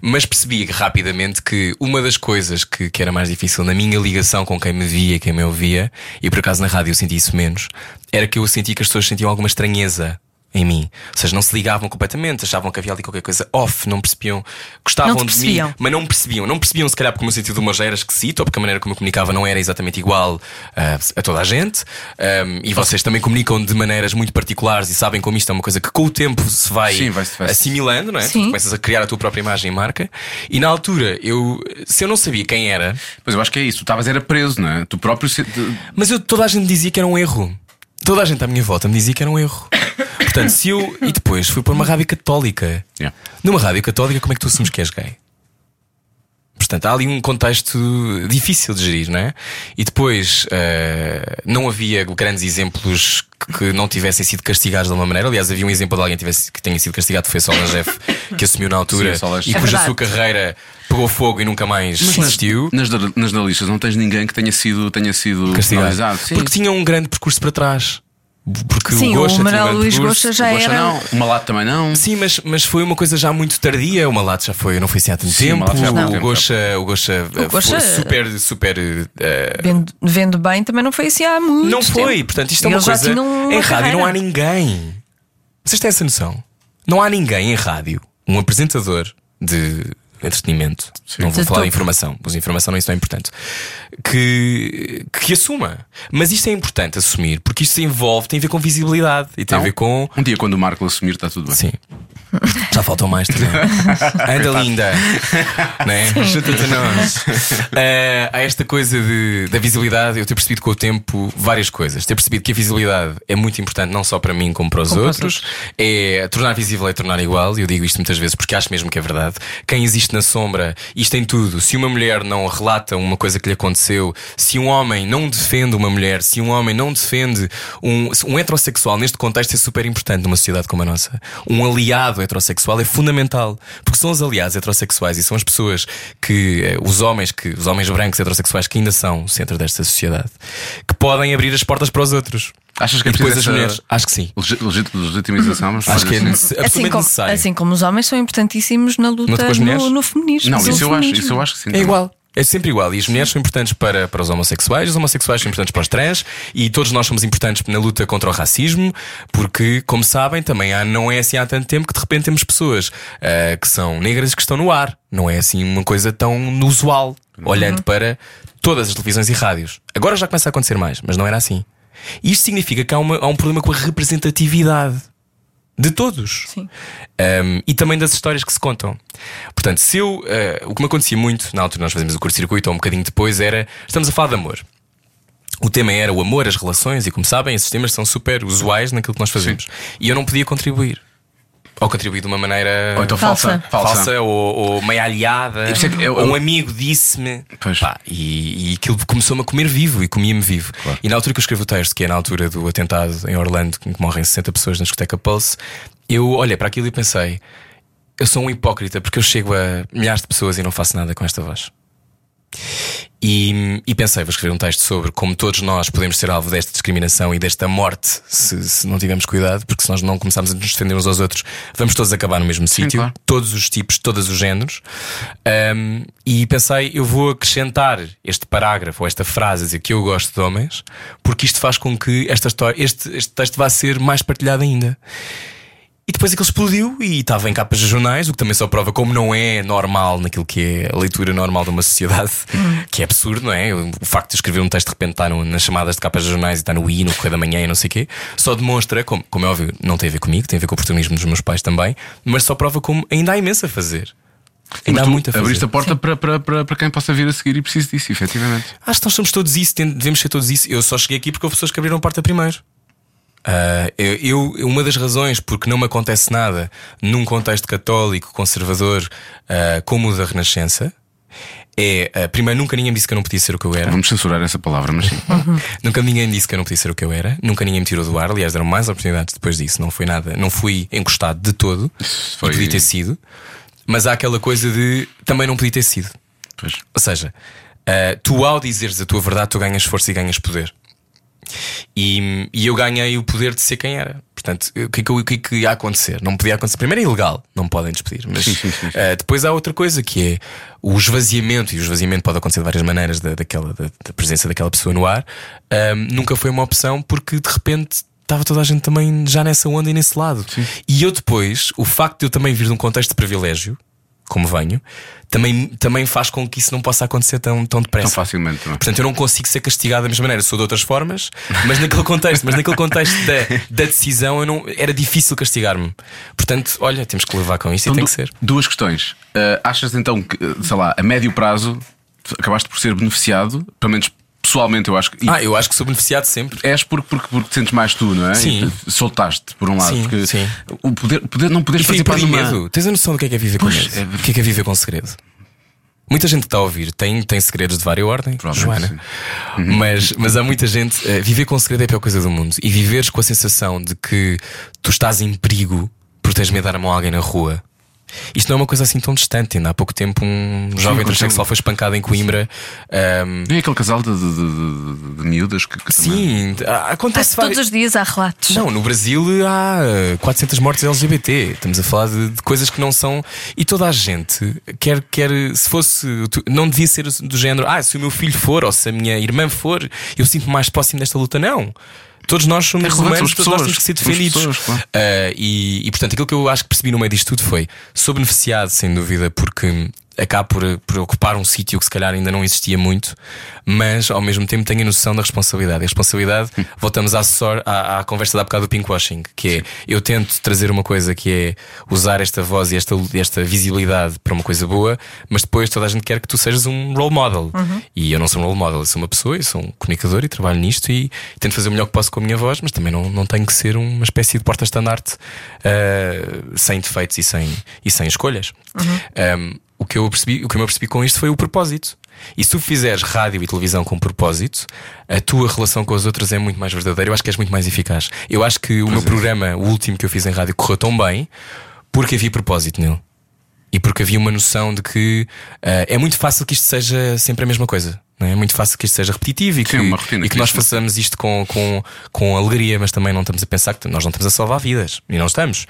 [SPEAKER 4] Mas percebi rapidamente que uma das coisas que, que era mais difícil na minha ligação com quem me via, quem me ouvia, e por acaso na rádio eu senti isso menos, era que eu senti que as pessoas sentiam alguma estranheza. Em mim, ou seja, não se ligavam completamente, achavam que havia ali qualquer coisa off, não percebiam, gostavam
[SPEAKER 3] Não te
[SPEAKER 4] de mim,
[SPEAKER 3] percebiam.
[SPEAKER 4] mas não percebiam, não percebiam se calhar porque o meu sentido de humor já era esquisito ou porque a maneira como eu comunicava não era exatamente igual ah, a toda a gente. Ahm, e vocês também comunicam de maneiras muito particulares e sabem como isto é uma coisa que com o tempo se vai,
[SPEAKER 2] Sim, vai-se- vai-se-
[SPEAKER 4] assimilando, não é?
[SPEAKER 3] Sim.
[SPEAKER 4] Tu começas a criar a tua própria imagem e marca. E na altura, eu, se eu não sabia quem era,
[SPEAKER 2] Pois eu acho que é isso. Tu estavas era preso, não é? Tu próprio. se- de-
[SPEAKER 4] mas eu, toda a gente dizia que era um erro. Toda a gente à minha volta me dizia que era um erro. Portanto, se eu. E depois fui para uma rádio católica.
[SPEAKER 2] Yeah.
[SPEAKER 4] Numa rádio católica, como é que tu assumes que és gay? Portanto, há ali um contexto difícil de gerir, não é? E depois eh, não havia grandes exemplos que- que não tivessem sido castigados de alguma maneira. Aliás, havia um exemplo de alguém que, tivesse, que tenha sido castigado, foi a Solange F, que assumiu na altura
[SPEAKER 2] Sim, a Solange.
[SPEAKER 4] e
[SPEAKER 2] É
[SPEAKER 4] cuja
[SPEAKER 3] verdade.
[SPEAKER 4] sua carreira pegou fogo e nunca mais existiu.
[SPEAKER 2] Nas, da- nas jornalistas não tens ninguém que tenha sido, tenha sido
[SPEAKER 4] Castigado.
[SPEAKER 2] penalizado. é Sim.
[SPEAKER 4] Porque tinha um grande percurso para trás. Porque
[SPEAKER 3] Sim,
[SPEAKER 4] o
[SPEAKER 3] o
[SPEAKER 4] Gosta tinha um
[SPEAKER 3] Manuel
[SPEAKER 4] grande
[SPEAKER 3] Luís
[SPEAKER 4] percurso.
[SPEAKER 3] Gosta já
[SPEAKER 2] Poxa,
[SPEAKER 3] era.
[SPEAKER 2] não. Uma lata também não.
[SPEAKER 4] Sim, mas, mas foi uma coisa já muito tardia. O Malato já foi, não foi assim há tanto
[SPEAKER 2] Sim, o
[SPEAKER 4] tempo.
[SPEAKER 2] Malato já há muito
[SPEAKER 4] O
[SPEAKER 2] tempo,
[SPEAKER 4] Gocha, o Gocha eh,
[SPEAKER 3] Gocha-
[SPEAKER 4] foi super, super. eh,
[SPEAKER 3] Vendo, vendo bem também não foi assim há muito
[SPEAKER 4] não foi,
[SPEAKER 3] tempo.
[SPEAKER 4] portanto, isto é
[SPEAKER 3] Ele
[SPEAKER 4] uma
[SPEAKER 3] já
[SPEAKER 4] coisa.
[SPEAKER 3] tinha uma
[SPEAKER 4] em rádio não
[SPEAKER 3] carreira.
[SPEAKER 4] há ninguém. Vocês têm essa noção? Não há ninguém em rádio, um apresentador de entretenimento, não vou
[SPEAKER 3] De
[SPEAKER 4] falar de
[SPEAKER 3] topo.
[SPEAKER 4] informação, mas informação não, isso não é importante, que, que assuma. Mas isto é importante assumir, porque isto envolve, tem a ver com visibilidade e tem a
[SPEAKER 2] Não.
[SPEAKER 4] ver com.
[SPEAKER 2] Um dia quando o Marco assumir está tudo bem.
[SPEAKER 4] Sim. Já faltam mais também. Anda linda. né? Junta-te a nós. Eh, há esta coisa de, da visibilidade, eu ter percebido com o tempo várias coisas. Ter percebido que a visibilidade é muito importante, não só para mim, como para os
[SPEAKER 3] Como para os
[SPEAKER 4] outros. É tornar visível é tornar igual, e eu digo isto muitas vezes porque acho mesmo que é verdade. Quem existe na sombra, isto em tudo. Se uma mulher não relata uma coisa que lhe aconteceu, se um homem não defende uma mulher, se um homem não defende um, um heterossexual, neste contexto é super importante numa sociedade como a nossa. Um aliado heterossexual é fundamental, porque são os aliados heterossexuais e são as pessoas que, eh, os homens que, os homens brancos heterossexuais que ainda são o centro desta sociedade, que podem abrir as portas para os outros.
[SPEAKER 2] Achas que é
[SPEAKER 4] e depois
[SPEAKER 2] preciso
[SPEAKER 4] as
[SPEAKER 2] essa-
[SPEAKER 4] mulheres? Acho que sim.
[SPEAKER 2] Legi- legi- legitimização, vamos
[SPEAKER 4] Acho
[SPEAKER 2] fazer
[SPEAKER 4] que é
[SPEAKER 2] assim.
[SPEAKER 4] nece-
[SPEAKER 3] Assim
[SPEAKER 4] absolutamente
[SPEAKER 3] como,
[SPEAKER 4] necessário.
[SPEAKER 3] assim como os homens são importantíssimos na luta
[SPEAKER 4] Luta com as mulheres?
[SPEAKER 3] no, no feminismo.
[SPEAKER 2] Não,
[SPEAKER 3] pelo
[SPEAKER 2] isso eu acho,
[SPEAKER 3] feminismo.
[SPEAKER 2] isso eu acho que sim.
[SPEAKER 4] É
[SPEAKER 2] também.
[SPEAKER 4] igual. É sempre igual. E as mulheres são importantes para, para os homossexuais, os homossexuais são importantes para os trans e todos nós somos importantes na luta contra o racismo, porque, como sabem, também há, não é assim há tanto tempo que de repente temos pessoas ah, que são negras e que estão no ar. Não é assim uma coisa tão usual, olhando para todas as televisões e rádios. Agora já começa a acontecer mais, mas não era assim. E Isto significa que há, uma- há um problema com a representatividade de todos.
[SPEAKER 3] Sim.
[SPEAKER 4] Um, e também das histórias que se contam. Portanto, se eu. eh, o que me acontecia muito, na altura nós fazíamos o curto-circuito, ou um bocadinho depois, era. Estamos a falar de amor. O tema era o amor, as relações, e como sabem, esses temas são super usuais naquilo que nós fazemos. E eu não podia contribuir. Ou contribuir de uma maneira.
[SPEAKER 2] Ou então falsa.
[SPEAKER 3] Falsa.
[SPEAKER 2] Falsa.
[SPEAKER 4] falsa, É ou, ou meio aliada.
[SPEAKER 2] Isso é que eu-
[SPEAKER 4] ou um amigo disse-me.
[SPEAKER 2] Pois.
[SPEAKER 4] Pá, e, e aquilo começou-me a comer vivo e comia-me vivo. E na altura que eu escrevo o texto, que é na altura do atentado em Orlando, em que morrem 60 pessoas na discoteca Pulse, eu olhei para aquilo e pensei: eu sou um hipócrita porque eu chego a milhares de pessoas e não faço nada com esta voz. E, e pensei, vou escrever um texto sobre como todos nós podemos ser alvo desta discriminação e desta morte se, se não tivermos cuidado, porque se nós não começarmos a nos defender uns aos outros, vamos todos acabar no mesmo sítio,
[SPEAKER 2] claro.
[SPEAKER 4] todos os tipos, todos os géneros. Um, e pensei, eu vou acrescentar este parágrafo ou esta frase a dizer que eu gosto de homens, porque isto faz com que esta história, este, este texto vá ser mais partilhado ainda. E depois aquilo explodiu e estava em capas de jornais, o que também só prova como não é normal naquilo que é a leitura normal de uma sociedade, que é absurdo, não é? O facto de escrever um texto de repente estar no- nas chamadas de capas de jornais e estar no I, no Correio da Manhã e não sei o quê, só demonstra, como, como é óbvio, não tem a ver comigo, tem a ver com o oportunismo dos meus pais também, mas só prova como ainda há imenso a fazer. Ainda há
[SPEAKER 2] tu
[SPEAKER 4] muito a fazer.
[SPEAKER 2] abriste a porta para, para, para, para quem possa vir a seguir e preciso disso, efetivamente.
[SPEAKER 4] Acho que nós somos todos isso, tem- devemos ser todos isso. Eu só cheguei aqui porque houve pessoas que abriram a porta primeiro. Ah, eu, eu- uma das razões porque não me acontece nada num contexto católico, conservador, ah, como o da Renascença, é ah, primeiro nunca ninguém me disse que eu não podia ser o que eu era.
[SPEAKER 2] Vamos censurar essa palavra, mas sim.
[SPEAKER 4] Nunca ninguém disse que eu não podia ser o que eu era, nunca ninguém me tirou do ar, aliás, deram mais oportunidades depois disso, não foi nada, não fui encostado de todo,
[SPEAKER 2] foi-
[SPEAKER 4] e podia ter sido, mas há aquela coisa de também não podia ter sido.
[SPEAKER 2] Pois.
[SPEAKER 4] Ou seja, ah, tu ao dizeres a tua verdade, tu ganhas força e ganhas poder. E, e eu ganhei o poder de ser quem era. Portanto, o que, é que, eu- o que é que ia acontecer? Não podia acontecer. Primeiro é ilegal, não podem despedir. Mas
[SPEAKER 2] Sim, sim, sim, sim.
[SPEAKER 4] ah, depois há outra coisa que é o esvaziamento, e o esvaziamento pode acontecer de várias maneiras da, daquela, da, da presença daquela pessoa no ar. ah, nunca foi uma opção porque de repente. Estava toda a gente também já nessa onda e nesse lado. E eu depois, o facto de eu também vir de um contexto de privilégio, como venho, também, também faz com que isso não possa acontecer tão, tão depressa.
[SPEAKER 2] Tão facilmente, não é?
[SPEAKER 4] Portanto, eu não consigo ser castigado da mesma maneira, sou de outras formas, mas naquele contexto, mas naquele contexto da, da decisão eu não, era difícil castigar-me. Portanto, olha, temos que levar com isso e tem
[SPEAKER 2] Então,
[SPEAKER 4] que ser.
[SPEAKER 2] du- Duas questões. Ah, achas então que, ah, sei lá, a médio prazo tu acabaste por ser beneficiado, pelo menos pessoalmente eu acho que. e
[SPEAKER 4] Ah, eu acho que sou beneficiado sempre.
[SPEAKER 2] És porque, porque, porque te sentes mais tu, não é?
[SPEAKER 4] Sim.
[SPEAKER 2] E te- Soltaste, por um lado.
[SPEAKER 4] Sim,
[SPEAKER 2] porque
[SPEAKER 4] sim.
[SPEAKER 2] O poder, poder, não poderes
[SPEAKER 4] E fico
[SPEAKER 2] participar
[SPEAKER 4] perdi
[SPEAKER 2] numa-
[SPEAKER 4] medo. Tens a noção do que é que é viver
[SPEAKER 2] Pois,
[SPEAKER 4] com medo?
[SPEAKER 2] é-
[SPEAKER 4] O que é que é viver com segredo? Muita gente que está a ouvir tem, tem segredos de várias ordem,
[SPEAKER 2] Provavelmente,
[SPEAKER 4] Joana. Uhum. Mas, mas há muita gente. eh, viver com segredo é a pior coisa do mundo. E viveres com a sensação de que tu estás em perigo porque tens medo de dar a mão a alguém na rua. Isto não é uma coisa assim tão distante. Ainda há pouco tempo, um jovem
[SPEAKER 2] aconteceu.
[SPEAKER 4] transexual foi espancado em Coimbra. Ahm,
[SPEAKER 2] Não é aquele casal de, de, de- de- de miúdas que, que também-
[SPEAKER 4] sim, há- acontece
[SPEAKER 3] Parece
[SPEAKER 4] várias-
[SPEAKER 3] todos os dias há relatos.
[SPEAKER 4] não, no Brasil há eh, 400 mortes LGBT. Estamos a falar de, de coisas que não são. E toda a gente quer, quer se fosse. tu- Não devia ser do género, ah, se o meu filho for ou se a minha irmã for, eu sinto-me mais próximo desta luta. Não. Todos nós somos
[SPEAKER 2] É relevante,
[SPEAKER 4] humanos,
[SPEAKER 2] somos
[SPEAKER 4] todos nós
[SPEAKER 2] pessoas,
[SPEAKER 4] temos que ser
[SPEAKER 2] somos
[SPEAKER 4] defendidos.
[SPEAKER 2] pessoas, claro.
[SPEAKER 4] Eh, e, e, portanto, aquilo que eu acho que percebi no meio disto tudo foi: sou beneficiado, sem dúvida, porque acabo por, por ocupar um sítio que se calhar ainda não existia muito, mas ao mesmo tempo tenho a noção da responsabilidade. E a responsabilidade,
[SPEAKER 2] Hum.
[SPEAKER 4] voltamos à, sor- à, à conversa da bocado do pinkwashing, que é eu tento trazer uma coisa que é usar esta voz e esta, esta visibilidade para uma coisa boa, mas depois toda a gente quer que tu sejas um role model.
[SPEAKER 2] Uhum.
[SPEAKER 4] E eu não sou um role model, eu sou uma pessoa, eu sou um comunicador e trabalho nisto e tento fazer o melhor que posso com a minha voz, mas também não, não tenho que ser uma espécie de porta-estandarte ah, sem defeitos e sem, e sem escolhas. Ah, o que eu percebi, o que eu me apercebi com isto foi o propósito. E se tu fizeres rádio e televisão com propósito, a tua relação com as outras é muito mais verdadeira. Eu acho que és muito mais eficaz. Eu acho que o meu programa, o último que eu fiz em rádio, correu tão bem porque havia propósito nele. E porque havia uma noção de que ah, é muito fácil que isto seja sempre a mesma coisa. não é? É muito fácil que isto seja repetitivo e que,
[SPEAKER 2] uma rotina
[SPEAKER 4] e que nós
[SPEAKER 2] que isto-
[SPEAKER 4] façamos isto com, com, com alegria, mas também não estamos a pensar que nós não estamos a salvar vidas. E não estamos.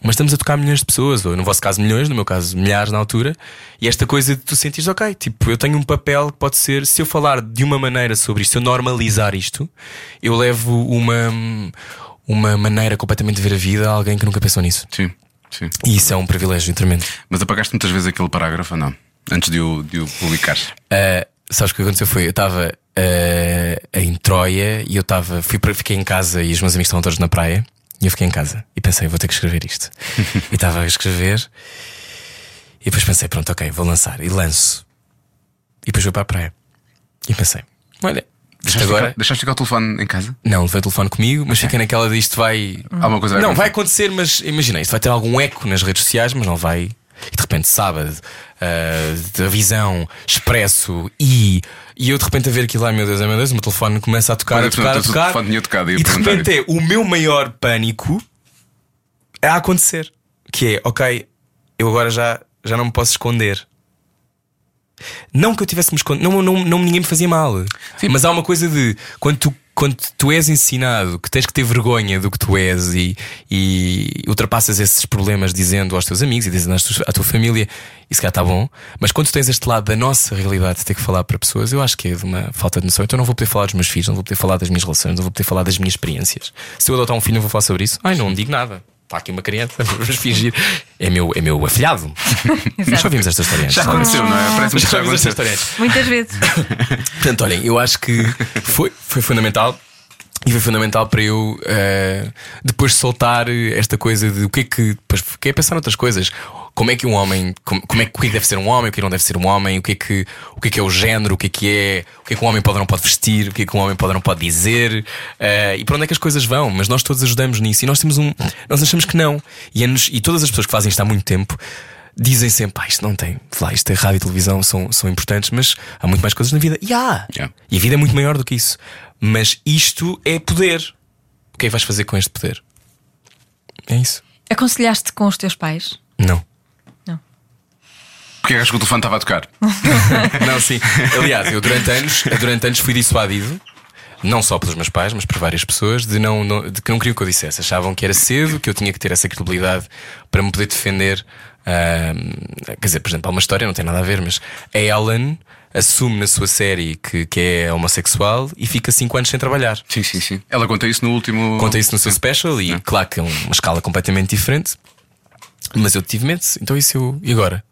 [SPEAKER 4] Mas estamos a tocar milhões de pessoas, ou no vosso caso milhões, no meu caso milhares na altura, e esta coisa de tu sentires, ok, tipo, eu tenho um papel que pode ser, se eu falar de uma maneira sobre isto, se eu normalizar isto, eu levo uma, uma maneira completamente de ver a vida a alguém que nunca pensou nisso.
[SPEAKER 2] Sim, sim.
[SPEAKER 4] E isso é um privilégio tremendo.
[SPEAKER 2] Mas apagaste muitas vezes aquele parágrafo, ou não? Antes de o, de o publicar.
[SPEAKER 4] Uh, sabes o que aconteceu? Foi eu estava uh, em Troia e eu estava. fui para- Fiquei em casa e os meus amigos estavam todos na praia. E eu fiquei em casa e pensei, vou ter que escrever isto. e estava a escrever. E depois pensei, pronto, ok, vou lançar. E lanço. E depois vou para a praia. E pensei, olha, isto
[SPEAKER 2] Deixaste,
[SPEAKER 4] agora.
[SPEAKER 2] ficar, deixaste ficar o telefone em casa?
[SPEAKER 4] Não, levei o telefone comigo, mas fiquei naquela de isto vai.
[SPEAKER 2] Alguma coisa vai
[SPEAKER 4] Não,
[SPEAKER 2] acontecer.
[SPEAKER 4] vai acontecer, mas imagina, isto vai ter algum eco nas redes sociais, mas não vai. E de repente, sábado, uh, televisão, expresso e. E eu de repente a ver aquilo, ai meu Deus, ai meu Deus, o meu telefone começa a tocar,
[SPEAKER 2] Olha,
[SPEAKER 4] a tocar, a
[SPEAKER 2] portanto, o
[SPEAKER 4] tocar.
[SPEAKER 2] telefone tinha tocado, eu ia
[SPEAKER 4] e de
[SPEAKER 2] perguntar
[SPEAKER 4] repente é o meu maior pânico a acontecer. Que é, ok, eu agora já, já não me posso esconder. Não que eu tivesse me escondido, não, não, não, ninguém me fazia mal.
[SPEAKER 2] Sim.
[SPEAKER 4] Mas há uma coisa de quando tu, quando tu és ensinado que tens que ter vergonha do que tu és e, e ultrapassas esses problemas dizendo aos teus amigos e dizendo às tuas- à tua família, isso cá está bom. Mas quando tu tens este lado da nossa realidade de ter que falar para pessoas, eu acho que é de uma falta de noção. Então não vou poder falar dos meus filhos, não vou poder falar das minhas relações, não vou poder falar das minhas experiências. Se eu adotar um filho, não vou falar sobre isso. Ai, não digo nada. Está aqui uma criança, vamos fingir. É meu, é meu afilhado. Nós já vimos esta história antes.
[SPEAKER 2] Já
[SPEAKER 4] não é?
[SPEAKER 2] aconteceu, não é? Parece-me que já
[SPEAKER 4] Já vimos
[SPEAKER 2] aconteceu.
[SPEAKER 4] esta história antes.
[SPEAKER 3] Muitas vezes.
[SPEAKER 4] Portanto, olhem, eu acho que foi, foi fundamental. E foi fundamental para eu eh, depois soltar esta coisa de o que é que. Depois fiquei a pensar noutras coisas. Como é que um homem. Como, como é, que- o que é que deve ser um homem, o que é que não deve ser um homem, o que é que, o que, é, que é o género, o que é que é. O que é que um homem pode ou não pode vestir, o que é que um homem pode ou não pode dizer. eh, e para onde é que as coisas vão. Mas nós todos ajudamos nisso. E nós temos um. Nós achamos que não. E, é-nos- e todas as pessoas que fazem isto há muito tempo dizem sempre, ah, isto não tem, lá, isto é rádio e televisão são, são importantes, mas há muito mais coisas na vida. E há!
[SPEAKER 2] Yeah.
[SPEAKER 4] E a vida é muito maior do que isso. Mas isto é poder. O que é que vais fazer com este poder? É isso?
[SPEAKER 3] Aconselhaste com os teus pais?
[SPEAKER 4] Não.
[SPEAKER 2] Porque é que acho que o telefone estava a tocar?
[SPEAKER 4] Não, sim. Aliás, eu durante anos, eu durante anos fui dissuadido. Não só pelos meus pais, mas por várias pessoas, de, não, não- de que não queriam que eu dissesse. Achavam que era cedo, que eu tinha que ter essa credibilidade para me poder defender. ahm, quer dizer, por exemplo, há uma história, não tem nada a ver, mas a Ellen assume na sua série que, que é homossexual e fica 5 anos sem trabalhar.
[SPEAKER 2] Sim, sim, sim. Ela conta isso no último.
[SPEAKER 4] Conta isso no seu special e, claro, que é uma escala completamente diferente. Mas eu tive medo, então isso eu. E agora?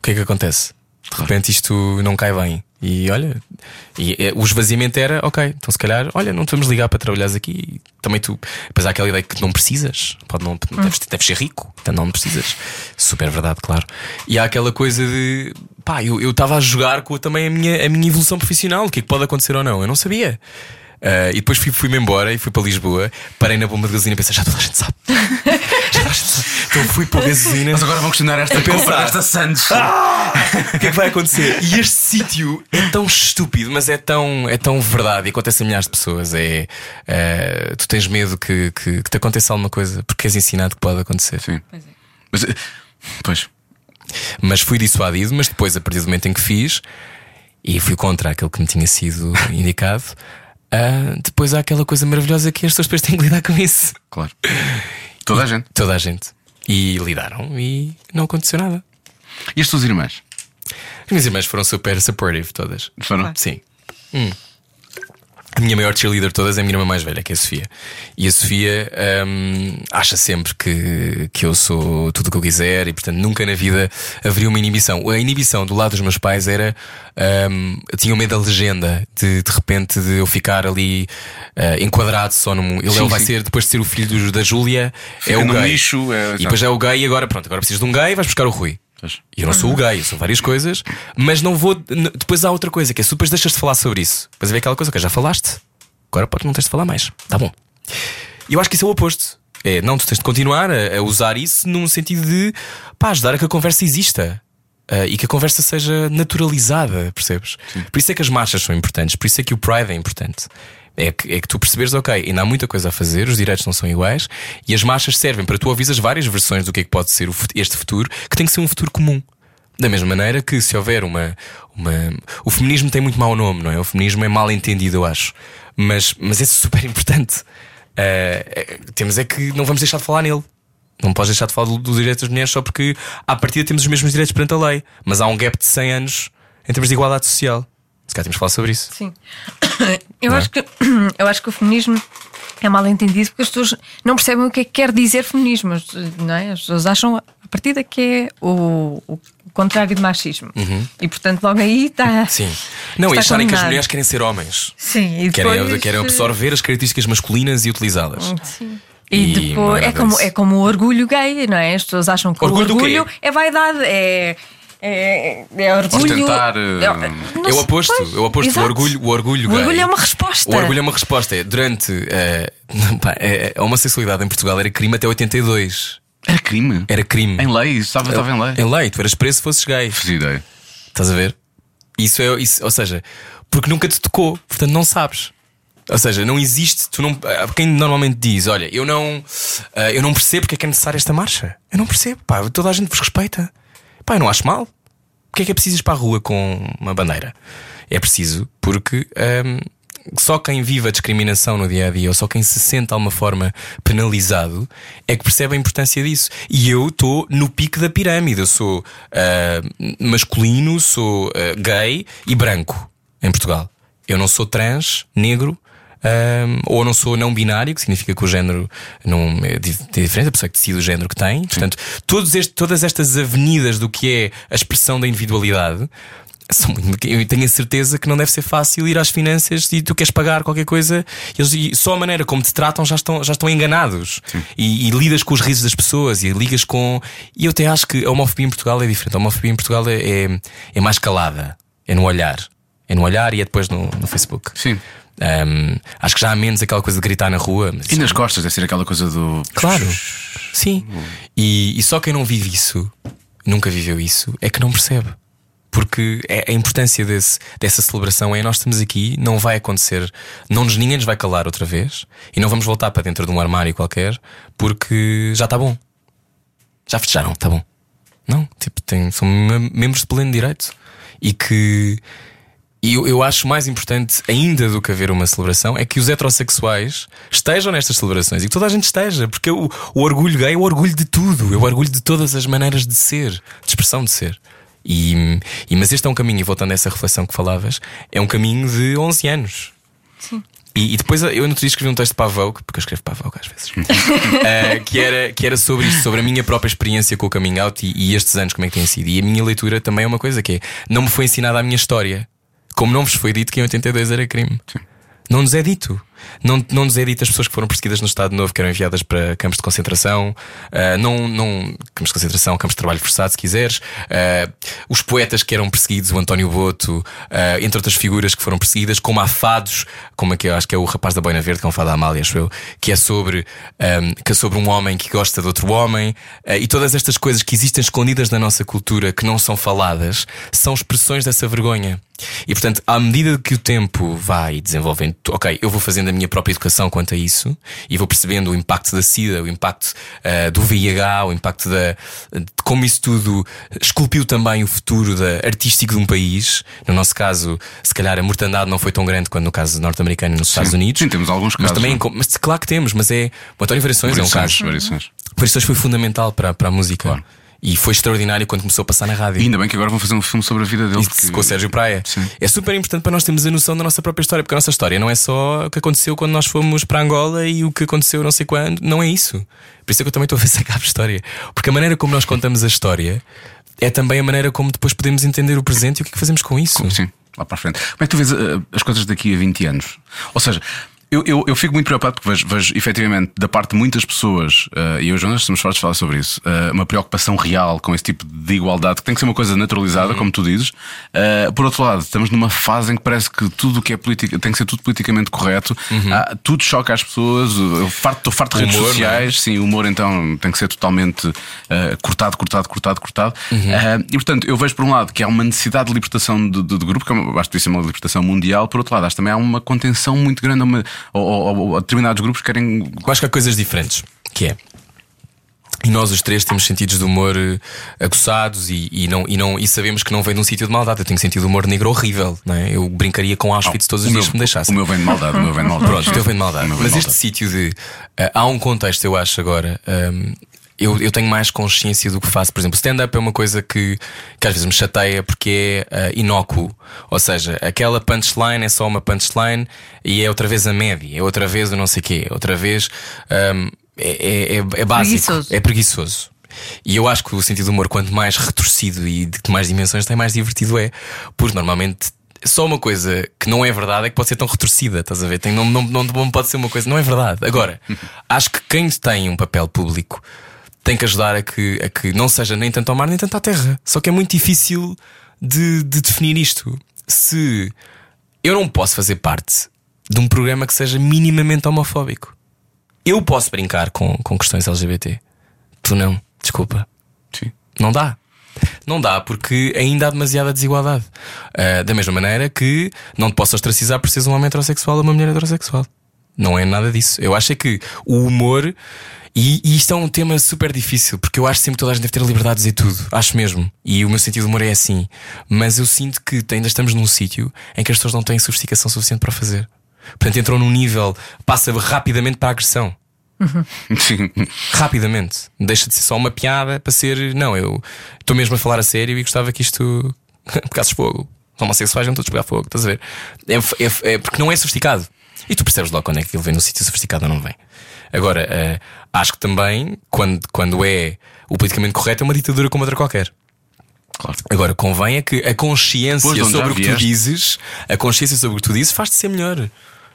[SPEAKER 4] O que é que acontece? De repente isto não cai bem. E olha, e, eh, o esvaziamento era, ok, então se calhar, olha, não te vamos ligar para trabalhares aqui. Também tu. Pois há aquela ideia que não precisas, pode não, deves, deves ser rico, então não precisas. Super verdade, claro. E há aquela coisa de. Pá, eu eu estava a jogar com também a minha, a minha evolução profissional, o que é que pode acontecer ou não. Eu não sabia. Ah, e depois fui- fui-me embora e fui para Lisboa, parei na bomba de gasolina e pensei, já toda a gente sabe. já toda a gente sabe. Então fui para a gasolina.
[SPEAKER 2] Mas agora vão questionar esta
[SPEAKER 4] pensar. Ah!
[SPEAKER 2] compra desta Santos.
[SPEAKER 4] O que é que vai acontecer? E este sítio é tão estúpido, mas é tão, é tão verdade e acontece a milhares de pessoas. É, eh, tu tens medo que, que, que te aconteça alguma coisa porque és ensinado que pode acontecer.
[SPEAKER 2] Sim.
[SPEAKER 3] é.
[SPEAKER 2] Mas, eh, pois.
[SPEAKER 4] Mas fui dissuadido, mas depois, a partir do momento em que fiz e fui contra aquilo que me tinha sido indicado, ah, depois há aquela coisa maravilhosa que as pessoas depois têm que lidar com isso.
[SPEAKER 2] Claro. Toda a gente.
[SPEAKER 4] Toda a gente. E lidaram e não aconteceu nada.
[SPEAKER 2] E as tuas irmãs?
[SPEAKER 4] As minhas irmãs foram super supportive todas.
[SPEAKER 2] Foram?
[SPEAKER 4] Sim. Hum. A minha maior cheerleader de todas é a minha irmã mais velha, que é a Sofia. E a Sofia hum, acha sempre que, que eu sou tudo o que eu quiser e, portanto, nunca na vida haveria uma inibição. A inibição do lado dos meus pais era. hum, eu tinha o medo da legenda, de de repente de eu ficar ali ah, enquadrado só num. Ele,
[SPEAKER 2] Sim,
[SPEAKER 4] ele vai
[SPEAKER 2] sim.
[SPEAKER 4] ser, depois de ser o filho do- da Júlia, é
[SPEAKER 2] Fica
[SPEAKER 4] o
[SPEAKER 2] num
[SPEAKER 4] gay.
[SPEAKER 2] nicho, é,
[SPEAKER 4] e depois é o gay e agora, pronto, agora precisas de um gay e vais buscar o Rui.
[SPEAKER 2] Pois.
[SPEAKER 4] E eu não sou o gay, eu sou várias coisas, mas não vou. n- Depois há outra coisa que é se tu depois deixas de falar sobre isso. Depois vem aquela coisa que já falaste, agora pode não tens de falar mais. Tá bom. E eu acho que isso é o oposto. É, não, tu tens de continuar a, a usar isso num sentido de pá, ajudar a que a conversa exista. ah, e que a conversa seja naturalizada, percebes? Por isso é que as marchas são importantes, por isso é que o Pride é importante. É que, é que tu percebes, ok, ainda há muita coisa a fazer, os direitos não são iguais, e as marchas servem para tu avisas várias versões do que é que pode ser o fut- este futuro, que tem que ser um futuro comum. Da mesma maneira que se houver uma, uma- O feminismo tem muito mau nome, não é? O feminismo é mal entendido, eu acho. Mas, mas é super importante. Ah, é- temos é que não vamos deixar de falar nele. Não podes deixar de falar do- dos direitos das mulheres só porque, à partida, temos os mesmos direitos perante a lei. Mas há um gap de 100 anos em termos de igualdade social. Se calhar temos que falar sobre isso.
[SPEAKER 3] Sim. Eu,
[SPEAKER 4] é?
[SPEAKER 3] acho que, eu acho que o feminismo é mal entendido porque as pessoas não percebem o que é que quer dizer feminismo, as- não é? As pessoas acham a partida que é o, o contrário de machismo. E portanto, logo aí está.
[SPEAKER 4] Uhum. Sim. Não, e
[SPEAKER 3] está
[SPEAKER 4] acharem que as
[SPEAKER 3] condenado.
[SPEAKER 4] mulheres querem ser homens.
[SPEAKER 3] Sim, e
[SPEAKER 4] Querem,
[SPEAKER 3] depois- Hum.
[SPEAKER 4] querem absorver as características masculinas e utilizá-las.
[SPEAKER 3] Sim.
[SPEAKER 4] E
[SPEAKER 3] E
[SPEAKER 4] não é
[SPEAKER 3] depois é
[SPEAKER 4] nada
[SPEAKER 3] como,
[SPEAKER 4] disso.
[SPEAKER 3] é como o orgulho gay, não é? As pessoas acham que
[SPEAKER 4] Orgulho
[SPEAKER 3] o
[SPEAKER 4] do quê?
[SPEAKER 3] orgulho é vaidade, é, é, é orgulho.
[SPEAKER 2] Ostentar, eh,
[SPEAKER 3] não
[SPEAKER 4] É o
[SPEAKER 3] sei,
[SPEAKER 4] oposto,
[SPEAKER 3] pois,
[SPEAKER 4] eu oposto. O
[SPEAKER 3] exato.
[SPEAKER 4] orgulho, o orgulho,
[SPEAKER 3] O
[SPEAKER 4] gay.
[SPEAKER 3] orgulho é uma resposta.
[SPEAKER 4] O orgulho é uma resposta. É, Durante eh, pá, eh, a homossexualidade em Portugal era crime até 82.
[SPEAKER 2] Era crime.
[SPEAKER 4] Era crime.
[SPEAKER 2] Em lei, estava, estava em lei.
[SPEAKER 4] Em lei, tu eras preso se fosses gay.
[SPEAKER 2] Fiz ideia.
[SPEAKER 4] Estás a ver? Isso é, isso, ou seja, porque nunca te tocou, portanto não sabes. Ou seja, não existe, tu não, ah, quem normalmente diz, olha, eu não, ah, eu não percebo porque é que é necessária esta marcha. Eu não percebo, pá, toda a gente vos respeita. Pá, eu não acho mal. porque é que é preciso ir para a rua com uma bandeira? É preciso porque hum, só quem vive a discriminação no dia a dia ou só quem se sente de alguma forma penalizado é que percebe a importância disso. E eu estou no pico da pirâmide. Eu sou ah, masculino, sou ah, gay e branco em Portugal. Eu não sou trans, negro. ah, ou não sou não binário, que significa que o género não é di- tem diferença, a pessoa que decide o género que tem. Portanto, todos este- todas estas avenidas do que é a expressão da individualidade são muito- eu tenho a certeza que não deve ser fácil ir às finanças e tu queres pagar qualquer coisa eles, e só a maneira como te tratam já estão, já estão enganados e, e lidas com os risos das pessoas e ligas com. E eu até acho que a homofobia em Portugal é diferente. A homofobia em Portugal é, é, é mais calada, é no olhar. É no olhar e é depois no, no Facebook.
[SPEAKER 2] Sim.
[SPEAKER 4] Ahm, acho que já há menos aquela coisa de gritar na rua. mas- é
[SPEAKER 2] E nas costas, deve ser aquela coisa do.
[SPEAKER 4] Claro. Sim. E, e só quem não vive isso, nunca viveu isso, é que não percebe. Porque é- a importância desse- dessa celebração é nós estamos aqui, não vai acontecer, não nos, ninguém nos vai calar outra vez e não vamos voltar para dentro de um armário qualquer porque já está bom. Já festejaram, está bom. Não, tipo, tem, são mem- membros de pleno direito e que e eu, eu acho mais importante ainda do que haver uma celebração é que os heterossexuais estejam nestas celebrações e que toda a gente esteja, porque o, o orgulho gay é o orgulho de tudo, é o orgulho de todas as maneiras de ser, de expressão de ser. E, e- mas este é um caminho, e voltando a essa reflexão que falavas, é um caminho de 11 anos. E, e depois eu no outro dia escrevi um texto para a Vogue, porque eu escrevo para a Vogue às vezes, eh, que, era, que era sobre isto, sobre a minha própria experiência com o coming out e, e estes anos, como é que têm sido. E a minha leitura também é uma coisa que é: não me foi ensinada a minha história, como não vos foi dito que em 82 era crime. Não nos é dito. Não, não nos é dito as pessoas que foram perseguidas no Estado Novo, que eram enviadas para campos de concentração, ah, não, não, campos de concentração, campos de trabalho forçado, se quiseres, ah, os poetas que eram perseguidos, o António Boto, ah, entre outras figuras que foram perseguidas, como há fados, como é que eu acho que é o rapaz da Boina Verde, que é um fado da Amália, acho eu, que é sobre, ah, que é sobre um homem que gosta de outro homem, ah, e todas estas coisas que existem escondidas na nossa cultura, que não são faladas, são expressões dessa vergonha. E portanto, à medida que o tempo vai desenvolvendo, tu- ok, eu vou fazendo a minha própria educação quanto a isso e vou percebendo o impacto da SIDA, o impacto ah, do VIH, o impacto da, de como isso tudo esculpiu também o futuro da, artístico de um país. No nosso caso, se calhar a mortandade não foi tão grande quanto no caso norte-americano e nos Estados Unidos.
[SPEAKER 2] Sim, temos alguns
[SPEAKER 4] Mas
[SPEAKER 2] casos,
[SPEAKER 4] também,
[SPEAKER 2] não?
[SPEAKER 4] com- mas claro que temos, mas é. O António Variações é um
[SPEAKER 2] Variações,
[SPEAKER 4] caso.
[SPEAKER 2] variações.
[SPEAKER 4] Variações foi fundamental para, para a música.
[SPEAKER 2] Claro.
[SPEAKER 4] E foi extraordinário quando começou a passar na rádio.
[SPEAKER 2] E ainda bem que agora vão fazer um filme sobre a vida dele.
[SPEAKER 4] Isso com o Sérgio Praia.
[SPEAKER 2] Sim.
[SPEAKER 4] É super importante para nós termos a noção da nossa própria história, porque a nossa história não é só o que aconteceu quando nós fomos para Angola e o que aconteceu não sei quando. Não é isso. Por isso é que eu também estou a ver se acaba a história. Porque a maneira como nós contamos a história é também a maneira como depois podemos entender o presente e o que é que fazemos com isso.
[SPEAKER 2] Sim, lá para a frente. Como é que tu vês eh, as coisas daqui a 20 anos? Ou seja, eu, eu, eu fico muito preocupado porque vejo, vejo efetivamente da parte de muitas pessoas, eh, e eu e o Jonas estamos fartos de falar sobre isso, eh, uma preocupação real com esse tipo de igualdade que tem que ser uma coisa naturalizada, como tu dizes. Eh, por outro lado, estamos numa fase em que parece que tudo o que é política tem que ser tudo politicamente correto, Há- tudo choca as pessoas. Eu farto, estou farto de redes
[SPEAKER 4] Uhum. Humor, não é?
[SPEAKER 2] sociais, sim, o humor então tem que ser totalmente eh, cortado, cortado, cortado, cortado.
[SPEAKER 4] Uhum.
[SPEAKER 2] Eh, e portanto, eu vejo por um lado que há uma necessidade de libertação de, de- de grupo, que é uma- acho que isso é uma libertação mundial, por outro lado, acho que também há uma contenção muito grande, a uma, ou, ou- ou determinados grupos que querem.
[SPEAKER 4] Eu acho que há coisas diferentes, que é. E nós os três temos sentidos de humor eh, aguçados e, e não, e, não, e sabemos que não vem de um sítio de maldade. Eu tenho sentido de humor negro horrível, não é? Eu brincaria com Auschwitz todos os
[SPEAKER 2] o
[SPEAKER 4] dias
[SPEAKER 2] meu-
[SPEAKER 4] se me deixasse.
[SPEAKER 2] O meu vem de maldade, o meu vem de maldade.
[SPEAKER 4] Pronto, o teu vem de maldade.
[SPEAKER 2] O meu vem de
[SPEAKER 4] Mas
[SPEAKER 2] maldade.
[SPEAKER 4] este sítio de. ah, há um contexto, eu acho, agora. ahm, eu, eu tenho mais consciência do que faço. Por exemplo, stand-up é uma coisa que, que às vezes me chateia porque é ah, inócuo. Ou seja, aquela punchline é só uma punchline e é outra vez a média, é outra vez o não sei quê, é outra vez. ahm, é, é, é- é básico.
[SPEAKER 3] Preguiçoso.
[SPEAKER 4] É preguiçoso. E eu acho que o sentido do humor, quanto mais retorcido e de mais dimensões tem, mais divertido é. Porque normalmente só uma coisa que não é verdade é que pode ser tão retorcida, estás a ver? Tem, não, não, não, não pode ser uma coisa, não é verdade. Agora, acho que quem tem um papel público tem que ajudar a que, a que não seja nem tanto ao mar nem tanto à terra. Só que é muito difícil de, de definir isto. Se eu não posso fazer parte de um programa que seja minimamente homofóbico, eu posso brincar com, com questões LGBT. Tu não, desculpa.
[SPEAKER 2] Sim.
[SPEAKER 4] Não dá. Não dá, porque ainda há demasiada desigualdade. Ah, da mesma maneira que não te posso ostracizar por seres um homem heterossexual ou uma mulher heterossexual. Não é nada disso. Eu acho é que o humor. E, e isto é um tema super difícil, porque eu acho sempre que toda a gente deve ter a liberdade de dizer tudo. Acho mesmo. E o meu sentido de humor é assim. Mas eu sinto que ainda estamos num sítio em que as pessoas não têm sofisticação suficiente para fazer. Portanto, entram num nível, passa rapidamente para a agressão.
[SPEAKER 2] Sim.
[SPEAKER 4] Rapidamente. Deixa de ser só uma piada para ser. Não, eu estou mesmo a falar a sério e gostava que isto pegasse fogo. Os homossexuais não todos pegar fogo, estás a ver? É, é- é porque não é sofisticado. E tu percebes logo quando é que ele vem no sítio sofisticado ou não vem. Agora, eh, acho que também, quando, quando é o politicamente correto, é uma ditadura como outra qualquer.
[SPEAKER 2] Claro.
[SPEAKER 4] Agora, convém é que a consciência
[SPEAKER 2] Pois, de onde já
[SPEAKER 4] sobre o que tu
[SPEAKER 2] vieste.
[SPEAKER 4] dizes, a consciência sobre o que tu dizes, faz-te ser melhor.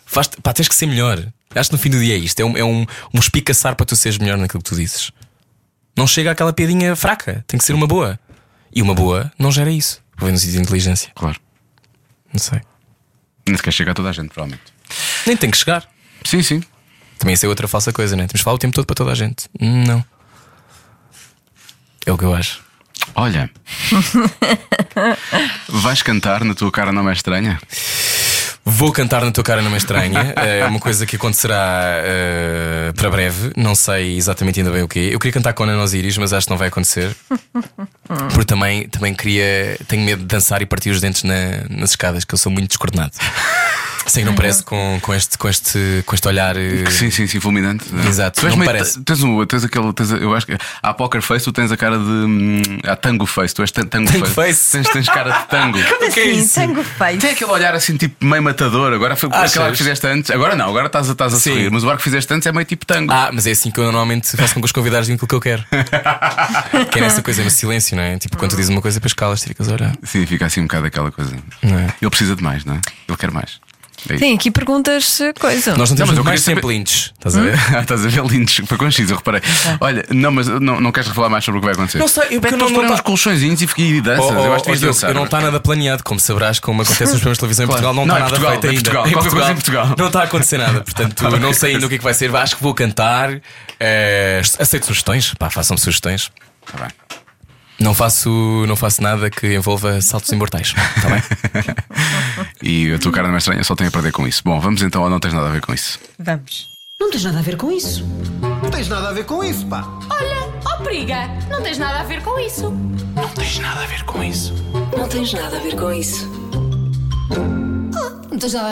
[SPEAKER 4] Faz pá, tens que ser melhor. Acho que no fim do dia é isto. É um, é um, um espicaçar para tu seres melhor naquilo que tu dizes. Não chega àquela piadinha fraca. Tem que ser uma boa. E uma boa não gera isso. Vem no sentido de inteligência.
[SPEAKER 2] Claro.
[SPEAKER 4] Não sei.
[SPEAKER 2] Nem sequer chega a toda a gente, provavelmente.
[SPEAKER 4] Nem tem que chegar.
[SPEAKER 2] Sim, sim.
[SPEAKER 4] Também isso é outra falsa coisa, né? Temos de falar o tempo todo para toda a gente. Não. É o que eu acho.
[SPEAKER 2] Olha. Vais cantar na tua cara não é estranha?
[SPEAKER 4] Vou cantar na tua cara não é estranha. É uma coisa que acontecerá eh, para breve. Não sei exatamente ainda bem o quê. Eu queria cantar com a Ana Osiris, mas acho que não vai acontecer. Porque também, também queria. Tenho medo de dançar e partir os dentes na- nas escadas, que eu sou muito descoordenado. Sei que não parece com, com, este, com, este, com este olhar. eh,
[SPEAKER 2] Sim, sim, sim, fulminante.
[SPEAKER 4] Exato,
[SPEAKER 2] Tu és
[SPEAKER 4] não
[SPEAKER 2] meio-
[SPEAKER 4] parece.
[SPEAKER 2] Tens, um, tens aquele. Tens, eu acho que. Há poker face, tu tens a cara de. hum, Há tango face, tu és tan- tango,
[SPEAKER 4] Tango face.
[SPEAKER 2] Tens, tens cara de tango.
[SPEAKER 3] Como
[SPEAKER 4] que é
[SPEAKER 3] assim?
[SPEAKER 4] isso?
[SPEAKER 3] Tango feio.
[SPEAKER 2] Tem aquele olhar assim, tipo meio matador. Agora foi
[SPEAKER 4] Achas?
[SPEAKER 2] aquela que fizeste antes. Agora não, agora estás, a- estás a
[SPEAKER 4] Sim.
[SPEAKER 2] sorrir. Mas o ar que fizeste antes é meio tipo tango.
[SPEAKER 4] Ah, mas é assim que eu normalmente faço com que os convidados digam aquilo que eu quero. que é nessa coisa, no silêncio, não é? Tipo, quando tu dizes uma coisa, depois calas, ficas a olhar.
[SPEAKER 2] Sim, fica assim um bocado aquela coisa.
[SPEAKER 4] Não é?
[SPEAKER 2] Ele precisa de mais, não é? Ele quer mais. É isso.
[SPEAKER 3] Tem aqui perguntas eh, coisa.
[SPEAKER 4] Nós
[SPEAKER 2] Não, mas
[SPEAKER 4] não temos
[SPEAKER 2] eu
[SPEAKER 4] mais
[SPEAKER 2] queria saber-
[SPEAKER 4] sempre lindos, estás a ver?
[SPEAKER 2] Ah, Estás a ver lindos, foi com X, eu reparei. Olha, não, mas não, não queres falar mais sobre o que vai acontecer?
[SPEAKER 4] Não sei,
[SPEAKER 2] Pede
[SPEAKER 4] eu- eu
[SPEAKER 2] para eles
[SPEAKER 4] não- não
[SPEAKER 2] porem
[SPEAKER 4] tá-
[SPEAKER 2] uns colchõezinhos e fiquei e danças.
[SPEAKER 4] Oh, oh,
[SPEAKER 2] eu acho que
[SPEAKER 4] oh,
[SPEAKER 2] devias
[SPEAKER 4] Diogo,
[SPEAKER 2] dançar.
[SPEAKER 4] eu não está nada planeado, como saberás, como acontece nos programas de televisão em
[SPEAKER 2] Claro.
[SPEAKER 4] Portugal, não
[SPEAKER 2] Não,
[SPEAKER 4] está
[SPEAKER 2] é
[SPEAKER 4] nada
[SPEAKER 2] Portugal,
[SPEAKER 4] feito
[SPEAKER 2] é
[SPEAKER 4] ainda.
[SPEAKER 2] Portugal, qualquer coisa em Portugal.
[SPEAKER 4] Não está a acontecer nada, portanto,
[SPEAKER 2] Qualquer
[SPEAKER 4] não sei ainda
[SPEAKER 2] coisa.
[SPEAKER 4] o que é que vai ser. Acho que vou cantar. eh, aceito sugestões, pá, façam-me sugestões.
[SPEAKER 2] Tá bem.
[SPEAKER 4] Não faço, não faço nada que envolva saltos imortais, está bem?
[SPEAKER 2] E a tua cara não é estranha, só tem a perder com isso. Bom, vamos então, ou não tens nada a ver com isso.
[SPEAKER 3] Vamos.
[SPEAKER 1] Não tens nada a ver com isso.
[SPEAKER 5] Não tens nada a ver com isso, pá.
[SPEAKER 6] Olha, ó periga, não tens nada a ver com isso.
[SPEAKER 1] Não tens nada a ver com isso.
[SPEAKER 6] Não tens nada a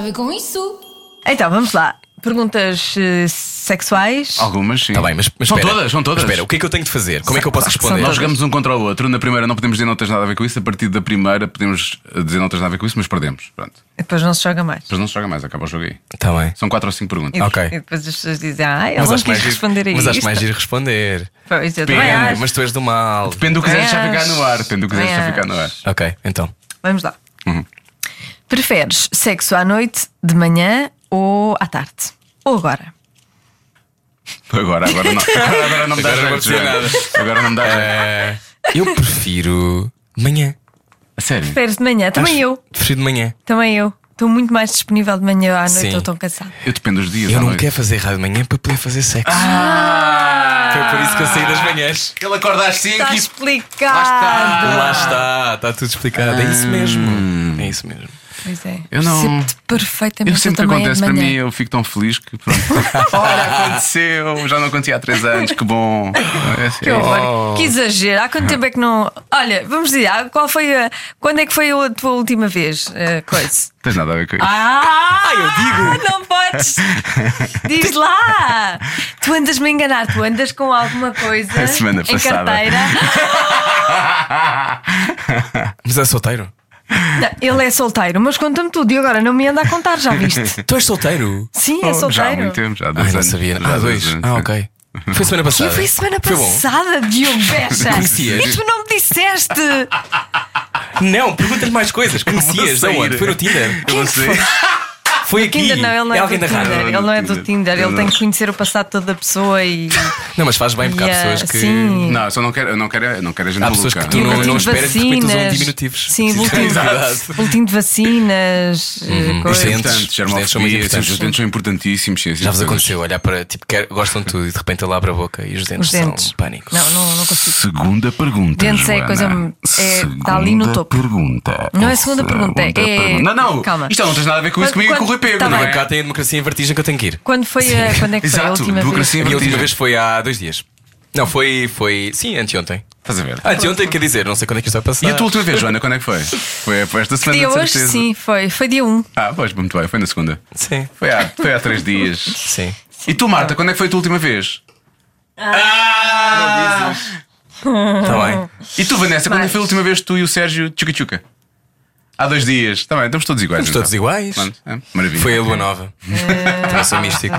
[SPEAKER 6] ver com isso.
[SPEAKER 3] Então, vamos lá. Perguntas eh, sexuais.
[SPEAKER 4] Oh.
[SPEAKER 2] Algumas, sim.
[SPEAKER 4] Está Tá bem, mas, mas
[SPEAKER 2] são
[SPEAKER 4] espera.
[SPEAKER 2] todas, são todas.
[SPEAKER 4] Mas Espera, o que é que eu tenho de fazer? Como é que eu posso
[SPEAKER 3] São
[SPEAKER 4] responder?
[SPEAKER 2] Nós
[SPEAKER 3] todas.
[SPEAKER 2] jogamos um contra o outro. Na primeira não podemos dizer não tens nada a ver com isso. A partir da primeira podemos eh, dizer não tens nada a ver com isso, mas perdemos. Pronto.
[SPEAKER 3] E Depois não se joga mais.
[SPEAKER 2] Depois não se joga mais, acaba o jogo aí.
[SPEAKER 4] Está Tá bem.
[SPEAKER 2] São quatro ou cinco perguntas.
[SPEAKER 3] E,
[SPEAKER 4] Ok.
[SPEAKER 3] e depois as pessoas dizem, ah, eu
[SPEAKER 4] Mas
[SPEAKER 3] não
[SPEAKER 4] acho,
[SPEAKER 3] quis
[SPEAKER 4] mais giro,
[SPEAKER 3] responder a
[SPEAKER 4] mas
[SPEAKER 3] isto.
[SPEAKER 4] acho mais giro responder.
[SPEAKER 3] Pois, eu também
[SPEAKER 2] Pena,
[SPEAKER 3] acho.
[SPEAKER 4] Mas tu és do mal.
[SPEAKER 2] Depende do que quiseres já
[SPEAKER 3] Também
[SPEAKER 2] ficar no ar.
[SPEAKER 3] acho.
[SPEAKER 2] Depende do que quiseres já
[SPEAKER 3] Também
[SPEAKER 2] ficar no ar.
[SPEAKER 3] acho.
[SPEAKER 4] Ok, então.
[SPEAKER 3] Vamos lá.
[SPEAKER 2] Uhum.
[SPEAKER 3] Preferes sexo à noite, de manhã ou à tarde? Ou agora?
[SPEAKER 2] Agora, agora não. Agora, não me dá
[SPEAKER 4] Agora não
[SPEAKER 2] jeito.
[SPEAKER 4] aconteceu
[SPEAKER 2] Joana. Agora não me dá jeito.
[SPEAKER 4] Eh, eu prefiro de manhã.
[SPEAKER 2] A sério.
[SPEAKER 3] Preferes de manhã? Também
[SPEAKER 4] Acho-
[SPEAKER 3] eu.
[SPEAKER 4] Prefiro de manhã.
[SPEAKER 3] Também eu. Estou muito mais disponível de manhã à noite,
[SPEAKER 4] Sim.
[SPEAKER 3] estou tão cansada.
[SPEAKER 2] Eu dependo dos dias.
[SPEAKER 4] Eu
[SPEAKER 2] à
[SPEAKER 4] não
[SPEAKER 2] noite.
[SPEAKER 4] quero fazer rádio de manhã para poder fazer sexo.
[SPEAKER 3] Ah!
[SPEAKER 4] Foi por isso que eu saí das manhãs.
[SPEAKER 2] Ah, Ele acorda às 5
[SPEAKER 3] Está explicado.
[SPEAKER 4] Lá está, está tudo explicado. É
[SPEAKER 3] Hum.
[SPEAKER 4] isso mesmo. É isso mesmo.
[SPEAKER 3] Pois é.
[SPEAKER 2] Eu não-
[SPEAKER 3] Sinto-te perfeitamente
[SPEAKER 2] Eu sempre que
[SPEAKER 3] também é de
[SPEAKER 2] acontece para mim,
[SPEAKER 3] manhã.
[SPEAKER 2] eu fico tão feliz que pronto. Olha, aconteceu, já não acontecia há 3 anos, que bom. É assim.
[SPEAKER 3] Que horror. Que exagero. Há quanto tempo é que não. Olha, vamos dizer, há- qual foi a. Quando é que foi a tua última vez? eh, coisa.
[SPEAKER 2] Tens nada a ver com isso.
[SPEAKER 3] Ah, eu digo! Não podes! Diz lá! Tu andas-me a enganar, tu andas com alguma coisa
[SPEAKER 2] A semana
[SPEAKER 3] em
[SPEAKER 2] passada.
[SPEAKER 3] carteira.
[SPEAKER 4] Mas é solteiro?
[SPEAKER 3] Não, ele é solteiro, mas conta-me tudo e agora não me anda a contar, já viste?
[SPEAKER 4] Tu és solteiro?
[SPEAKER 3] Sim, é solteiro.
[SPEAKER 2] Já há muito tempo, já há 2
[SPEAKER 4] Ai, não
[SPEAKER 2] anos.
[SPEAKER 4] sabia.
[SPEAKER 2] Já
[SPEAKER 4] Ah,
[SPEAKER 2] há dois
[SPEAKER 4] dois.
[SPEAKER 2] anos,
[SPEAKER 4] Ah,
[SPEAKER 2] sim.
[SPEAKER 4] ok. Foi semana
[SPEAKER 3] E
[SPEAKER 4] passada.
[SPEAKER 3] foi semana
[SPEAKER 4] Foi bom.
[SPEAKER 3] passada, Diogo Becha.
[SPEAKER 4] Conhecias?
[SPEAKER 3] E tu não me disseste.
[SPEAKER 4] Não, pergunta-lhe mais coisas. Conhecias?
[SPEAKER 2] sair.
[SPEAKER 4] Aonde? Foi no Tinder?
[SPEAKER 2] Eu não sei.
[SPEAKER 4] Foi aqui.
[SPEAKER 3] Tinder não, ele não é,
[SPEAKER 4] é
[SPEAKER 3] do
[SPEAKER 4] alguém da
[SPEAKER 3] Tinder.
[SPEAKER 4] rádio.
[SPEAKER 3] Ele não é do Tinder, ele tem que conhecer o passado toda a pessoa e.
[SPEAKER 4] Não, mas faz bem porque há
[SPEAKER 3] e, ah,
[SPEAKER 4] É um pessoas que.
[SPEAKER 3] Sim.
[SPEAKER 2] Não, eu só não quero, eu não quero, eu não quero a gente
[SPEAKER 4] Há
[SPEAKER 2] maluca.
[SPEAKER 4] pessoas que tu não,
[SPEAKER 3] Boletim
[SPEAKER 4] não
[SPEAKER 3] de
[SPEAKER 4] esperas que de repente usam
[SPEAKER 3] vacinas.
[SPEAKER 4] diminutivos.
[SPEAKER 3] Sim, boletim de-
[SPEAKER 4] Exato. Uhum.
[SPEAKER 3] Boletim de vacinas, eh,
[SPEAKER 4] Os
[SPEAKER 3] coisas.
[SPEAKER 4] dentes.
[SPEAKER 2] Portanto, germofobia,
[SPEAKER 4] Os dentes são muito
[SPEAKER 2] sim,
[SPEAKER 4] importantes.
[SPEAKER 2] os dentes são importantíssimos. sim, sim,
[SPEAKER 4] Já vos
[SPEAKER 2] todas.
[SPEAKER 4] aconteceu olhar para, tipo, quer- gostam de tudo e de repente ele abre a boca e os dentes,
[SPEAKER 3] Os dentes.
[SPEAKER 4] são pânico.
[SPEAKER 3] Não, não, não consigo.
[SPEAKER 2] Segunda pergunta.
[SPEAKER 3] Dentes é
[SPEAKER 2] Joana.
[SPEAKER 3] coisa- é- tá ali no
[SPEAKER 2] Segunda
[SPEAKER 3] topo.
[SPEAKER 2] Pergunta.
[SPEAKER 3] Não é segunda pergunta, é-
[SPEAKER 2] Não, não.
[SPEAKER 3] Calma.
[SPEAKER 2] Isto não tens nada a ver com isso
[SPEAKER 3] Quando-
[SPEAKER 2] comigo e com o
[SPEAKER 3] quando-
[SPEAKER 2] Rui a pena,
[SPEAKER 3] Tá
[SPEAKER 2] não
[SPEAKER 3] bem.
[SPEAKER 2] é?
[SPEAKER 4] Cá tem a democracia em vertigem que eu tenho que ir.
[SPEAKER 3] Quando foi a. Quando é que foi a
[SPEAKER 2] Exato,
[SPEAKER 3] última
[SPEAKER 2] democracia
[SPEAKER 4] E
[SPEAKER 2] Em
[SPEAKER 4] a
[SPEAKER 3] vez?
[SPEAKER 2] vertigem.
[SPEAKER 4] última vez foi há dois dias. Não, foi. foi sim, anteontem.
[SPEAKER 2] Estás a ver?
[SPEAKER 4] Anteontem, quer dizer, não sei quando é que isto vai passar.
[SPEAKER 2] E a tua última vez, Joana, quando é que foi? Foi, foi esta semana,
[SPEAKER 3] Dia
[SPEAKER 2] de
[SPEAKER 3] hoje,
[SPEAKER 2] certeza.
[SPEAKER 3] sim, foi. Foi dia 1.
[SPEAKER 2] Ah, pois, muito bem, foi na segunda.
[SPEAKER 4] Sim,
[SPEAKER 2] Foi há, foi há três dias.
[SPEAKER 4] sim.
[SPEAKER 2] E tu, Marta, quando é que foi a tua última vez?
[SPEAKER 3] Ah.
[SPEAKER 2] Ah! Uhum.
[SPEAKER 4] Está Tá bem.
[SPEAKER 2] E tu, Vanessa, quando é
[SPEAKER 3] Mas-
[SPEAKER 2] que foi a última vez que tu e o Sérgio tchuca-tchuca? Há dois dias. Está bem, estamos todos iguais.
[SPEAKER 4] Estamos todos
[SPEAKER 2] então.
[SPEAKER 4] iguais.
[SPEAKER 2] Pronto, é, maravilha.
[SPEAKER 4] Foi a lua nova.
[SPEAKER 2] Uhum.
[SPEAKER 4] Também sou místico.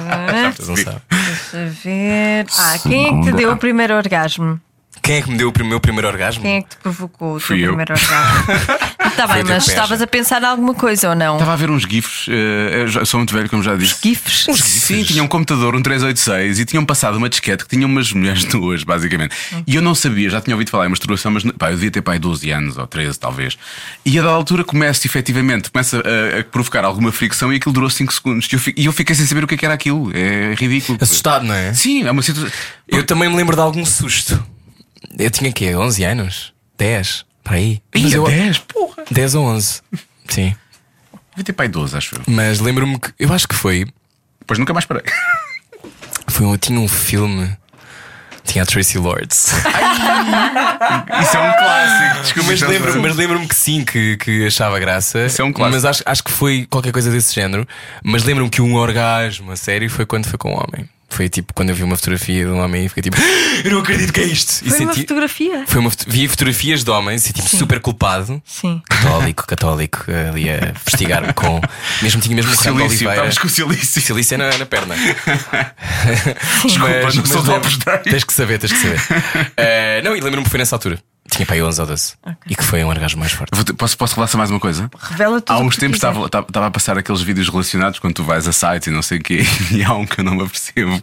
[SPEAKER 4] Vocês não sabem.
[SPEAKER 3] Deixa ver. Ah, quem é que te deu o primeiro orgasmo?
[SPEAKER 4] Quem é que me deu o prim- meu primeiro orgasmo?
[SPEAKER 3] Quem é que te provocou o teu
[SPEAKER 2] Fui eu.
[SPEAKER 3] primeiro orgasmo? Está
[SPEAKER 4] Foi
[SPEAKER 3] bem,
[SPEAKER 4] o teu
[SPEAKER 3] mas
[SPEAKER 4] pé,
[SPEAKER 3] estavas
[SPEAKER 4] já.
[SPEAKER 3] a pensar em alguma coisa ou não?
[SPEAKER 2] Estava a ver uns GIFs, eh, eu já sou muito velho, como já disse.
[SPEAKER 3] GIFs?
[SPEAKER 2] Uns GIFs? Sim, tinha um computador, um 386, e tinham passado uma disquete que tinha umas mulheres nuas, basicamente. E eu não sabia, já tinha ouvido falar em masturbação, mas pá, eu devia ter pai 12 anos ou 13, talvez. E a dada altura começa efetivamente, começa a, a provocar alguma fricção e aquilo durou 5 segundos. E eu, fi- e eu fiquei sem saber o que, é que era aquilo. É ridículo.
[SPEAKER 4] Assustado, não é?
[SPEAKER 2] Sim, é uma situação.
[SPEAKER 4] Eu também me lembro de algum susto. Eu tinha quê? 11 anos? 10? Para aí? Mas
[SPEAKER 2] Ia,
[SPEAKER 4] eu-
[SPEAKER 2] 10, porra.
[SPEAKER 4] 10 ou 11. Sim.
[SPEAKER 2] Devia ter pai 12, acho eu.
[SPEAKER 4] Mas lembro-me que. Eu acho que foi.
[SPEAKER 2] Depois nunca mais parei.
[SPEAKER 4] foi um, tinha um filme. Tinha a Tracy Lords.
[SPEAKER 2] Isso é um clássico. Desculpa,
[SPEAKER 4] Mas
[SPEAKER 2] isto é um
[SPEAKER 4] lembro-me
[SPEAKER 2] clássico.
[SPEAKER 4] mas lembro-me que sim, que, que achava graça.
[SPEAKER 2] Isso é um clássico.
[SPEAKER 4] Mas acho, acho que foi qualquer coisa desse género. Mas lembro-me que um orgasmo a sério foi quando foi com um homem. Foi tipo quando eu vi uma fotografia de um homem e fiquei tipo, eu não acredito que é isto. E
[SPEAKER 3] Foi uma
[SPEAKER 4] senti-
[SPEAKER 3] fotografia.
[SPEAKER 4] Foi uma foto- Vi fotografias de homens e tipo super culpado.
[SPEAKER 3] Sim.
[SPEAKER 4] Católico, católico, ali a investigar-me com. Mesmo tinha mesmo o Sam de
[SPEAKER 2] Silício,
[SPEAKER 4] Oliveira.
[SPEAKER 2] estávamos com o silício.
[SPEAKER 4] Silício é na, na perna.
[SPEAKER 2] Desculpa, não sou de
[SPEAKER 4] lembro-
[SPEAKER 2] Opus Dei.
[SPEAKER 4] Tens que saber, tens que saber. Eh, não, e lembro-me que foi nessa altura. Tinha para aí 11 ou 12. E que foi um orgasmo mais forte.
[SPEAKER 2] Vou te- Posso, posso revelar só mais uma coisa?
[SPEAKER 3] Revela tudo
[SPEAKER 2] Há
[SPEAKER 3] o
[SPEAKER 2] uns
[SPEAKER 3] que
[SPEAKER 2] tempos
[SPEAKER 3] quiser.
[SPEAKER 2] estava, estava- estava a passar aqueles vídeos relacionados quando tu vais a sites e não sei o quê, e há um que eu não me apercebo.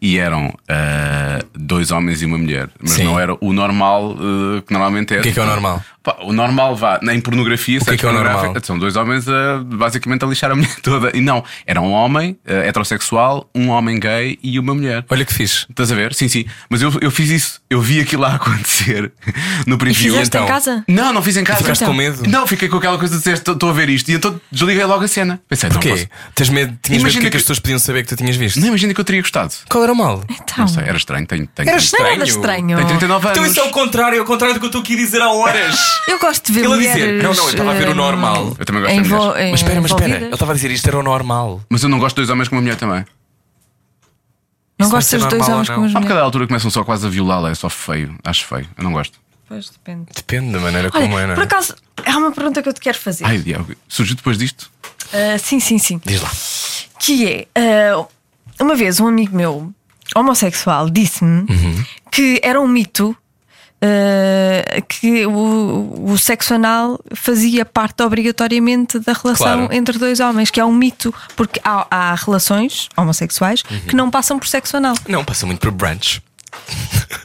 [SPEAKER 2] E eram ah, dois homens e uma mulher, mas
[SPEAKER 4] Sim.
[SPEAKER 2] não era o normal ah, que normalmente é.
[SPEAKER 4] O que é que é o normal?
[SPEAKER 2] Pá, o normal vá na- em pornografia,
[SPEAKER 4] que é
[SPEAKER 2] sites
[SPEAKER 4] que é o normal?
[SPEAKER 2] pornográficos, São dois homens a, basicamente a lixar a mulher toda. E não, era um homem ah, heterossexual, um homem gay e uma mulher.
[SPEAKER 4] Olha que fixe.
[SPEAKER 2] Estás a ver? Sim, sim. Mas eu, eu fiz isso. Eu vi aquilo lá acontecer no preview.
[SPEAKER 3] Fizeste
[SPEAKER 4] então.
[SPEAKER 3] em casa?
[SPEAKER 2] Não, não fiz em casa.
[SPEAKER 4] Ficaste com medo?
[SPEAKER 2] então. Não, fiquei com aquela coisa de dizer estou a ver isto. E então desliguei logo a cena. Pensei, não posso.
[SPEAKER 4] Porquê? Tens medo, tinhas medo
[SPEAKER 2] Imagina
[SPEAKER 4] que, que
[SPEAKER 2] que-
[SPEAKER 4] as pessoas podiam saber que tu tinhas visto?
[SPEAKER 2] Não imagina que eu teria gostado.
[SPEAKER 4] Qual era o mal?
[SPEAKER 3] Então,
[SPEAKER 2] Não sei, era estranho. Tenho, tenho,
[SPEAKER 4] Era
[SPEAKER 3] não é
[SPEAKER 4] estranho.
[SPEAKER 3] nada estranho.
[SPEAKER 2] tenho 39 anos.
[SPEAKER 4] Então isso é o contrário, é o contrário do que eu estou aqui a dizer há horas.
[SPEAKER 3] Eu gosto de ver
[SPEAKER 4] Ele a
[SPEAKER 3] mulheres.
[SPEAKER 4] dizer, não, não, eu estava a ver o
[SPEAKER 3] eh,
[SPEAKER 4] normal.
[SPEAKER 2] Eu também gosto de
[SPEAKER 3] envol-
[SPEAKER 2] mulheres.
[SPEAKER 3] eh,
[SPEAKER 4] Mas espera, tá- mas espera. Ele
[SPEAKER 3] envolvidas.
[SPEAKER 4] estava a dizer isto era o normal.
[SPEAKER 2] Mas eu não gosto de dois homens com uma mulher também.
[SPEAKER 3] Não
[SPEAKER 4] Isso vai
[SPEAKER 3] gosto
[SPEAKER 4] ser
[SPEAKER 3] dos dois
[SPEAKER 4] normal
[SPEAKER 3] homens
[SPEAKER 4] ou
[SPEAKER 3] com as
[SPEAKER 2] Há um bocado
[SPEAKER 3] mulheres.
[SPEAKER 2] à altura começam só quase a violá-la. É só feio. Acho feio. Eu não gosto.
[SPEAKER 3] Pois depende.
[SPEAKER 4] Depende da maneira
[SPEAKER 3] Olha,
[SPEAKER 4] como é, não é?
[SPEAKER 3] por acaso, há uma pergunta que eu te quero fazer.
[SPEAKER 2] Ai, Diego. Surgiu depois disto?
[SPEAKER 3] Ah, sim, sim, sim.
[SPEAKER 4] Diz lá.
[SPEAKER 3] Que é, ah, uma vez um amigo meu homossexual disse-me
[SPEAKER 4] Uhum.
[SPEAKER 3] que era um mito ah, que o, o sexo anal fazia parte obrigatoriamente da relação
[SPEAKER 4] Claro.
[SPEAKER 3] entre dois homens, que é um mito, porque há, há relações homossexuais
[SPEAKER 4] Uhum.
[SPEAKER 3] que não passam por sexo anal.
[SPEAKER 4] Não, passa muito por brunch.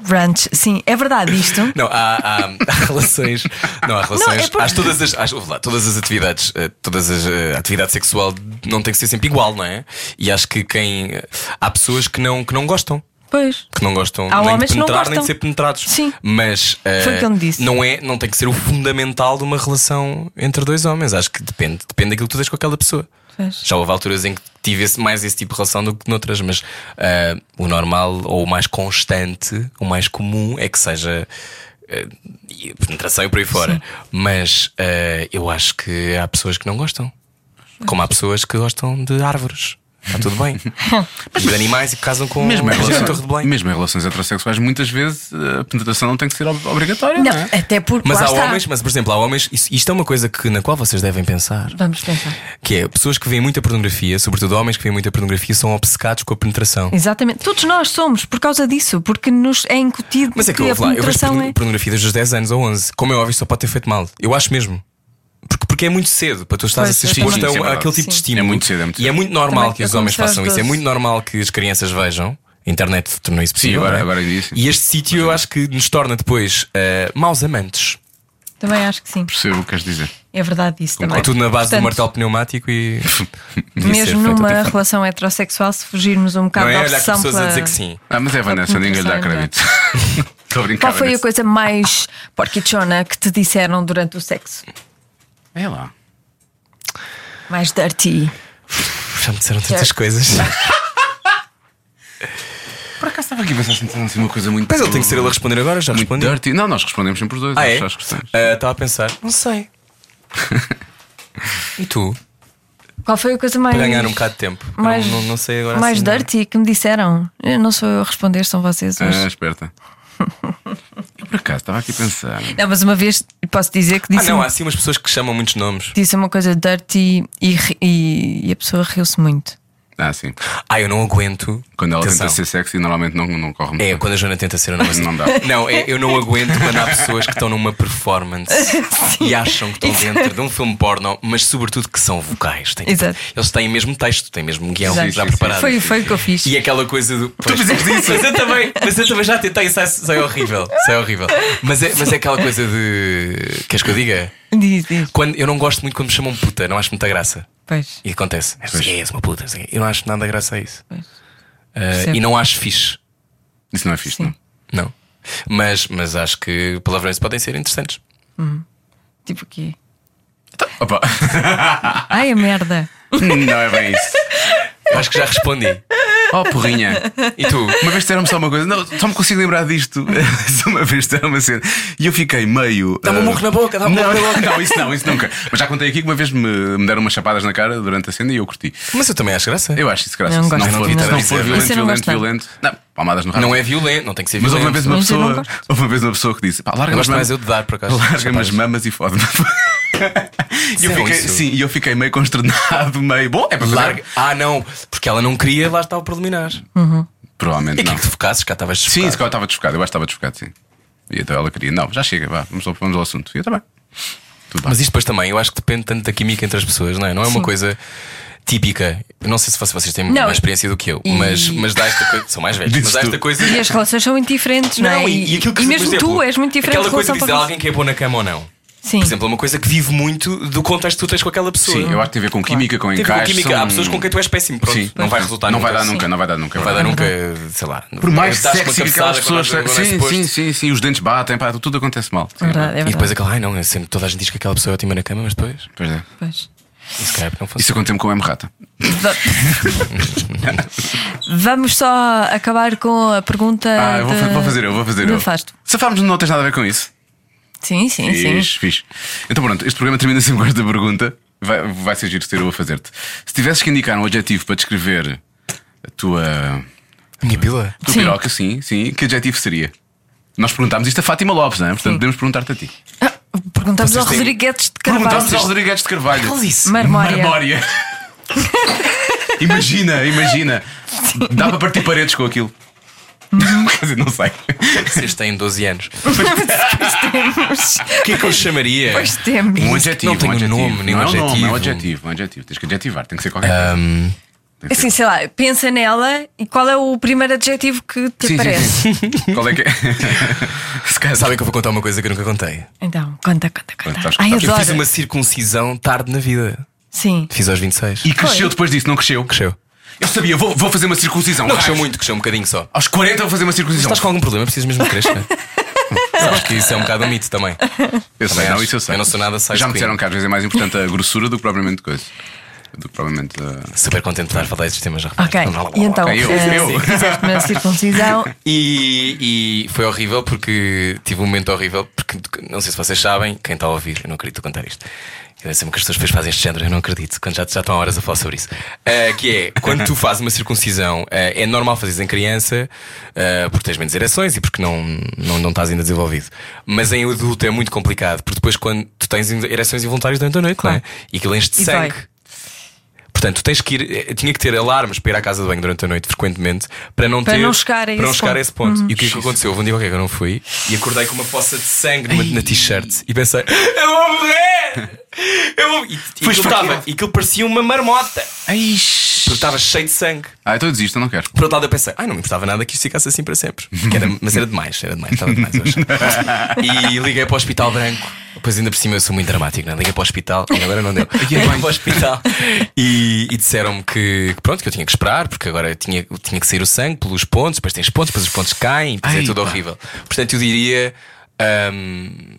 [SPEAKER 3] Brunch, sim, é verdade isto.
[SPEAKER 4] Não, há, há- há relações. Não, há relações.
[SPEAKER 3] é por-
[SPEAKER 4] Há todas as, há- ouve lá, todas as atividades, eh, todas as eh, atividade sexual não tem que ser sempre igual, não é? E acho que quem. Há pessoas que não, que não gostam.
[SPEAKER 3] Pois.
[SPEAKER 4] que não gostam
[SPEAKER 3] Há
[SPEAKER 4] nem de
[SPEAKER 3] homens que não
[SPEAKER 4] penetrar nem
[SPEAKER 3] gostam.
[SPEAKER 4] de ser penetrados.
[SPEAKER 3] Sim.
[SPEAKER 4] Mas eh,
[SPEAKER 3] Foi o que ele me disse.
[SPEAKER 4] não é, não tem que ser o fundamental de uma relação entre dois homens. Acho que depende, depende daquilo que tu tens com aquela pessoa.
[SPEAKER 3] Pois.
[SPEAKER 4] Já houve alturas em que tive esse- mais esse tipo de relação do que noutras, mas eh, o normal ou o mais constante, o mais comum é que seja eh, e penetração e por aí fora. Mas eh, eu acho que há pessoas que não gostam. Como há pessoas que gostam de árvores. Está tudo bem. e de animais e que casam com
[SPEAKER 2] Mesmo em,
[SPEAKER 4] a
[SPEAKER 2] relações,
[SPEAKER 4] Torre de Belém.
[SPEAKER 2] mesmo em relações heterossexuais, muitas vezes eh, a penetração não tem que ser ob- obrigatória. não
[SPEAKER 3] Não,
[SPEAKER 2] é?
[SPEAKER 3] até porque
[SPEAKER 4] Mas
[SPEAKER 3] lá
[SPEAKER 4] há
[SPEAKER 3] está.
[SPEAKER 4] homens, mas por exemplo, há homens, isso- isto é uma coisa que, na qual vocês devem pensar,
[SPEAKER 3] Vamos pensar.
[SPEAKER 4] que é pessoas que veem muita pornografia, sobretudo homens que veem muita pornografia, são obcecados com a penetração.
[SPEAKER 3] Exatamente. Todos nós somos por causa disso, porque nos é incutido
[SPEAKER 4] Mas é que,
[SPEAKER 3] a
[SPEAKER 4] ouve lá, eu vejo
[SPEAKER 3] penetração
[SPEAKER 4] porno-
[SPEAKER 3] é.
[SPEAKER 4] pornografia desde os 10 anos ou 11. Como é óbvio, só pode ter feito mal. Eu acho mesmo. Porque, porque é muito cedo para tu estás a
[SPEAKER 3] Pois,
[SPEAKER 4] ser
[SPEAKER 3] eu também.
[SPEAKER 4] exposto
[SPEAKER 3] Sim,
[SPEAKER 2] sim, é
[SPEAKER 4] a um-
[SPEAKER 2] verdade.
[SPEAKER 4] àquele tipo de
[SPEAKER 2] Sim.
[SPEAKER 4] estímulo.
[SPEAKER 2] É muito cedo, é muito
[SPEAKER 4] E é
[SPEAKER 2] cedo.
[SPEAKER 4] muito normal
[SPEAKER 3] Também
[SPEAKER 4] que os
[SPEAKER 3] eu
[SPEAKER 4] homens
[SPEAKER 3] comecei aos
[SPEAKER 4] façam isso. É
[SPEAKER 3] 12.
[SPEAKER 4] muito normal que as crianças vejam. A internet tornou isso possível.
[SPEAKER 2] agora-
[SPEAKER 4] não é?
[SPEAKER 2] agora é isso. é
[SPEAKER 4] E este sítio eu acho que nos torna depois eh, maus amantes.
[SPEAKER 3] Também acho que sim.
[SPEAKER 2] Percebo o que queres dizer.
[SPEAKER 3] É verdade isso também.
[SPEAKER 4] É tudo na base
[SPEAKER 3] Portanto,
[SPEAKER 4] do martelo pneumático e. devia ser
[SPEAKER 3] Mesmo
[SPEAKER 4] feito
[SPEAKER 3] numa
[SPEAKER 4] diferente.
[SPEAKER 3] relação heterossexual, se fugirmos um
[SPEAKER 4] Não
[SPEAKER 3] bocado
[SPEAKER 4] é
[SPEAKER 3] da
[SPEAKER 4] olhar com
[SPEAKER 3] obsessão
[SPEAKER 4] pessoas
[SPEAKER 3] pela-
[SPEAKER 4] a dizer que sim.
[SPEAKER 2] Ah, mas é Vanessa, ninguém lhe dá
[SPEAKER 3] penetração,
[SPEAKER 2] crédito. Estou a brincar.
[SPEAKER 3] Qual foi a
[SPEAKER 2] Vanessa.
[SPEAKER 3] coisa mais porquichona que te disseram durante o sexo?
[SPEAKER 2] É lá.
[SPEAKER 3] Mais dirty.
[SPEAKER 4] já me disseram tantas
[SPEAKER 3] É.
[SPEAKER 4] coisas.
[SPEAKER 2] Por acaso estava aqui a pensar assim, assim, uma coisa muito.
[SPEAKER 4] Mas ele tem que ser ele a responder agora, já
[SPEAKER 2] muito
[SPEAKER 4] respondi.
[SPEAKER 2] dirty. Não, nós respondemos sempre os dois.
[SPEAKER 4] Ah,
[SPEAKER 2] acho,
[SPEAKER 4] é?
[SPEAKER 2] acho que sim.
[SPEAKER 4] Ah, Estava a pensar, não sei. e tu?
[SPEAKER 3] Qual foi a coisa mais.
[SPEAKER 4] Para ganhar um bocado de tempo. Eu
[SPEAKER 3] Mais,
[SPEAKER 4] não, não sei agora.
[SPEAKER 3] mais
[SPEAKER 4] assim, não.
[SPEAKER 3] dirty que me disseram. Eu não sou eu a responder, são vocês hoje.
[SPEAKER 2] Ah, esperta. Eu por acaso estava aqui a pensar.
[SPEAKER 3] Não, mas uma vez posso dizer que
[SPEAKER 4] Ah,
[SPEAKER 3] disse,
[SPEAKER 4] não, há assim umas pessoas que chamam muitos nomes.
[SPEAKER 3] disse uma coisa dirty e, ri- e- e a pessoa riu-se muito.
[SPEAKER 2] Ah, sim.
[SPEAKER 4] Ah, eu não aguento.
[SPEAKER 2] Quando ela
[SPEAKER 4] Atenção.
[SPEAKER 2] tenta ser sexy, normalmente não, não corre muito.
[SPEAKER 4] É, quando a Joana tenta ser uma
[SPEAKER 2] Não dá.
[SPEAKER 4] Não, é, eu não aguento quando há pessoas que estão numa performance e acham que estão dentro de um filme porno, mas sobretudo que são vocais. Têm-
[SPEAKER 3] Exato.
[SPEAKER 4] Eles têm mesmo texto, têm mesmo um guião
[SPEAKER 3] Exato.
[SPEAKER 2] Sim,
[SPEAKER 4] já
[SPEAKER 2] sim, sim.
[SPEAKER 4] preparado.
[SPEAKER 3] Foi, foi o que eu fiz.
[SPEAKER 4] E é aquela coisa do. Pois, Mas eu também, mas eu também já tentei, sai, sai horrível. Sai horrível. Mas é, mas é aquela coisa de. Queres que eu diga?
[SPEAKER 3] Diz, diz.
[SPEAKER 4] Quando, eu não gosto muito quando me chamam puta, não acho muita graça.
[SPEAKER 3] Pois.
[SPEAKER 4] E acontece. É, és uma puta. não sei o quê. Eu não acho nada graça a isso.
[SPEAKER 3] Pois.
[SPEAKER 4] Ah,
[SPEAKER 3] Percebo.
[SPEAKER 4] e não acho fixe.
[SPEAKER 2] Isso não é fixe,
[SPEAKER 3] Sim.
[SPEAKER 2] não.
[SPEAKER 4] Não. Mas, mas acho que palavrões podem ser interessantes.
[SPEAKER 3] Tipo o quê?
[SPEAKER 2] Opa.
[SPEAKER 3] Ai, a merda.
[SPEAKER 2] não é bem isso.
[SPEAKER 4] Eu acho que já respondi.
[SPEAKER 2] Oh, porrinha.
[SPEAKER 4] E tu?
[SPEAKER 2] Uma vez disseram-me só uma coisa, não, só me consigo lembrar disto. Só uma vez disseram-me assim. E eu fiquei meio.
[SPEAKER 4] Dá-me um
[SPEAKER 2] eh,
[SPEAKER 4] murro na boca, dá-me um
[SPEAKER 2] não,
[SPEAKER 4] murro na boca.
[SPEAKER 2] Não, isso não, isso nunca. Mas já contei aqui que uma vez me, me deram umas chapadas na cara durante a cena e eu curti.
[SPEAKER 4] Mas eu também acho graça.
[SPEAKER 2] Eu acho isso graça.
[SPEAKER 3] Não
[SPEAKER 2] se não
[SPEAKER 3] gosto
[SPEAKER 2] for,
[SPEAKER 3] de
[SPEAKER 2] se não
[SPEAKER 4] dizer.
[SPEAKER 2] for violento,
[SPEAKER 3] Isso eu não
[SPEAKER 2] violento,
[SPEAKER 3] gosto nada.
[SPEAKER 2] violento. Não, palmadas no rabo.
[SPEAKER 4] Não é violento, não tem que ser
[SPEAKER 2] Mas houve
[SPEAKER 4] violento.
[SPEAKER 2] uma vez uma
[SPEAKER 3] Mas eu não
[SPEAKER 2] pessoa.
[SPEAKER 3] gosto.
[SPEAKER 2] Houve uma vez uma pessoa que disse: pá, larga-me as
[SPEAKER 4] Gosto
[SPEAKER 2] mamas.
[SPEAKER 4] mais eu de dar, por acaso.
[SPEAKER 2] Larga-me as
[SPEAKER 4] Chapadas.
[SPEAKER 2] mamas e fode-me. E
[SPEAKER 4] Isso
[SPEAKER 2] eu
[SPEAKER 4] é
[SPEAKER 2] fiquei-
[SPEAKER 4] isso.
[SPEAKER 2] Sim, e eu fiquei meio consternado, meio. Bom, é para fazer.
[SPEAKER 4] Larga. Ah, não, porque ela não queria, lá está o preliminar. E
[SPEAKER 2] Provavelmente
[SPEAKER 4] aquilo
[SPEAKER 2] não.
[SPEAKER 4] que te focasses, cá estavas
[SPEAKER 2] Sim, se
[SPEAKER 4] desfocado.
[SPEAKER 2] calhar estava desfocado, eu acho que estava desfocado, sim. E então ela queria, não, já chega, vá, vamos ao, vamos ao assunto. E eu "Tá também. Tudo bem.
[SPEAKER 4] Mas isto depois também, eu acho que depende tanto da química entre as pessoas, não é? Não é uma
[SPEAKER 3] Sim.
[SPEAKER 4] coisa típica. Eu não sei se vocês têm
[SPEAKER 3] Não.
[SPEAKER 4] mais experiência do que eu,
[SPEAKER 3] E-
[SPEAKER 4] mas, mas dá esta coisa. São mais velhos,
[SPEAKER 2] Dizes
[SPEAKER 4] mas dá
[SPEAKER 2] tu.
[SPEAKER 4] esta coisa.
[SPEAKER 3] E as relações são muito diferentes, não, é?
[SPEAKER 4] e, e aquilo que por
[SPEAKER 3] mesmo
[SPEAKER 4] exemplo,
[SPEAKER 3] tu és muito diferente
[SPEAKER 4] Aquela
[SPEAKER 3] de relação
[SPEAKER 4] coisa de dizer
[SPEAKER 3] para
[SPEAKER 4] a alguém que é bom na cama ou não.
[SPEAKER 3] Sim.
[SPEAKER 4] Por exemplo, é uma coisa que vive muito do contexto que tu tens com aquela pessoa.
[SPEAKER 2] Sim, eu acho que tem a ver com química, com
[SPEAKER 4] Tem a ver com
[SPEAKER 2] encaixe.
[SPEAKER 4] química.
[SPEAKER 2] são-
[SPEAKER 4] Há pessoas com quem tu és péssimo, pronto.
[SPEAKER 2] Sim.
[SPEAKER 4] Não vai resultar
[SPEAKER 2] Não
[SPEAKER 4] nunca.
[SPEAKER 2] vai dar nunca, não vai dar nunca. é
[SPEAKER 4] Não vai dar
[SPEAKER 2] verdade.
[SPEAKER 4] nunca, sei lá.
[SPEAKER 2] Por mais
[SPEAKER 4] estás com uma
[SPEAKER 2] sexy que
[SPEAKER 4] cabeçada
[SPEAKER 2] aquelas pessoas.
[SPEAKER 4] quando- quando é
[SPEAKER 2] Sim,
[SPEAKER 4] suposto.
[SPEAKER 2] sim, sim, sim. Os dentes batem, pá, tudo acontece mal. Sim,
[SPEAKER 3] É verdade, é
[SPEAKER 4] E depois
[SPEAKER 3] verdade.
[SPEAKER 4] aquela, ai não, eu sempre toda a gente diz que aquela pessoa é ótima na cama, mas depois.
[SPEAKER 2] Pois é.
[SPEAKER 3] Pois.
[SPEAKER 4] Isso calhar não funciona.
[SPEAKER 2] Isso aconteceu com o M. Rata.
[SPEAKER 3] Va- Vamos só acabar com a pergunta.
[SPEAKER 2] Ah, eu vou, fa-
[SPEAKER 3] de-
[SPEAKER 2] vou fazer eu, vou fazer
[SPEAKER 3] Não
[SPEAKER 2] eu.
[SPEAKER 3] faz tu.
[SPEAKER 2] Safámos, não tens nada a ver com isso.
[SPEAKER 3] Sim, sim, sim.
[SPEAKER 2] Fiz, fiz. Então pronto, este programa termina sempre com esta pergunta. Vai, vai ser giro ser eu a fazer-te. Se tivesses que indicar um adjetivo para descrever a tua.
[SPEAKER 4] A minha pila.
[SPEAKER 2] Tu
[SPEAKER 3] Sim.
[SPEAKER 2] piroca, sim, sim. Que adjetivo seria? Nós perguntámos isto a Fátima Lopes, não é? Portanto,
[SPEAKER 3] Sim.
[SPEAKER 2] podemos perguntar-te a ti.
[SPEAKER 3] Ah, Perguntamos ao
[SPEAKER 4] Vocês têm-
[SPEAKER 3] Rodriguetes de
[SPEAKER 2] Perguntámos ao
[SPEAKER 3] Carvalho.
[SPEAKER 2] Rodrigues de Carvalho.
[SPEAKER 4] Ele disse.
[SPEAKER 3] Marmória.
[SPEAKER 2] Memória. imagina, imagina. Dá para partir paredes com aquilo.
[SPEAKER 3] Hum.
[SPEAKER 2] Quer dizer, não sei.
[SPEAKER 4] é Vocês têm 12 anos. O que é que eu chamaria?
[SPEAKER 3] Pois temos.
[SPEAKER 2] Um
[SPEAKER 4] Isto
[SPEAKER 2] adjetivo.
[SPEAKER 4] não tem
[SPEAKER 2] um adjetivo.
[SPEAKER 4] nome, nem
[SPEAKER 2] não é um
[SPEAKER 4] adjetivo.
[SPEAKER 2] nome, é um adjetivo, é um adjetivo. Tens que adjetivar, tem que ser qualquer coisa.
[SPEAKER 4] Ahm,
[SPEAKER 3] Assim, sei lá, pensa nela e qual é o primeiro adjetivo que te
[SPEAKER 2] Sim,
[SPEAKER 3] aparece?
[SPEAKER 2] sim, sim. Qual é que é? Se calhar sabe-
[SPEAKER 4] sabem que eu vou contar uma coisa que eu nunca contei.
[SPEAKER 3] Então, conta, conta,
[SPEAKER 2] Conta,
[SPEAKER 3] conta.
[SPEAKER 2] acho que
[SPEAKER 3] Ai,
[SPEAKER 2] tá.
[SPEAKER 4] Eu fiz
[SPEAKER 3] adoro.
[SPEAKER 4] uma circuncisão tarde na vida.
[SPEAKER 3] Sim.
[SPEAKER 4] Fiz aos 26.
[SPEAKER 2] E cresceu
[SPEAKER 3] Foi.
[SPEAKER 2] depois disso, não cresceu?
[SPEAKER 4] Cresceu.
[SPEAKER 2] Eu sabia, vou, vou fazer uma circuncisão.
[SPEAKER 4] Não,
[SPEAKER 2] Raios.
[SPEAKER 4] cresceu muito, cresceu um bocadinho só.
[SPEAKER 3] Então.
[SPEAKER 2] Aos 40 vou fazer uma
[SPEAKER 4] Mas
[SPEAKER 2] circuncisão.
[SPEAKER 4] estás com algum problema? Precisas mesmo que cresça. Sabes que isso é um bocado um mito também.
[SPEAKER 2] Eu sei,
[SPEAKER 4] Também
[SPEAKER 2] não,
[SPEAKER 4] acho.
[SPEAKER 2] isso eu sei.
[SPEAKER 4] Eu não sou nada size
[SPEAKER 2] Já me
[SPEAKER 4] queen.
[SPEAKER 2] disseram que às vezes é mais importante a grossura do que propriamente coisa. Do que propriamente. ah. a-
[SPEAKER 4] Super contente de estar a falar destes temas já.
[SPEAKER 3] Ok,
[SPEAKER 4] reparaste?
[SPEAKER 3] e então
[SPEAKER 2] Ok, eu-
[SPEAKER 3] eh,
[SPEAKER 2] eu.
[SPEAKER 3] fizeste uma circuncisão.
[SPEAKER 4] E, e foi horrível porque tive um momento horrível. Porque não sei se vocês sabem, quem está a ouvir, eu não acredito contar isto. Eu sempre que as pessoas depois fazem este género, eu não acredito. Quando já, já estão há horas a falar sobre isso. Ah, que é, quando tu fazes uma circuncisão, ah, é normal fazeres em criança ah, porque tens menos ereções e porque não, não, não estás ainda desenvolvido. Mas em adulto é muito complicado porque depois, quando tu tens ereções involuntárias durante a noite,
[SPEAKER 3] Claro.
[SPEAKER 4] não é? E aquilo enche de
[SPEAKER 3] E dói.
[SPEAKER 4] sangue. Portanto, tu tens que ir. eh, Tinha que ter alarmes para ir à casa de banho durante a noite, frequentemente, para não
[SPEAKER 3] Para
[SPEAKER 4] ter.
[SPEAKER 3] não chegar a
[SPEAKER 4] para não
[SPEAKER 3] esse ponto.
[SPEAKER 4] chegar
[SPEAKER 3] Uhum.
[SPEAKER 4] a esse ponto. E o que é que aconteceu? Houve um dia qualquer que eu não fui e acordei com uma poça de sangue numa- na t-shirt e pensei: Eu vou morrer! Eu vou. E, e,
[SPEAKER 2] Foste
[SPEAKER 4] aquilo,
[SPEAKER 2] para
[SPEAKER 4] tava,
[SPEAKER 2] aquilo.
[SPEAKER 4] e aquilo parecia uma marmota.
[SPEAKER 2] Ai,
[SPEAKER 4] Porque estava cheio de sangue.
[SPEAKER 2] Ah, então eu desisto, eu não quero.
[SPEAKER 4] Por outro lado, eu pensei, ai, não me importava nada que isto ficasse assim para sempre. Que era- mas era demais, era demais, estava demais hoje. E liguei para o Hospital Branco. Pois ainda por cima eu sou muito dramático, não é? Liguei para o hospital, e agora não deu. Liguei para o hospital e, e disseram-me que, que pronto, que eu tinha que esperar, porque agora tinha, tinha que sair o sangue pelos é pontos, depois tens pontos, depois os pontos caem, depois
[SPEAKER 2] Ai,
[SPEAKER 4] é tudo
[SPEAKER 2] pá.
[SPEAKER 4] horrível. Portanto, eu diria. ahm,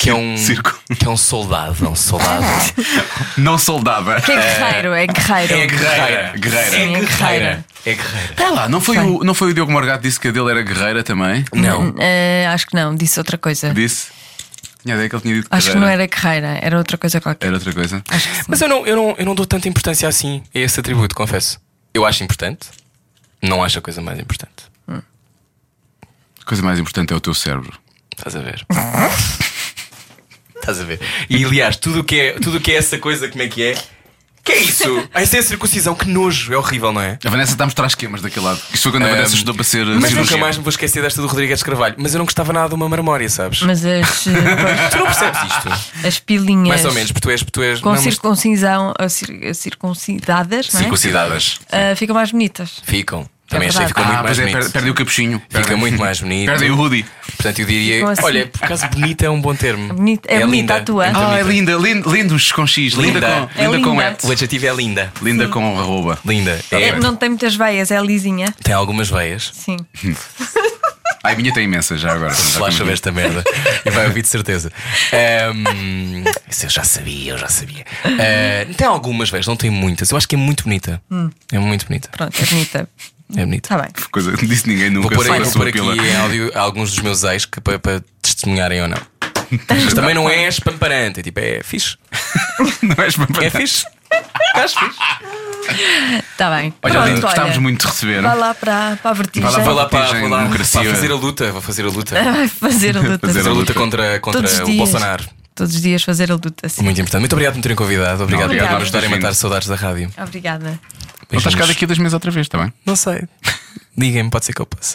[SPEAKER 4] que é um,
[SPEAKER 2] Circo.
[SPEAKER 4] que é um soldado, é um soldado.
[SPEAKER 2] Não soldada.
[SPEAKER 3] Que é guerreiro, é guerreiro.
[SPEAKER 4] um
[SPEAKER 2] É guerreira.
[SPEAKER 3] Sim,
[SPEAKER 2] Guerreira.
[SPEAKER 3] é guerreira.
[SPEAKER 4] É guerreiro.
[SPEAKER 2] Espera lá, não foi, o, não foi o Diogo Morgado que disse que a dele era guerreira também?
[SPEAKER 4] Não.
[SPEAKER 3] Eh, acho que não, disse outra coisa.
[SPEAKER 2] Disse? Tinha ideia que ele tinha dito
[SPEAKER 3] Acho que
[SPEAKER 2] guerreira.
[SPEAKER 3] não era guerreira, era outra coisa qualquer.
[SPEAKER 2] Era outra coisa.
[SPEAKER 3] Acho que sim.
[SPEAKER 4] Mas eu não, eu, não, eu não dou tanta importância assim a esse atributo, confesso. Eu acho importante, não acho a coisa mais importante.
[SPEAKER 2] A coisa mais importante é o teu cérebro.
[SPEAKER 4] Estás a ver? Estás a ver? E aliás, tudo o que é, tudo o que é essa coisa, como é que é? Que é isso? Ah, Isso é a circuncisão, que nojo, é horrível, não é?
[SPEAKER 2] A Vanessa está a mostrar esquemas daquele lado. Isto foi quando a
[SPEAKER 4] Ahm,
[SPEAKER 2] Vanessa estudou para ser uh,
[SPEAKER 4] Mas
[SPEAKER 2] cirurgiã.
[SPEAKER 4] nunca mais me vou esquecer desta do Rodrigues Carvalho. Mas eu não gostava nada de uma marmória, sabes?
[SPEAKER 3] Mas as, eh,
[SPEAKER 4] Tu não percebes isto?
[SPEAKER 3] as pilinhas.
[SPEAKER 4] Mais ou menos, porque tu és. Tu és
[SPEAKER 3] Com
[SPEAKER 4] não, é mas-
[SPEAKER 3] circuncisão, eh, cir- circuncidadas, não é?
[SPEAKER 4] Circuncidadas.
[SPEAKER 3] Eh, ficam mais bonitas.
[SPEAKER 4] Ficam. Também
[SPEAKER 3] É
[SPEAKER 4] achei que ficou
[SPEAKER 3] verdade.
[SPEAKER 2] Ah,
[SPEAKER 4] muito mais
[SPEAKER 2] pois é,
[SPEAKER 4] bonito.
[SPEAKER 2] per- perdem o capuchinho.
[SPEAKER 4] Fica muito mais bonito.
[SPEAKER 2] Perdem o hoodie.
[SPEAKER 4] Portanto, eu diria.
[SPEAKER 3] Ficam assim.
[SPEAKER 4] Olha, por acaso bonita é um bom termo.
[SPEAKER 3] Bonita- é bonita
[SPEAKER 4] linda.
[SPEAKER 3] a tua.
[SPEAKER 4] É muito
[SPEAKER 2] Ah, é
[SPEAKER 4] bonita.
[SPEAKER 2] linda, linda, lindos com X, linda,
[SPEAKER 4] Linda.
[SPEAKER 2] com, linda,
[SPEAKER 3] É
[SPEAKER 2] com
[SPEAKER 3] linda.
[SPEAKER 2] et,
[SPEAKER 4] O adjetivo é linda.
[SPEAKER 2] linda com arroba.
[SPEAKER 4] Linda.
[SPEAKER 3] É,
[SPEAKER 4] É-
[SPEAKER 3] não tem muitas veias, é lisinha.
[SPEAKER 4] Tem algumas veias.
[SPEAKER 3] Sim.
[SPEAKER 2] Ai, a minha tem imensa já agora.
[SPEAKER 4] Lá sobre esta merda. E vai ouvir de certeza. Ahm, isso eu já sabia, eu já sabia. Ah, tem algumas veias, não tem muitas. Eu acho que é muito bonita.
[SPEAKER 3] Hum.
[SPEAKER 4] É muito bonita.
[SPEAKER 3] Pronto, é bonita.
[SPEAKER 4] É bonita.
[SPEAKER 3] Está bem.
[SPEAKER 2] Coisa, não disse ninguém
[SPEAKER 4] Vou
[SPEAKER 2] nunca
[SPEAKER 4] pôr,
[SPEAKER 2] sobre
[SPEAKER 4] aí,
[SPEAKER 2] a
[SPEAKER 4] vou
[SPEAKER 2] sua
[SPEAKER 4] pôr aqui é.
[SPEAKER 2] pila.
[SPEAKER 4] em áudio alguns dos meus ex que, para, para testemunharem ou não. Mas também não é espamparante, é tipo, é fixe.
[SPEAKER 2] Não és para
[SPEAKER 4] É fixe. Acho fixe.
[SPEAKER 3] Está tá bem.
[SPEAKER 2] Olha,
[SPEAKER 3] Pronto,
[SPEAKER 2] lindo, gostávamos
[SPEAKER 3] olha.
[SPEAKER 2] muito é? de receber.
[SPEAKER 3] Vai lá para, para a vertigem.
[SPEAKER 2] Vai
[SPEAKER 4] Vou lá para,
[SPEAKER 2] Vertigem,
[SPEAKER 4] vou lá para
[SPEAKER 2] democracia.
[SPEAKER 4] fazer a luta. Vou fazer a luta.
[SPEAKER 3] Vai fazer a luta.
[SPEAKER 2] Fazer
[SPEAKER 4] Fazer a luta
[SPEAKER 2] luta.
[SPEAKER 4] contra,
[SPEAKER 3] Todos os
[SPEAKER 4] contra o
[SPEAKER 3] dias.
[SPEAKER 4] Bolsonaro.
[SPEAKER 3] Todos os dias fazer a luta, sim.
[SPEAKER 4] Muito importante. Muito obrigado por me terem convidado. Obrigado,
[SPEAKER 3] Obrigada.
[SPEAKER 4] por me ajudarem a
[SPEAKER 2] Obrigado.
[SPEAKER 4] matar saudades da rádio.
[SPEAKER 3] Obrigada.
[SPEAKER 2] Não estás cá
[SPEAKER 4] Beijinhos.
[SPEAKER 2] daqui a dois meses outra vez, está bem?
[SPEAKER 4] Não sei. Digam-me, pode ser que eu passe.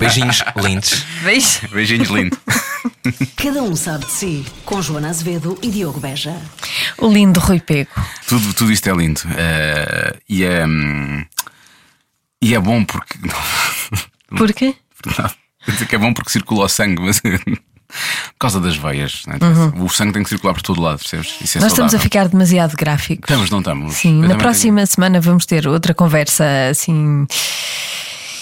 [SPEAKER 4] Beijinhos lindos.
[SPEAKER 3] Beijo.
[SPEAKER 2] Beijinhos, lindo.
[SPEAKER 1] Cada um sabe de si. Com Joana Azevedo e Diogo Beja.
[SPEAKER 3] O lindo Rui Pego.
[SPEAKER 2] tudo, tudo isto é lindo. Eh, e, é, hum, e é bom porque.
[SPEAKER 3] Porquê?
[SPEAKER 2] Quer dizer que é bom porque circula o sangue, mas. Por causa das veias, não é? o sangue tem que circular por todo lado, percebes? Isso é
[SPEAKER 3] Uhum. Nós estamos
[SPEAKER 2] saudável.
[SPEAKER 3] a ficar demasiado gráficos.
[SPEAKER 2] Estamos, não estamos. Eu
[SPEAKER 3] Sim, na
[SPEAKER 2] também
[SPEAKER 3] próxima semana vamos ter outra conversa assim.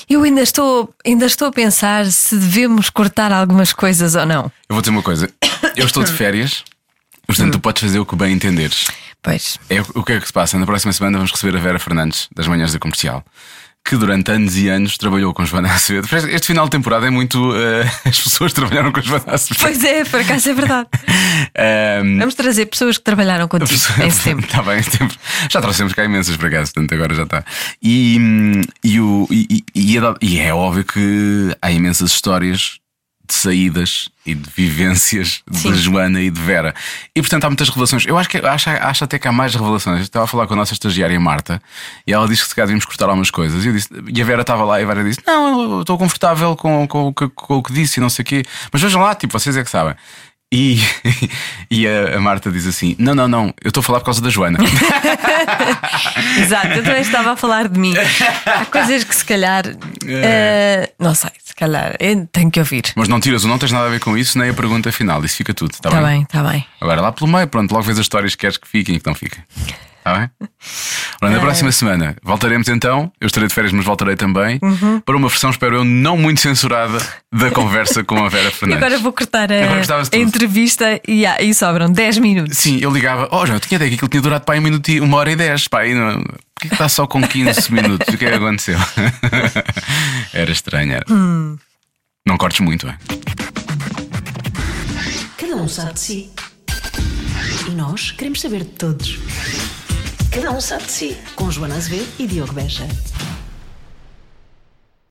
[SPEAKER 3] Eu ainda estou, ainda estou a pensar se devemos cortar algumas coisas ou não.
[SPEAKER 2] tenho- Eu vou dizer uma coisa. Eu estou de férias, portanto,
[SPEAKER 3] Hum.
[SPEAKER 2] tu podes fazer o que bem entenderes.
[SPEAKER 3] Pois.
[SPEAKER 2] É, o que é que se passa? Na próxima semana vamos receber a Vera Fernandes, das Manhãs da Comercial, que durante anos e anos trabalhou com Joana Acevedo. Este final de temporada é muito. eh, as pessoas trabalharam com Joana Acevedo.
[SPEAKER 3] Pois é, por acaso é verdade.
[SPEAKER 2] Ahm,
[SPEAKER 3] Vamos trazer pessoas que trabalharam contigo em setembro.
[SPEAKER 2] Está bem, em setembro. Já trouxemos cá imensas para cá, portanto agora já está. E, hum, e, o- e- e- e é, da- e é óbvio que há imensas histórias de saídas e de vivências
[SPEAKER 3] Sim.
[SPEAKER 2] de Joana e de Vera. E portanto há muitas revelações. Eu acho, que, acho, acho até que há mais revelações. Eu estava a falar com a nossa estagiária Marta e ela disse que se calhar devíamos cortar algumas coisas. E, eu disse, e a Vera estava lá e a Vera disse: Não, eu estou confortável com, com, o que- com o que disse e não sei o quê. Mas vejam lá, tipo, vocês é que sabem. E, e a, a Marta diz assim: Não, não, não, eu estou a falar por causa da Joana.
[SPEAKER 3] Exato, eu também estava a falar de mim. Há coisas que se calhar.
[SPEAKER 2] É.
[SPEAKER 3] eh, não sei, se calhar. eh, Tenho que ouvir.
[SPEAKER 2] Mas não tiras o não tens nada a ver com isso, nem a pergunta final. Isso fica tudo, está
[SPEAKER 3] Está
[SPEAKER 2] bem?
[SPEAKER 3] Tá bem, está bem.
[SPEAKER 2] Agora lá pelo meio, pronto, logo vês as histórias que queres que fiquem e que não fiquem. Está bem? Ora,
[SPEAKER 3] É.
[SPEAKER 2] na próxima semana voltaremos então. Eu estarei de férias, mas voltarei também.
[SPEAKER 3] Uhum.
[SPEAKER 2] Para uma versão, espero eu, não muito censurada da conversa com a Vera
[SPEAKER 3] E
[SPEAKER 2] Fernandes.
[SPEAKER 3] agora vou cortar
[SPEAKER 2] Agora
[SPEAKER 3] a,
[SPEAKER 2] gostavas de
[SPEAKER 3] a
[SPEAKER 2] tudo.
[SPEAKER 3] entrevista e, há- e sobram 10 minutos.
[SPEAKER 2] Sim, eu ligava, oh, já, eu tinha ideia que aquilo tinha durado para aí um minuto, e- uma hora e dez, para aí, não- porquê que está só com 15 minutos? O que é que aconteceu? era estranho, era. Não cortes muito, é?
[SPEAKER 1] Cada um sabe de si. E nós queremos saber de todos. Cada um sabe de si. Com Joana Azevedo e Diogo Beja.